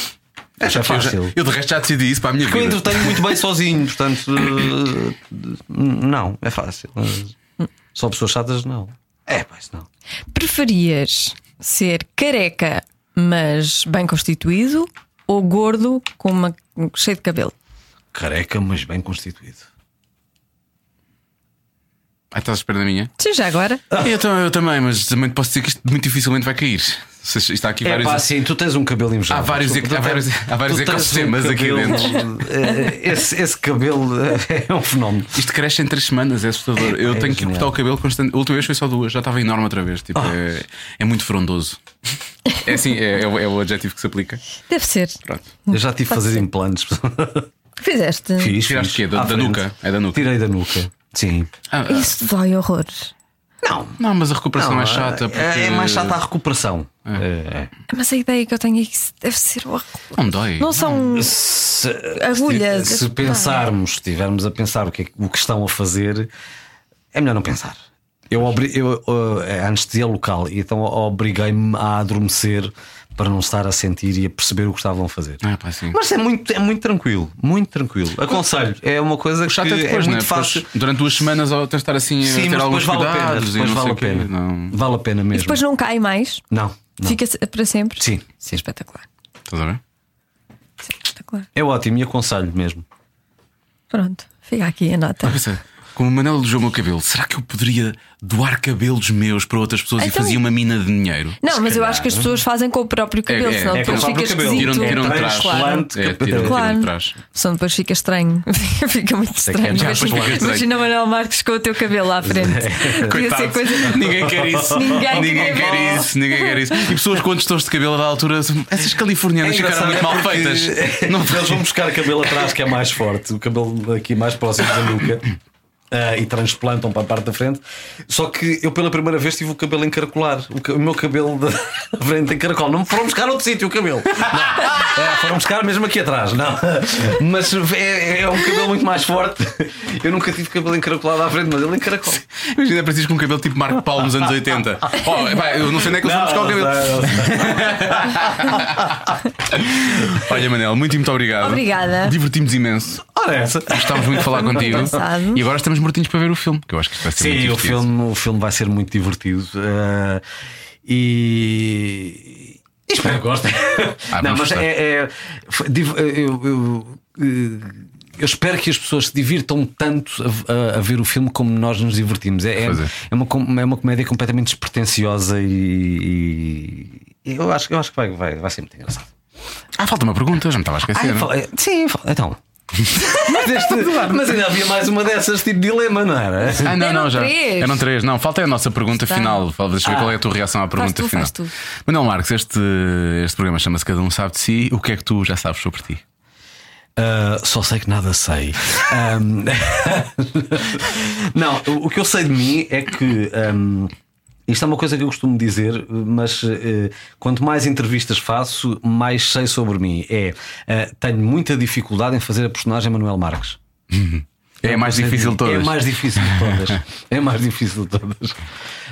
[SPEAKER 4] Essa é
[SPEAKER 2] Eu, já-
[SPEAKER 4] fácil.
[SPEAKER 2] eu de resto já decidi isso para a minha
[SPEAKER 4] Porque eu
[SPEAKER 2] vida.
[SPEAKER 4] entretenho muito bem sozinho, portanto. eh, Não, é fácil. Mas Só pessoas chatas, não. É, mas não.
[SPEAKER 3] Preferias ser careca, mas bem constituído, ou gordo, com uma... cheio de cabelo?
[SPEAKER 4] Careca, mas bem constituído.
[SPEAKER 2] Ah, estás à espera da minha?
[SPEAKER 3] Sim, já agora.
[SPEAKER 2] Eu, tam- eu também, mas também te posso dizer que isto muito dificilmente vai cair. Se- se- Está aqui
[SPEAKER 4] É
[SPEAKER 2] vários.
[SPEAKER 4] pá, sim, tu tens um cabelo invejável.
[SPEAKER 2] Há vários
[SPEAKER 4] Tu-
[SPEAKER 2] ec-
[SPEAKER 4] tu
[SPEAKER 2] há vários-
[SPEAKER 4] tens-
[SPEAKER 2] há vários
[SPEAKER 4] tu tens
[SPEAKER 2] ecossistemas
[SPEAKER 4] um
[SPEAKER 2] aqui
[SPEAKER 4] cabelo- Eh, Esse, esse cabelo eh, é um fenómeno.
[SPEAKER 2] Isto cresce em três semanas, é assustador. eu
[SPEAKER 4] é
[SPEAKER 2] tenho que
[SPEAKER 4] genial. Oh.
[SPEAKER 2] cortar o cabelo constante. A última vez foi só duas, já estava enorme outra vez. Tipo, é, é muito frondoso. É assim, é, é o- é o adjetivo que se aplica.
[SPEAKER 3] Deve ser.
[SPEAKER 2] Pronto.
[SPEAKER 4] Eu já tive de fazer implantes.
[SPEAKER 5] Fizeste.
[SPEAKER 4] Fiz,
[SPEAKER 2] Tiraste
[SPEAKER 4] fiz.
[SPEAKER 2] quê? Da-
[SPEAKER 4] À
[SPEAKER 2] da
[SPEAKER 4] frente.
[SPEAKER 2] nuca? É da nuca.
[SPEAKER 4] Tirei da nuca. Sim.
[SPEAKER 2] Ah, ah,
[SPEAKER 5] Isso dói horrores.
[SPEAKER 4] Não.
[SPEAKER 2] não, mas a recuperação
[SPEAKER 4] não,
[SPEAKER 2] é chata.
[SPEAKER 4] é-
[SPEAKER 2] Porque...
[SPEAKER 4] É mais chata a recuperação. É.
[SPEAKER 5] Mas a ideia que eu tenho é que isso deve ser horrível.
[SPEAKER 2] Não me dói.
[SPEAKER 5] Não são
[SPEAKER 4] Se,
[SPEAKER 5] agulhas.
[SPEAKER 4] se pensarmos, estivermos a pensar o que, é que- o que estão a fazer, é melhor não pensar. Eu, obri- eu, uh, é anestesia local, e então obriguei-me a adormecer para não estar a sentir e a perceber o que estavam a fazer.
[SPEAKER 2] Ah, pá, sim.
[SPEAKER 4] Mas é muito, é muito tranquilo, muito tranquilo. Aconselho, é uma coisa
[SPEAKER 2] O chato
[SPEAKER 4] que
[SPEAKER 2] é depois,
[SPEAKER 4] é
[SPEAKER 2] não é?
[SPEAKER 4] muito fácil.
[SPEAKER 2] Depois, durante duas semanas ou tens de estar assim a
[SPEAKER 4] Sim,
[SPEAKER 2] ter
[SPEAKER 4] mas depois
[SPEAKER 2] alguns
[SPEAKER 4] vale a pena.
[SPEAKER 2] cuidados e
[SPEAKER 4] Depois
[SPEAKER 2] não sei
[SPEAKER 4] vale a
[SPEAKER 2] o quê.
[SPEAKER 4] pena.
[SPEAKER 2] Não.
[SPEAKER 4] Vale a pena
[SPEAKER 5] E
[SPEAKER 4] mesmo.
[SPEAKER 5] depois não cai mais.
[SPEAKER 4] Não, não.
[SPEAKER 5] Fica se- para sempre.
[SPEAKER 4] Sim.
[SPEAKER 5] Isso é espetacular.
[SPEAKER 2] Estás a ver?
[SPEAKER 5] Isso é espetacular.
[SPEAKER 4] É ótimo e aconselho mesmo.
[SPEAKER 5] Pronto, fica aqui a nota.
[SPEAKER 2] Estava a pensar, Como o Manel elogiou o meu cabelo, será que eu poderia doar cabelos meus para outras pessoas e
[SPEAKER 5] Então-
[SPEAKER 2] fazia uma mina de dinheiro?
[SPEAKER 5] Não, mas eu acho que as pessoas fazem com o próprio cabelo,
[SPEAKER 2] é,
[SPEAKER 5] senão
[SPEAKER 2] é
[SPEAKER 5] depois
[SPEAKER 4] com o
[SPEAKER 5] fica
[SPEAKER 4] próprio cabelo.
[SPEAKER 5] esquisito.
[SPEAKER 2] Tiram- tiram
[SPEAKER 5] Claro,
[SPEAKER 2] atrás.
[SPEAKER 5] Claro.
[SPEAKER 2] É,
[SPEAKER 4] Cabelo.
[SPEAKER 2] tira, tira
[SPEAKER 5] Claro.
[SPEAKER 2] de trás.
[SPEAKER 5] Senão depois fica estranho. fica muito
[SPEAKER 4] é que é
[SPEAKER 5] estranho.
[SPEAKER 4] já
[SPEAKER 5] Imagina-
[SPEAKER 2] depois fica
[SPEAKER 5] Imagina
[SPEAKER 2] estranho.
[SPEAKER 5] o Manuel Marques com o teu cabelo à frente. Podia ser
[SPEAKER 2] Coitado.
[SPEAKER 5] coisa.
[SPEAKER 2] Ninguém quer isso.
[SPEAKER 5] Ninguém queria
[SPEAKER 2] quer
[SPEAKER 5] ver.
[SPEAKER 2] isso. Ninguém quer isso. E pessoas com tostões de cabelo da altura, essas californianas ficaram muito mal feitas.
[SPEAKER 4] Não, é eles vão buscar cabelo atrás que é mais forte, o cabelo aqui mais próximo da nuca. ah, e transplantam para a parte da frente. Só que eu pela primeira vez tive o cabelo encaracolar. O, ca- o meu cabelo da da frente encaracol. Não me foram buscar outro sítio o cabelo. Não. Ah, foram buscar mesmo aqui atrás. Não. Mas é, é um cabelo muito mais forte. Eu nunca tive cabelo encaracolado à frente, mas ele encaracola.
[SPEAKER 2] Imagina Francisco com um cabelo tipo Marco Paulo nos anos 80. Oh, pá, eu não sei onde é que eles vão buscar o cabelo. Olha, Manel, muito e muito obrigado.
[SPEAKER 5] Obrigada.
[SPEAKER 2] Divertimos imenso.
[SPEAKER 4] Ora, essa.
[SPEAKER 2] Gostávamos muito de falar contigo.
[SPEAKER 5] engraçado.
[SPEAKER 2] E agora estamos mortinhos para ver o filme, que eu acho que isso vai ser É muito
[SPEAKER 4] Sim, o
[SPEAKER 2] divertido.
[SPEAKER 4] filme, o filme vai ser muito divertido. eh, e. e Espero que gostem.
[SPEAKER 2] Ah,
[SPEAKER 4] Não,
[SPEAKER 2] vamos
[SPEAKER 4] mas
[SPEAKER 2] gostar.
[SPEAKER 4] é. é- foi- div- eu, eu- eh, eu espero que as pessoas se divirtam tanto a, a- a ver o filme como nós nos divertimos. É, é,
[SPEAKER 2] Pois é.
[SPEAKER 4] é uma, com- é uma comédia completamente despretensiosa e. e- e eu, acho, eu acho que vai, vai, vai ser muito engraçado.
[SPEAKER 2] Ah, falta uma pergunta, já me estava a
[SPEAKER 4] Ah,
[SPEAKER 2] esquecer.
[SPEAKER 4] eu falei- sim, eu falei- então. mas, este- mas ainda havia mais uma dessas, tipo dilema, não era?
[SPEAKER 2] Ah, não,
[SPEAKER 5] Eram
[SPEAKER 2] não, já.
[SPEAKER 5] três.
[SPEAKER 2] Eram três. Não, falta é a nossa pergunta
[SPEAKER 5] Está.
[SPEAKER 2] final. Fala- Deixa eu ver qual é a tua reação à pergunta
[SPEAKER 5] tu,
[SPEAKER 2] final.
[SPEAKER 5] faz tu.
[SPEAKER 2] Manuel Marques, este, este programa chama-se Cada Um Sabe de Si. O que é que tu já sabes sobre ti?
[SPEAKER 4] Ah, só sei que nada sei. Ahm, não, o o que eu sei de mim é que. ahm, isto é uma coisa que eu costumo dizer, mas eh, quanto mais entrevistas faço, mais sei sobre mim. É, ah, tenho muita dificuldade em fazer a personagem Manuel Marques.
[SPEAKER 2] É a mais
[SPEAKER 4] Sei
[SPEAKER 2] difícil de
[SPEAKER 4] dizer,
[SPEAKER 2] todas.
[SPEAKER 4] É mais difícil de todas. é mais difícil de todas.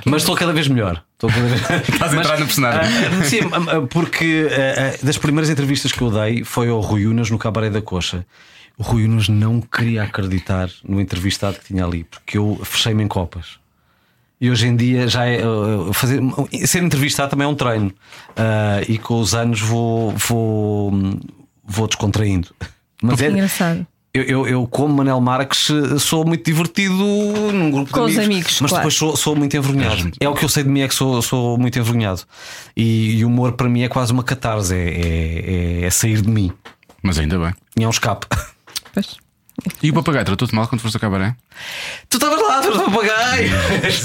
[SPEAKER 4] Mas estou cada vez melhor. Estou cada vez...
[SPEAKER 2] Estás a entrar no personagem.
[SPEAKER 4] Ah, sim, ah, ah, porque ah, ah, das primeiras entrevistas que eu dei foi ao Rui Unas no Cabaré da Coxa. O Rui Unas não queria acreditar no entrevistado que tinha ali, porque eu fechei-me em copas. E hoje em dia já é. ah, fazer, ser entrevistado também é um treino. Ah, e com os anos vou, vou, vou descontraindo. Mas é,
[SPEAKER 5] Engraçado.
[SPEAKER 4] eu, eu, eu, como Manel Marques, sou muito divertido num grupo
[SPEAKER 5] Com os
[SPEAKER 4] de amigos,
[SPEAKER 5] amigos,
[SPEAKER 4] mas
[SPEAKER 5] claro.
[SPEAKER 4] depois sou, sou muito envergonhado. É o que eu sei de mim, é que sou, sou muito envergonhado. E e o humor para mim é quase uma catarse, é, é- é- é sair de mim.
[SPEAKER 2] Mas ainda bem.
[SPEAKER 4] E é um escape.
[SPEAKER 5] Pois.
[SPEAKER 2] E o papagaio tratou-te mal quando foste a cabaré?
[SPEAKER 4] Tu estavas lá, tu eras um papagaio!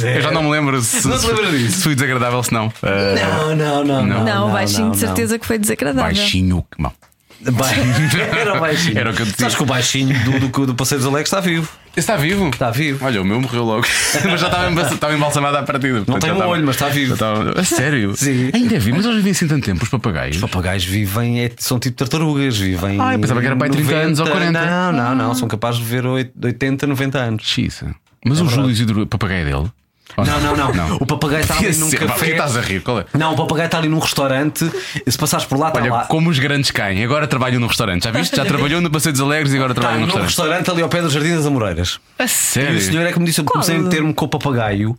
[SPEAKER 2] Eu já não me lembro se,
[SPEAKER 4] É. Não te lembras disso?
[SPEAKER 2] se foi desagradável, se não. Ah,
[SPEAKER 4] Não, não, não. Não,
[SPEAKER 5] Não, baixinho de
[SPEAKER 4] não.
[SPEAKER 5] certeza que foi desagradável.
[SPEAKER 2] baixinho. que mal.
[SPEAKER 4] Ba- Era o baixinho.
[SPEAKER 2] Era o que eu te
[SPEAKER 4] Sabes
[SPEAKER 2] digo.
[SPEAKER 4] que o baixinho do, do, do Passeio dos Alex está vivo.
[SPEAKER 2] Esse está vivo?
[SPEAKER 4] Está vivo.
[SPEAKER 2] Olha, o meu morreu logo. mas já estava emba- estava embalsamado à partida. portanto,
[SPEAKER 4] tem
[SPEAKER 2] já
[SPEAKER 4] um
[SPEAKER 2] estava-
[SPEAKER 4] olho, mas está vivo.
[SPEAKER 2] já estava- A sério?
[SPEAKER 4] Sim.
[SPEAKER 2] Ainda vi, mas eles vivem assim tanto tempo, os papagaios.
[SPEAKER 4] Papagaios vivem, é- são tipo tartarugas, vivem.
[SPEAKER 2] Ah, eu pensava que era para aí 30 anos ou Ah. 40.
[SPEAKER 4] Não, não, não, são capazes de viver oit- 80, 90 anos.
[SPEAKER 2] Xiça. Mas o Júlio Isidro, o papagaio é dele? Ou
[SPEAKER 4] Não, não, não. O papagaio está ali
[SPEAKER 2] Esse-
[SPEAKER 4] num
[SPEAKER 2] pá, por que
[SPEAKER 4] café.
[SPEAKER 2] estás a rir? Qual é?
[SPEAKER 4] Não, o papagaio está ali num restaurante. Se passares por Tá lá, está
[SPEAKER 2] Olha,
[SPEAKER 4] lá.
[SPEAKER 2] como os grandes caem, agora trabalham no restaurante. Já viste? Já trabalhou no Passeio dos Alegres e agora
[SPEAKER 4] Está
[SPEAKER 2] trabalha
[SPEAKER 4] num
[SPEAKER 2] no
[SPEAKER 4] restaurante.
[SPEAKER 2] restaurante.
[SPEAKER 4] ali ao pé dos Jardim das Amoreiras.
[SPEAKER 2] A
[SPEAKER 4] E o senhor
[SPEAKER 2] sério?
[SPEAKER 4] é que me disse: eu comecei a meter-me com o papagaio.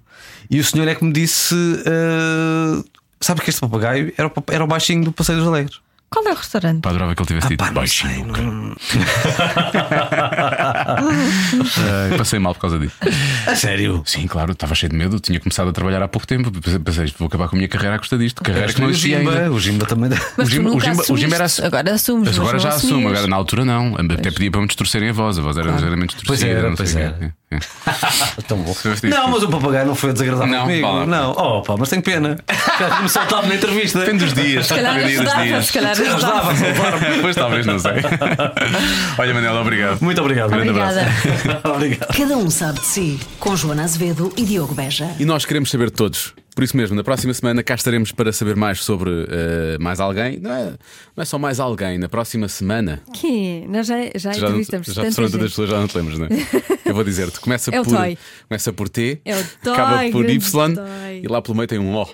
[SPEAKER 4] E o senhor é que me disse: ah, Sabe que este papagaio era o, pap- era o baixinho do Passeio dos Alegres.
[SPEAKER 5] Qual é o restaurante?
[SPEAKER 2] Pá, adorava que ele tivesse dito
[SPEAKER 4] Ah, pá, não sei,
[SPEAKER 2] baixinho.
[SPEAKER 4] é?
[SPEAKER 2] cara. Passei mal por causa disso.
[SPEAKER 4] A sério?
[SPEAKER 2] Sim, claro, estava cheio de medo. Tinha começado a trabalhar há pouco tempo. Pensei, vou acabar com a minha carreira à custa disto. Carreira que não
[SPEAKER 4] o
[SPEAKER 2] existia ainda.
[SPEAKER 4] Jimba, o Jimba também.
[SPEAKER 5] Mas
[SPEAKER 2] o Jim-
[SPEAKER 5] tu
[SPEAKER 2] o
[SPEAKER 5] nunca
[SPEAKER 2] Jimba- o Jimba era
[SPEAKER 5] assumiste.
[SPEAKER 2] assu-
[SPEAKER 5] Agora assumes. mas
[SPEAKER 2] Mas agora
[SPEAKER 5] não
[SPEAKER 2] já assumo,
[SPEAKER 5] assumias.
[SPEAKER 2] agora na altura não. Até pedia para me distorcerem a voz, a voz era ligeiramente
[SPEAKER 4] Pois
[SPEAKER 2] distorcida.
[SPEAKER 4] era,
[SPEAKER 2] não sei
[SPEAKER 4] pois
[SPEAKER 2] o quê.
[SPEAKER 4] era. Tão bom.
[SPEAKER 2] Substitui.
[SPEAKER 4] Então Não, mas o papagaio não foi desagradável
[SPEAKER 2] Não,
[SPEAKER 4] comigo.
[SPEAKER 2] vá lá.
[SPEAKER 4] Não, oh pá, mas tenho pena. Já me soltava na entrevista.
[SPEAKER 2] Depende dos dias.
[SPEAKER 5] Se calhar
[SPEAKER 2] Depende dos
[SPEAKER 5] ajudava,
[SPEAKER 2] dias.
[SPEAKER 5] se calhar ajudava.
[SPEAKER 2] É. Pois talvez, não sei. Olha, Manela, obrigado.
[SPEAKER 4] Muito obrigado. grande
[SPEAKER 5] Obrigada.
[SPEAKER 4] abraço. obrigado.
[SPEAKER 1] Cada um sabe de si. Com Joana Azevedo e Diogo Beja.
[SPEAKER 2] E nós queremos saber de todos. Por isso mesmo, na próxima semana cá estaremos para saber mais sobre eh, mais alguém. Não é, não é só mais alguém, na próxima semana.
[SPEAKER 3] Quem é? Nós já, já
[SPEAKER 2] já não,
[SPEAKER 3] entrevistamos
[SPEAKER 2] já
[SPEAKER 3] tanta
[SPEAKER 2] foram tantas
[SPEAKER 3] gente.
[SPEAKER 2] pessoas, já não te lembras, não é? Eu vou dizer-te. Começa,
[SPEAKER 3] É o
[SPEAKER 2] por,
[SPEAKER 3] Toy.
[SPEAKER 2] começa por T,
[SPEAKER 3] É o Toy,
[SPEAKER 2] acaba por
[SPEAKER 3] grande
[SPEAKER 2] Y
[SPEAKER 3] Toy.
[SPEAKER 2] e lá pelo meio tem um O.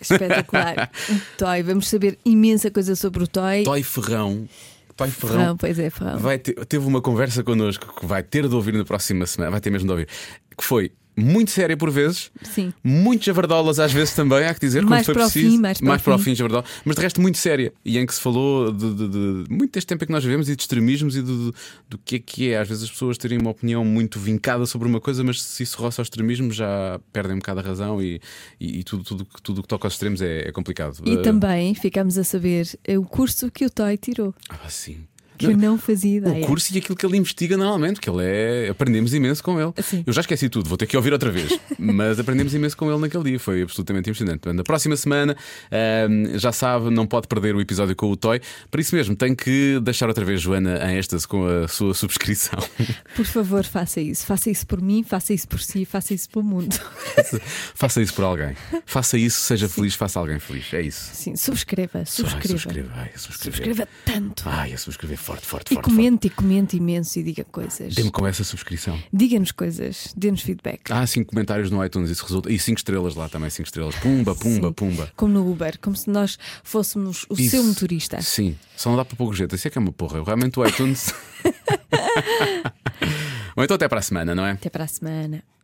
[SPEAKER 3] Espetacular. O Toy, vamos saber imensa coisa sobre o Toy.
[SPEAKER 2] Toy Ferrão. Toy Ferrão.
[SPEAKER 3] Ferrão, pois é, Ferrão.
[SPEAKER 2] vai ter- teve uma conversa connosco que vai ter de ouvir na próxima semana, vai ter mesmo de ouvir, que foi muito séria por vezes,
[SPEAKER 3] Sim.
[SPEAKER 2] muito javardolas às vezes também, há que dizer, quando
[SPEAKER 3] Mais
[SPEAKER 2] foi
[SPEAKER 3] para o
[SPEAKER 2] preciso,
[SPEAKER 3] fim, mais para o
[SPEAKER 2] para o
[SPEAKER 3] fim.
[SPEAKER 2] fim, javardola, mas de resto muito séria, e em que se falou de, de- de- de muito deste tempo em que nós vivemos e de extremismos e do, do, do que é que é. Às vezes as pessoas terem uma opinião muito vincada sobre uma coisa, mas se isso roça ao extremismo já perdem um bocado a razão e, e, e tudo tudo que tudo que toca aos extremos é, é complicado.
[SPEAKER 3] E
[SPEAKER 2] Ah,
[SPEAKER 3] também ficámos a saber eh, o curso que o Toy tirou,
[SPEAKER 2] ah, sim.
[SPEAKER 3] que eu não fazia
[SPEAKER 2] O
[SPEAKER 3] ideia.
[SPEAKER 2] curso e aquilo que ele investiga normalmente, porque ele é. Aprendemos imenso com ele.
[SPEAKER 3] Sim.
[SPEAKER 2] Eu já esqueci tudo, vou ter que ouvir outra vez. Mas aprendemos imenso com ele naquele dia, foi absolutamente impressionante. Portanto, Na próxima semana, ahm, já sabe, não pode perder o episódio com o Toy. Por isso mesmo, tem que deixar outra vez Joana em êxtase com a sua subscrição.
[SPEAKER 3] Por favor, faça isso. Faça isso por mim, faça isso por si, faça isso pelo mundo.
[SPEAKER 2] faça isso por alguém. Faça isso, seja feliz, faça alguém feliz. É isso.
[SPEAKER 3] Sim, subscreva,
[SPEAKER 2] Ai,
[SPEAKER 3] subscreva.
[SPEAKER 2] subscreva, ai, subscrever.
[SPEAKER 3] Subscreva tanto.
[SPEAKER 2] Ai, a subscrever forte, forte,
[SPEAKER 3] E
[SPEAKER 2] forte. forte.
[SPEAKER 3] comente, e comente imenso e diga coisas.
[SPEAKER 2] Dê-me com essa subscrição.
[SPEAKER 3] Diga-nos coisas, dê-nos feedback.
[SPEAKER 2] Há cinco comentários no iTunes, isso resulta. E cinco estrelas lá também, cinco estrelas. Pumba, pumba,
[SPEAKER 3] Sim.
[SPEAKER 2] pumba.
[SPEAKER 3] Como no Uber, como se nós fôssemos o
[SPEAKER 2] Isso.
[SPEAKER 3] seu motorista.
[SPEAKER 2] Sim, só não dá para pouco jeito. Isso é que é uma porra. Eu realmente o iTunes. Bom, então até para a semana, não é?
[SPEAKER 3] Até para a semana.